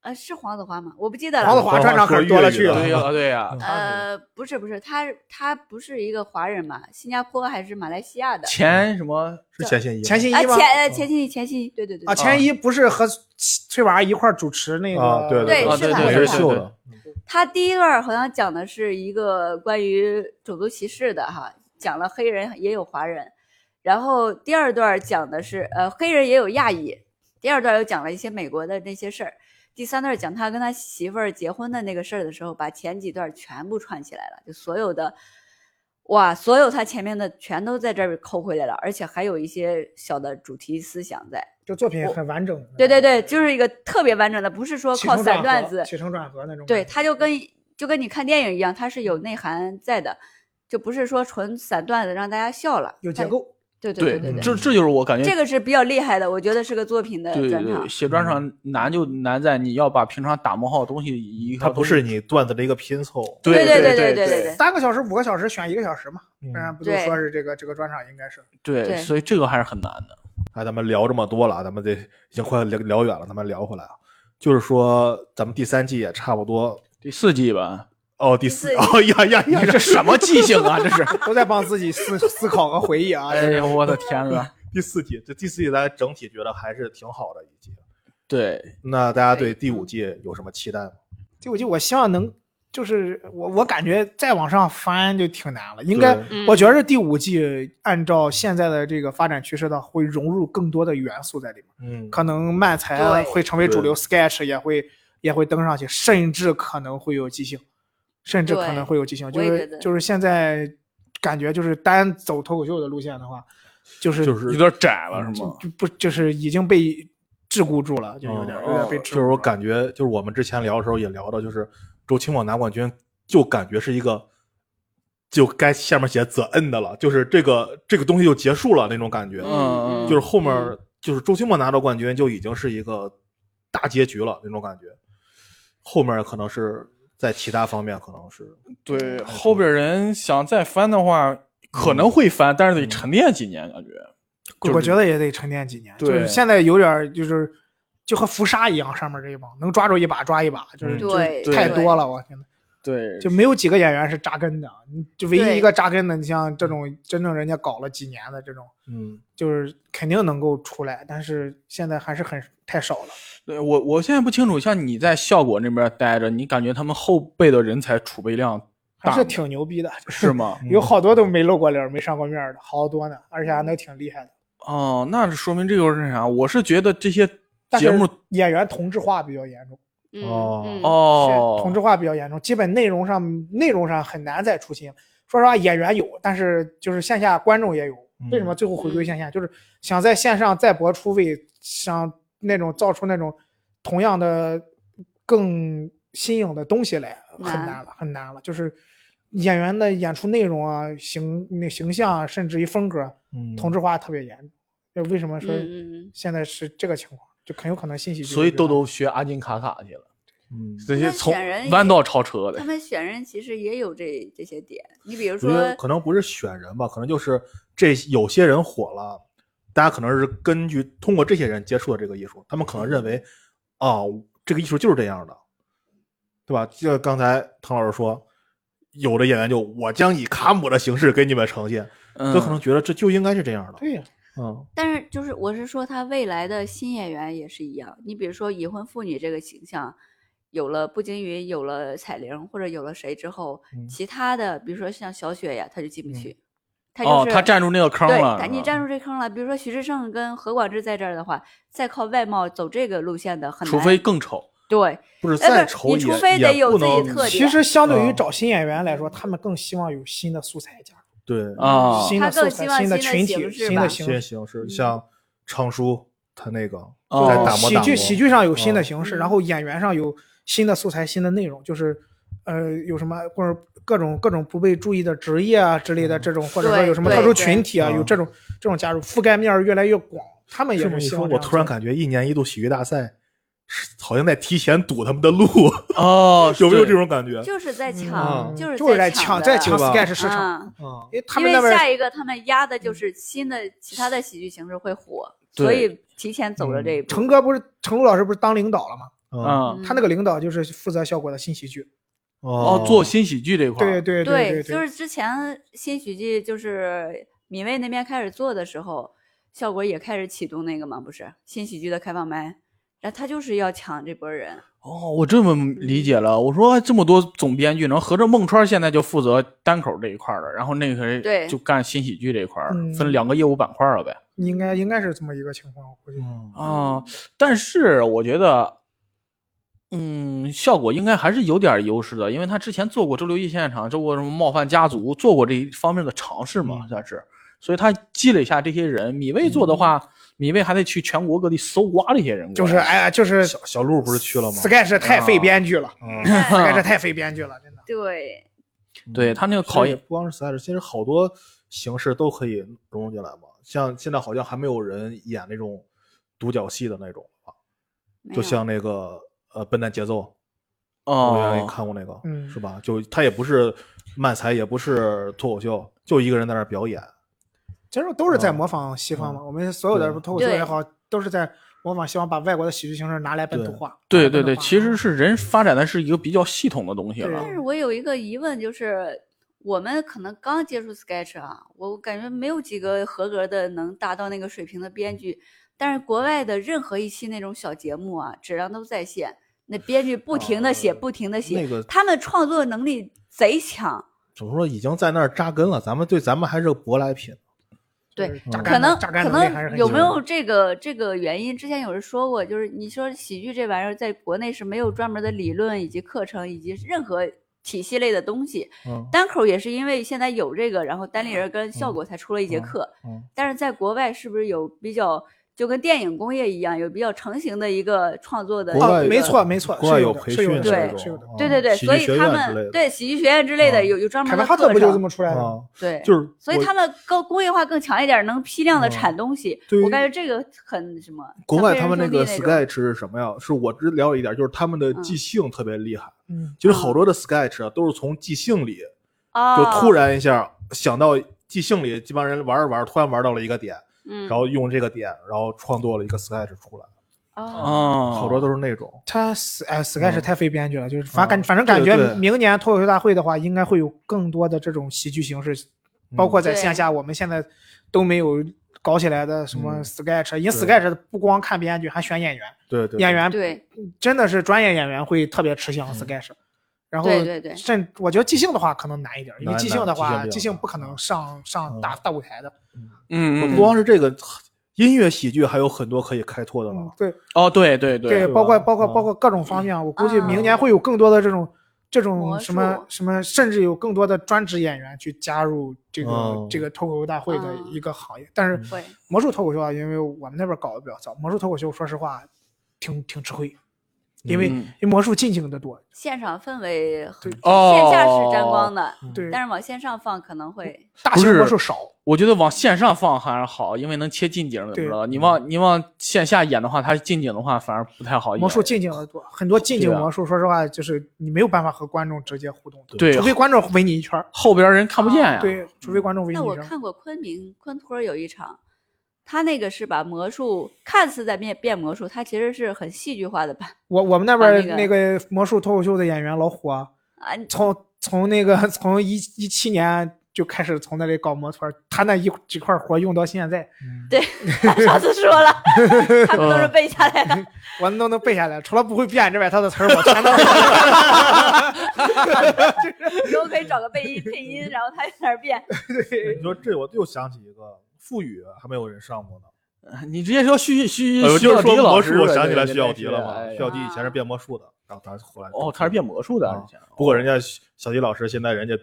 [SPEAKER 3] 呃是黄子华吗？我不记得
[SPEAKER 4] 黄子
[SPEAKER 3] 了。
[SPEAKER 4] 华专场可多了去
[SPEAKER 2] 对
[SPEAKER 1] 对
[SPEAKER 2] 呀、
[SPEAKER 1] 呀
[SPEAKER 2] 对呀、
[SPEAKER 3] 呃，不是不是，他他不是一个华人嘛？新加坡还是马来西亚的？
[SPEAKER 2] 前什么？
[SPEAKER 1] 是钱信一
[SPEAKER 4] 钱信
[SPEAKER 3] 啊
[SPEAKER 4] 一吗？
[SPEAKER 3] 前前期前期对对对
[SPEAKER 4] 啊，钱一不是和崔娃一块儿主持那
[SPEAKER 1] 啊对
[SPEAKER 4] 个？
[SPEAKER 3] 对
[SPEAKER 2] 啊，
[SPEAKER 3] 是
[SPEAKER 2] 对
[SPEAKER 3] 的
[SPEAKER 1] 我
[SPEAKER 2] 对
[SPEAKER 1] 是
[SPEAKER 2] 对
[SPEAKER 1] 秀
[SPEAKER 2] 对，
[SPEAKER 1] 的，
[SPEAKER 3] 他第一段儿好像讲的是一个关于种族歧视的哈，讲了黑人也有华人，然后第二段儿讲的是呃黑人也有亚裔，第二段儿又讲了一些美国的那些事儿，第三段儿讲他跟他媳妇儿结婚的那个事儿的时候，把前几段儿全部串起来了，就所有的哇，所有他前面的全都在这儿抠回来了，而且还有一些小的主题思想在。
[SPEAKER 4] 就作品很完整。
[SPEAKER 3] 对对对，就是一个特别完整的，不是说
[SPEAKER 4] 起
[SPEAKER 3] 靠
[SPEAKER 4] 承转
[SPEAKER 3] 散
[SPEAKER 4] 合
[SPEAKER 3] 段子，
[SPEAKER 4] 起承转合那种感觉。
[SPEAKER 3] 对，它就跟就跟你看电影一样，它是有内涵在的，就不是说纯散段子让大家笑了。
[SPEAKER 4] 有
[SPEAKER 3] 它
[SPEAKER 4] 结。构。
[SPEAKER 3] 对对对
[SPEAKER 1] 嗯
[SPEAKER 3] 对，
[SPEAKER 2] 这这就是我感觉
[SPEAKER 3] 这个是比较厉害的，我觉得是个作啊品的
[SPEAKER 2] 对对
[SPEAKER 3] 专场
[SPEAKER 2] 对，。写专
[SPEAKER 3] 嗯
[SPEAKER 2] 场难就难在你要把平常打磨好的东西一
[SPEAKER 1] 它
[SPEAKER 2] 个
[SPEAKER 1] 不
[SPEAKER 2] 东西，
[SPEAKER 1] 是你段子的一个拼凑，
[SPEAKER 2] 对
[SPEAKER 3] 对
[SPEAKER 2] 对
[SPEAKER 3] 对
[SPEAKER 2] 对
[SPEAKER 3] 对
[SPEAKER 4] 三个小时、五个小时选一个小时嘛，
[SPEAKER 1] 嗯
[SPEAKER 4] 不然不就
[SPEAKER 3] 对
[SPEAKER 4] 说是啊这个这个专场应该是
[SPEAKER 2] 对
[SPEAKER 3] 对
[SPEAKER 2] 所以这个还是很难的。
[SPEAKER 1] 哎，咱们聊这么多了，咱们这已经快聊聊远了，咱们聊回来啊。就是说，咱们第三季也差不多
[SPEAKER 2] 第四季吧，
[SPEAKER 1] 哦，第
[SPEAKER 3] 第
[SPEAKER 1] 四
[SPEAKER 3] 四
[SPEAKER 1] 哦呀呀呀，
[SPEAKER 2] 你 这什么记性啊？这是，
[SPEAKER 4] 都在帮自己思思考和回忆啊。
[SPEAKER 2] 哎呀，我的天呐！
[SPEAKER 1] 第四季，这第四季咱整体觉得还是挺好的一季。
[SPEAKER 2] 对，
[SPEAKER 1] 那大家对第五季有什么期待吗？
[SPEAKER 4] 第五季我希望能，就是我我感觉再往上翻就挺难了，应该
[SPEAKER 1] 对
[SPEAKER 3] 嗯
[SPEAKER 4] 我觉得第五季按照现在的这个发展趋势的话，会融入更多的元素在里面，
[SPEAKER 1] 嗯，
[SPEAKER 4] 可能漫才
[SPEAKER 3] 对
[SPEAKER 4] 会成为主流，sketch 也会也会登上去，甚至可能会有即兴，甚至可
[SPEAKER 3] 对
[SPEAKER 4] 能会有即兴，就
[SPEAKER 3] 我也觉
[SPEAKER 4] 是
[SPEAKER 3] 得
[SPEAKER 4] 就是现在感觉就是单走脱口秀的路线的话，就是
[SPEAKER 1] 就是
[SPEAKER 2] 有点窄了是吗？
[SPEAKER 4] 就不就是已经被桎梏住了，就有点、有点被桎
[SPEAKER 1] 哦就
[SPEAKER 4] 梏住
[SPEAKER 1] 是我感觉，就是我们之前聊的时候也聊到，就是周清广拿冠军，就感觉是一个就该下面写 the end 了，就是这个这个东西就结束了那种感觉。
[SPEAKER 2] 嗯嗯
[SPEAKER 1] 就是后面
[SPEAKER 3] 嗯
[SPEAKER 1] 就是周清墨拿到冠军就已经是一个大结局了那种感觉，后面可能是在其他方面可能是
[SPEAKER 2] 对，后边人想再翻的话，可能会翻，但是得沉淀几年，感觉。
[SPEAKER 4] 我觉得也得沉淀几年，
[SPEAKER 2] 对
[SPEAKER 4] 就是现在有点儿就是就和浮沙一样，上面这一帮能抓住一把抓一把，就是、
[SPEAKER 1] 嗯
[SPEAKER 4] 就是
[SPEAKER 3] 对
[SPEAKER 4] 太
[SPEAKER 3] 对
[SPEAKER 4] 多了，我天呐，
[SPEAKER 2] 对，
[SPEAKER 4] 就没有几个演员是扎根的，你就唯一
[SPEAKER 3] 对
[SPEAKER 4] 一个扎根的，你像这种真正人家搞了几年的这种，
[SPEAKER 1] 嗯
[SPEAKER 4] 就是肯定能够出来，但是现在还是很太少了。
[SPEAKER 2] 对我我现在不清楚，像你在效果那边待着，你感觉他们后辈的人才储备量
[SPEAKER 4] 还
[SPEAKER 2] 大
[SPEAKER 4] 是
[SPEAKER 2] 吗
[SPEAKER 4] 挺牛逼的，
[SPEAKER 2] 是吗？ 嗯
[SPEAKER 4] 有好多都没露过脸儿、没上过面儿的，好多呢，而且还能挺厉害的。
[SPEAKER 2] 哦，那是说明这个是啥？我是觉得这些
[SPEAKER 4] 但是
[SPEAKER 2] 节目
[SPEAKER 4] 演员同质化比较严重，
[SPEAKER 3] 嗯
[SPEAKER 1] 哦
[SPEAKER 3] 嗯
[SPEAKER 2] 哦，
[SPEAKER 4] 同质化比较严重，基本内容上内容上很难再出新。说实话，演员有，但是就是线下观众也有。
[SPEAKER 2] 嗯
[SPEAKER 4] 为什么最后回归线下？就是想在线上再搏出位，想那种造出那种同样的更新颖的东西来，很
[SPEAKER 3] 难
[SPEAKER 4] 难了，
[SPEAKER 2] 嗯
[SPEAKER 4] 很难了。就是演员的演出内容啊、形那形象啊，甚至于风格，
[SPEAKER 1] 嗯
[SPEAKER 4] 同质化特别严重。就为什么
[SPEAKER 3] 嗯
[SPEAKER 4] 说
[SPEAKER 3] 嗯嗯，
[SPEAKER 4] 现在是这个情况？就很有可能信息就
[SPEAKER 2] 所以
[SPEAKER 4] 是这样
[SPEAKER 2] 豆豆学阿金卡卡去了，
[SPEAKER 1] 嗯
[SPEAKER 2] 这些
[SPEAKER 3] 那
[SPEAKER 2] 从
[SPEAKER 3] 选人也
[SPEAKER 2] 弯道超车
[SPEAKER 3] 他
[SPEAKER 2] 的。
[SPEAKER 3] 们选人其实也有这这些点，你比如
[SPEAKER 1] 我觉
[SPEAKER 3] 说
[SPEAKER 1] 得可能不是选人吧，可能就是这有些人火了，大家可能是根据通过这些人接触的这个艺术，他们可能认为
[SPEAKER 3] 嗯
[SPEAKER 1] 啊、这个艺术就是这样的，对吧？就刚才唐老师说，有的演员就我将以卡姆的形式给你们呈现，
[SPEAKER 2] 嗯，
[SPEAKER 1] 就可能觉得这就应该是这样的。
[SPEAKER 4] 对呀、
[SPEAKER 1] 嗯
[SPEAKER 3] 但是就是我是说，他未来的新演员也是一样。你比如说已婚妇女这个形象，有了步惊云，有了彩玲，或者有了谁之后，
[SPEAKER 1] 嗯
[SPEAKER 3] 其他的比如说像小雪呀，她就进不
[SPEAKER 1] 嗯
[SPEAKER 3] 去，她就
[SPEAKER 2] 哦，
[SPEAKER 3] 是、
[SPEAKER 2] 他站住那个坑
[SPEAKER 3] 对，
[SPEAKER 2] 了，
[SPEAKER 3] 她
[SPEAKER 2] 是
[SPEAKER 3] 你
[SPEAKER 2] 吧
[SPEAKER 3] 站住这坑了。比如说徐志胜跟何广智在这儿的话，再靠外貌走这个路线的很
[SPEAKER 2] 除
[SPEAKER 3] 难。
[SPEAKER 2] 非更丑。
[SPEAKER 3] 对，
[SPEAKER 1] 不是
[SPEAKER 3] 哎不
[SPEAKER 1] 再
[SPEAKER 3] 是
[SPEAKER 1] 丑也
[SPEAKER 3] 你除非得
[SPEAKER 1] 也
[SPEAKER 3] 有
[SPEAKER 1] 不
[SPEAKER 3] 自己
[SPEAKER 1] 能
[SPEAKER 3] 特点
[SPEAKER 4] 其实相对于
[SPEAKER 1] 嗯
[SPEAKER 4] 找新演员来说，他们更希望有新的素材加入，
[SPEAKER 1] 对
[SPEAKER 2] 啊
[SPEAKER 4] 新
[SPEAKER 3] 嗯
[SPEAKER 4] 的
[SPEAKER 3] 他
[SPEAKER 4] 素
[SPEAKER 3] 更
[SPEAKER 4] 材、
[SPEAKER 3] 希望
[SPEAKER 4] 的
[SPEAKER 3] 新的
[SPEAKER 4] 群体、
[SPEAKER 3] 形式
[SPEAKER 4] 新的
[SPEAKER 3] 吧嗯
[SPEAKER 1] 新
[SPEAKER 4] 形式。
[SPEAKER 1] 形式，像昌叔他那个
[SPEAKER 2] 哦
[SPEAKER 1] 在打磨
[SPEAKER 4] 喜
[SPEAKER 1] 打磨
[SPEAKER 4] 剧喜剧上有新的形式，
[SPEAKER 3] 嗯
[SPEAKER 4] 然后演员上有新的素材、新的内容，就是呃有什么或者各种各种不被注意的职业啊之类的这种，或者说有什么
[SPEAKER 3] 对
[SPEAKER 4] 特
[SPEAKER 3] 对
[SPEAKER 4] 殊群体啊，
[SPEAKER 1] 嗯
[SPEAKER 4] 有这种这种加入，覆盖面儿越来越广。他们也
[SPEAKER 1] 这么
[SPEAKER 4] 是
[SPEAKER 1] 一
[SPEAKER 4] 希
[SPEAKER 1] 说，
[SPEAKER 4] 望
[SPEAKER 1] 我
[SPEAKER 4] 这样
[SPEAKER 1] 突然
[SPEAKER 4] 做
[SPEAKER 1] 感觉一年一度喜剧大赛是好像在提前堵他们的路，
[SPEAKER 2] 哦，
[SPEAKER 1] 有没有
[SPEAKER 2] 对
[SPEAKER 1] 这？种感觉？
[SPEAKER 3] 就是在
[SPEAKER 1] 嗯
[SPEAKER 3] 抢，是
[SPEAKER 4] 就是在
[SPEAKER 3] 在
[SPEAKER 4] 抢在
[SPEAKER 3] 在
[SPEAKER 4] 抢
[SPEAKER 1] 对吧
[SPEAKER 4] sketch 市场，
[SPEAKER 3] 嗯
[SPEAKER 1] 啊，
[SPEAKER 4] 因为他
[SPEAKER 3] 因
[SPEAKER 4] 们那
[SPEAKER 3] 为
[SPEAKER 4] 边嗯
[SPEAKER 3] 下一个他们压的就是新的其他的喜剧形式会火，
[SPEAKER 2] 对
[SPEAKER 3] 所以提前走了这一步。
[SPEAKER 4] 成哥不是程璐老师不是当领导了吗？
[SPEAKER 1] 嗯
[SPEAKER 2] 嗯，
[SPEAKER 3] 嗯
[SPEAKER 4] 他那个领导就是负责效果的新喜剧。
[SPEAKER 1] 哦
[SPEAKER 2] 哦，做新喜剧这一块儿，
[SPEAKER 4] 对对对对，
[SPEAKER 3] 就是之前新喜剧就是米未那边开始做的时候，效果也开始启动那个嘛，不是新喜剧的开放麦，然后他就是要抢这波人，
[SPEAKER 2] 哦，我这么理解了。我说哎这么多总编剧，然后合着孟川现在就负责单口这一块儿了，然后那个
[SPEAKER 3] 对
[SPEAKER 2] 人就干新喜剧这一块儿了，
[SPEAKER 4] 嗯
[SPEAKER 2] 分两个业务板块了呗。
[SPEAKER 4] 应该应该是这么一个情况，我估计。
[SPEAKER 1] 嗯
[SPEAKER 2] 啊、但是我觉得，嗯，效果应该还是有点优势的，因为他之前做过周六一现场，做过什么冒犯家族，做过这一方面的尝试
[SPEAKER 4] 嗯
[SPEAKER 2] 嘛，算是。所以他积累下这些人，米未做的话，米未还得去全国各地搜刮这些人过来，
[SPEAKER 4] 嗯就是哎呀，就是
[SPEAKER 1] 小小鹿不是去了吗？
[SPEAKER 4] sketch 太费编剧了
[SPEAKER 1] 嗯
[SPEAKER 4] ，sketch 太费编剧了，真的。
[SPEAKER 3] 对，
[SPEAKER 2] 对他那个考验，
[SPEAKER 1] 不光是 sketch，其实好多形式都可以融入进来嘛。像现在好像还没有人演那种独角戏的那种吧，
[SPEAKER 3] 没
[SPEAKER 1] 就
[SPEAKER 3] 有
[SPEAKER 1] 像那个呃笨蛋节奏，我原来
[SPEAKER 2] 哦，
[SPEAKER 1] 看过那个，
[SPEAKER 4] 嗯
[SPEAKER 1] 是吧？就他也不是漫才，也不是脱口秀，就一个人在那儿表演。
[SPEAKER 4] 其实都是在模仿西方嘛，我们所有的
[SPEAKER 1] 嗯对
[SPEAKER 4] 脱口秀也
[SPEAKER 3] 对
[SPEAKER 4] 好，都是在模仿西方，把外国的喜剧形式拿来本土化。
[SPEAKER 2] 对对对，
[SPEAKER 4] 本土化
[SPEAKER 2] 其实是人发展的是一个比较系统的东西了
[SPEAKER 4] 对
[SPEAKER 3] 但是我有一个疑问，就是我们可能刚接触 Sketch 啊，我感觉没有几个合格的能达到那个水平的编剧。但是国外的任何一期那种小节目啊，质量都在线，那编剧不停的写，
[SPEAKER 1] 哦
[SPEAKER 3] 不停的写，
[SPEAKER 1] 那个
[SPEAKER 3] 他们创作能力贼强。
[SPEAKER 1] 怎么说，已经在那儿扎根了。咱们对咱们还是个舶来品。
[SPEAKER 3] 对
[SPEAKER 4] 就是
[SPEAKER 1] 嗯
[SPEAKER 4] 榨
[SPEAKER 3] 可
[SPEAKER 4] 干
[SPEAKER 3] 能
[SPEAKER 4] 能榨干
[SPEAKER 3] 可
[SPEAKER 4] 能力还是
[SPEAKER 3] 能
[SPEAKER 4] 很
[SPEAKER 3] 有没有
[SPEAKER 4] 强
[SPEAKER 3] 这个这个原因？之前有人说过，就是你说喜剧这玩意儿在国内是没有专门的理论以及课程以及任何体系类的东西，
[SPEAKER 1] 嗯
[SPEAKER 3] 单口也是因为现在有这个，然后单立人
[SPEAKER 4] 嗯
[SPEAKER 3] 跟效果才出了一节课。
[SPEAKER 1] 嗯
[SPEAKER 3] 但是在国外是不是有比较就跟电影工业一样，有比较成型的一个创作的？
[SPEAKER 1] 国外
[SPEAKER 4] 哦，没错没错，
[SPEAKER 1] 国外
[SPEAKER 4] 是有的
[SPEAKER 1] 培
[SPEAKER 4] 是有
[SPEAKER 1] 训
[SPEAKER 4] 的
[SPEAKER 1] 的
[SPEAKER 4] 是有
[SPEAKER 1] 这
[SPEAKER 4] 的
[SPEAKER 1] 种，
[SPEAKER 4] 是有的。
[SPEAKER 1] 啊
[SPEAKER 3] 对对对，
[SPEAKER 1] 喜
[SPEAKER 3] 所
[SPEAKER 1] 剧
[SPEAKER 3] 以
[SPEAKER 1] 学
[SPEAKER 3] 他
[SPEAKER 1] 院之类
[SPEAKER 3] 们
[SPEAKER 1] 的，
[SPEAKER 3] 对喜剧学院之类的
[SPEAKER 1] 嗯
[SPEAKER 3] 有有专
[SPEAKER 4] 凯
[SPEAKER 3] 门
[SPEAKER 4] 文
[SPEAKER 3] 的
[SPEAKER 4] 哈特
[SPEAKER 3] 课
[SPEAKER 4] 不就这
[SPEAKER 3] 程，
[SPEAKER 4] 么出来的吗？
[SPEAKER 1] 啊，
[SPEAKER 3] 对，
[SPEAKER 1] 就是
[SPEAKER 3] 所以
[SPEAKER 1] 我
[SPEAKER 3] 他们高工业化更强一点，能批量的
[SPEAKER 1] 嗯
[SPEAKER 3] 产东西
[SPEAKER 1] 对。于
[SPEAKER 3] 我感觉这个很什么？
[SPEAKER 1] 国
[SPEAKER 3] 像
[SPEAKER 1] 外
[SPEAKER 3] 飞
[SPEAKER 1] 他
[SPEAKER 3] 人
[SPEAKER 1] 们那
[SPEAKER 3] 兄弟
[SPEAKER 1] 个
[SPEAKER 3] 种
[SPEAKER 1] sketch 是什么呀？是我只了解一点，就是他们的
[SPEAKER 3] 嗯
[SPEAKER 1] 即兴特别厉害。
[SPEAKER 4] 嗯，
[SPEAKER 1] 其实好多的 sketch 啊，都是从即兴里就
[SPEAKER 3] 哦
[SPEAKER 1] 突然一下想到即兴里这帮人玩着玩，突然玩到了一个点，
[SPEAKER 3] 嗯，
[SPEAKER 1] 然后用这个点，然后创作了一个 sketch 出来。
[SPEAKER 3] 哦
[SPEAKER 2] 哦，
[SPEAKER 1] 好多都是那种，
[SPEAKER 4] 他 s 哎
[SPEAKER 1] 嗯
[SPEAKER 4] sketch 太费编剧了，就是反感
[SPEAKER 1] 嗯
[SPEAKER 4] 反正感
[SPEAKER 1] 对对
[SPEAKER 4] 觉
[SPEAKER 1] 对
[SPEAKER 4] 明年脱口秀大会的话，应该会有更多的这种喜剧形式，包括在
[SPEAKER 3] 对
[SPEAKER 4] 线下我们现在都没有搞起来的什么
[SPEAKER 1] 嗯
[SPEAKER 4] sketch，因为啊
[SPEAKER 1] 对
[SPEAKER 4] sketch 不光看编剧，还选演员，
[SPEAKER 1] 嗯对对嗯
[SPEAKER 4] 演员
[SPEAKER 3] 对，
[SPEAKER 4] 真的是专业演员会特别吃香 sketch，然后
[SPEAKER 3] 对对对
[SPEAKER 4] 甚我觉得即兴的话可能难一点，因为
[SPEAKER 1] 难
[SPEAKER 4] 即兴的
[SPEAKER 1] 难嗯
[SPEAKER 4] 话，
[SPEAKER 1] 即兴比较
[SPEAKER 4] 即兴不可能上上大大舞台的。
[SPEAKER 2] 嗯，嗯
[SPEAKER 1] 不
[SPEAKER 2] 嗯
[SPEAKER 1] 光是这个音乐喜剧，还有很多可以开拓的
[SPEAKER 4] 嗯
[SPEAKER 1] 嘛。，
[SPEAKER 4] 对
[SPEAKER 2] 哦，对对对，
[SPEAKER 4] 对，
[SPEAKER 1] 吧
[SPEAKER 4] 包括包括
[SPEAKER 1] 嗯
[SPEAKER 4] 包括各种方面，我估计
[SPEAKER 3] 啊
[SPEAKER 4] 明年会有更多的这种这种
[SPEAKER 3] 魔
[SPEAKER 4] 什么
[SPEAKER 3] 术
[SPEAKER 4] 什么，甚至有更多的专职演员去加入这个
[SPEAKER 2] 哦
[SPEAKER 1] 嗯
[SPEAKER 4] 这个脱口秀大会的
[SPEAKER 3] 嗯
[SPEAKER 4] 一个行业。但是
[SPEAKER 1] 嗯
[SPEAKER 3] 会
[SPEAKER 4] 魔术脱口秀啊，因为我们那边搞的比较早，魔术脱口秀说实话挺挺吃亏，因为因
[SPEAKER 2] 嗯
[SPEAKER 4] 为魔术进行的多，
[SPEAKER 3] 现场氛围很，
[SPEAKER 2] 哦
[SPEAKER 3] 线下是沾光的，
[SPEAKER 4] 对，
[SPEAKER 3] 但是往线上放可能会
[SPEAKER 4] 大
[SPEAKER 2] 不
[SPEAKER 4] 型
[SPEAKER 2] 是
[SPEAKER 4] 魔术少。
[SPEAKER 2] 我觉得往线上放还是好，因为能切近景儿，怎么
[SPEAKER 4] 对
[SPEAKER 2] 着的？你往你往线下演的话，它近景的话反而不太好演。
[SPEAKER 4] 魔术近景的多，很多近景
[SPEAKER 2] 对啊
[SPEAKER 4] 魔术，说实话，就是你没有办法和观众直接互动，
[SPEAKER 1] 对
[SPEAKER 2] 对
[SPEAKER 4] 除非观众围你一圈儿，
[SPEAKER 2] 后边人看不见呀、
[SPEAKER 4] 对，除非观众围你
[SPEAKER 3] 啊嗯那
[SPEAKER 4] 一
[SPEAKER 3] 我
[SPEAKER 4] 圈儿。
[SPEAKER 3] 看过昆明昆托有一场，他那个是把魔术看似在变变魔术，他其实是很戏剧化的吧？
[SPEAKER 4] 我我们那边儿
[SPEAKER 3] 啊
[SPEAKER 4] 那
[SPEAKER 3] 那
[SPEAKER 4] 个魔术脱口秀的演员老火啊，
[SPEAKER 3] 啊，
[SPEAKER 4] 从从那个从一一七年就开始从那里搞摩托儿，他那一几块活用到现在，
[SPEAKER 3] 对，上次说 了，他们都
[SPEAKER 1] 嗯
[SPEAKER 3] 是背下来的。
[SPEAKER 4] 我都能背下来，除了不会变之外，他的词儿我全都 会。
[SPEAKER 3] 以后可以找个配音配音，然后他在那儿变。
[SPEAKER 1] 哎 你说这，我又想起一个傅语，还没有人上过呢。
[SPEAKER 2] 你直接说徐徐
[SPEAKER 1] 哎呦
[SPEAKER 2] 徐
[SPEAKER 1] 就
[SPEAKER 2] 小
[SPEAKER 1] 是
[SPEAKER 2] 迪
[SPEAKER 1] 说
[SPEAKER 2] 老
[SPEAKER 1] 魔
[SPEAKER 2] 师
[SPEAKER 1] 术，
[SPEAKER 2] 了，
[SPEAKER 1] 我想起
[SPEAKER 2] 对
[SPEAKER 1] 来
[SPEAKER 2] 对
[SPEAKER 1] 徐
[SPEAKER 2] 对
[SPEAKER 1] 小迪了嘛。
[SPEAKER 2] 哎
[SPEAKER 1] 徐
[SPEAKER 2] 呀
[SPEAKER 1] 小迪以前是变魔术的，然后他后来
[SPEAKER 2] 哦，他是变魔术的，
[SPEAKER 1] 啊
[SPEAKER 2] 以前
[SPEAKER 1] 不过人家小迪老师现在人家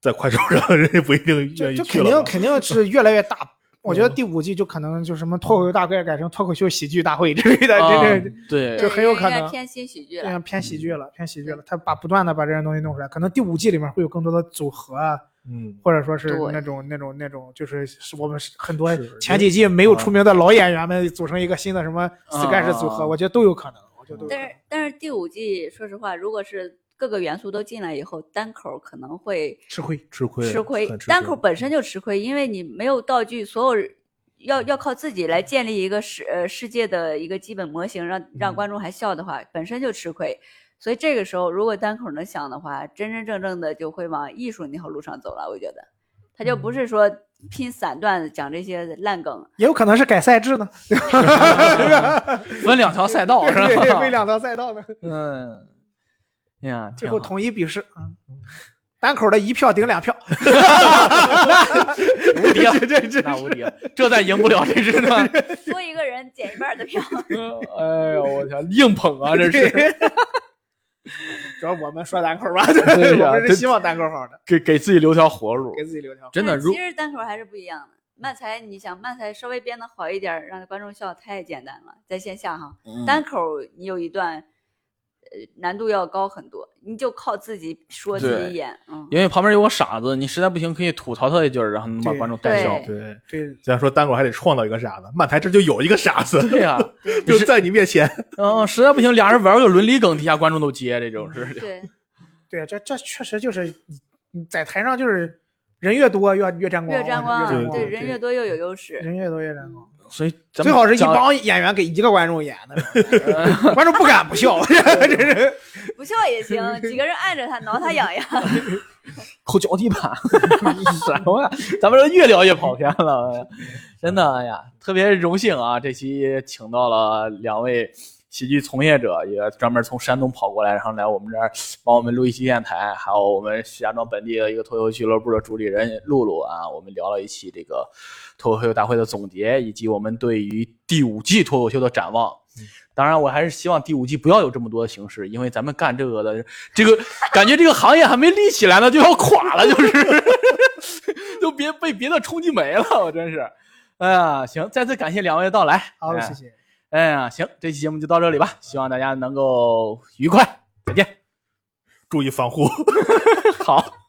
[SPEAKER 1] 在快手上，人家不一定
[SPEAKER 4] 就
[SPEAKER 1] 愿意
[SPEAKER 4] 就
[SPEAKER 1] 去
[SPEAKER 4] 肯
[SPEAKER 1] 了嗯
[SPEAKER 4] 定
[SPEAKER 1] 嘛。
[SPEAKER 4] 肯定是越来越大。我觉得第五季就可能就什么脱口秀大会改成脱口秀喜剧大会之类的，这个
[SPEAKER 2] 哦对
[SPEAKER 4] 就很有可能
[SPEAKER 3] 该偏新喜剧
[SPEAKER 4] 这
[SPEAKER 3] 了
[SPEAKER 4] 样。偏喜剧了，偏喜剧了。他把不断的把这些东西弄出来，可能第五季里面会有更多的组合啊，
[SPEAKER 1] 嗯，
[SPEAKER 4] 或者说是
[SPEAKER 3] 对
[SPEAKER 4] 那种那种那种，就是是我们是很多
[SPEAKER 1] 是
[SPEAKER 4] 前几季
[SPEAKER 2] 啊
[SPEAKER 4] 没有出名的老演员们组成一个新的什么 sketch 组合，
[SPEAKER 2] 啊
[SPEAKER 4] 我觉得都有可能，我觉得都有可
[SPEAKER 3] 但
[SPEAKER 4] 能
[SPEAKER 3] 是。但是第五季，说实话，如果是各个元素都进来以后，单口可能会
[SPEAKER 4] 吃亏，
[SPEAKER 1] 吃亏，
[SPEAKER 3] 吃亏
[SPEAKER 1] 很。吃
[SPEAKER 3] 单口本身就吃亏，因为你没有道具，所有人要要靠自己来建立一个世呃世界的一个基本模型，让让观众还笑的话，本身就吃亏。所以这个时候，如果单口能想的话，真真正正的就会往艺术那条路上走了。我觉得，他就不是说拼散段子讲这些烂梗，
[SPEAKER 4] 也有可能是改 赛制呢，
[SPEAKER 2] 分两条赛道是
[SPEAKER 4] 对，为
[SPEAKER 2] 吧？
[SPEAKER 4] 两条赛 道呢，
[SPEAKER 2] 嗯，哎呀，
[SPEAKER 4] 最
[SPEAKER 2] 挺
[SPEAKER 4] 后
[SPEAKER 2] 好
[SPEAKER 4] 统一笔试啊。单口的一票顶两票，
[SPEAKER 2] 无敌了，那无敌了，这再赢不了这是呢。
[SPEAKER 3] 多一个人减一半的票。
[SPEAKER 2] 哎呦，我天，硬捧啊，这是
[SPEAKER 4] 主要我们说单口吧，
[SPEAKER 2] 对呀
[SPEAKER 4] 我们是
[SPEAKER 2] 这
[SPEAKER 4] 希望单口好的，
[SPEAKER 2] 给给自己留条活路
[SPEAKER 4] 给。自己留条。
[SPEAKER 2] 真的，
[SPEAKER 3] 但
[SPEAKER 2] 如
[SPEAKER 3] 嗯其实单口还是不一样的。漫才，你想漫才稍微编的好一点儿，让观众笑太简单了，在线下哈。
[SPEAKER 2] 嗯
[SPEAKER 3] 单口你有一段，呃，难度要高很多，你就靠自己说自
[SPEAKER 2] 对
[SPEAKER 3] 己演，嗯，
[SPEAKER 2] 因为旁边有个傻子，你实在不行可以吐槽他一句儿，然后能把
[SPEAKER 4] 对
[SPEAKER 2] 观众带笑。
[SPEAKER 3] 对
[SPEAKER 1] 哦对。
[SPEAKER 4] 对，
[SPEAKER 1] 虽然说单口还得创造一个傻子，漫才这就有一个傻子，
[SPEAKER 2] 对呀，
[SPEAKER 1] 就在你面前。
[SPEAKER 2] 嗯，实在不行俩人玩个伦理梗，底下观众都接，这种是。
[SPEAKER 3] 对，
[SPEAKER 4] 对，这这确实就是你你在台上就是人越多越越沾光，
[SPEAKER 3] 越沾光，
[SPEAKER 1] 对
[SPEAKER 3] 对，
[SPEAKER 1] 对
[SPEAKER 3] 人越多又有优势。
[SPEAKER 4] 人越多越沾光，
[SPEAKER 2] 所以咱们
[SPEAKER 4] 最好是一
[SPEAKER 2] 讲
[SPEAKER 4] 帮演员给一个观众演的，观众不敢 不笑， 真是
[SPEAKER 3] 不笑也行， 几个人按着他挠他痒痒。
[SPEAKER 2] 抠脚底板， 什么呀？咱们这越聊越跑偏了，真的哎呀，特别荣幸啊！这期请到了两位喜剧从业者，也专门从山东跑过来，然后来我们这儿帮我们录一期电台，还有我们石家庄本地的一个脱口秀俱乐部的主理人露露啊，我们聊了一期这个脱口秀大会的总结，以及我们对于第五季脱口秀的展望。
[SPEAKER 4] 嗯
[SPEAKER 2] 当然，我还是希望第五季不要有这么多的形式，因为咱们干这个的，这个感觉这个行业还没立起来呢，就要垮了，就是 都别被别的冲击没了，我真是。哎呀，行，再次感谢两位的到来。
[SPEAKER 4] 好，
[SPEAKER 2] 哎
[SPEAKER 4] 谢。谢。
[SPEAKER 2] 哎呀，行，这期节目就到这里吧，希望大家能够愉快，再见。
[SPEAKER 1] 注意防护。
[SPEAKER 2] 好。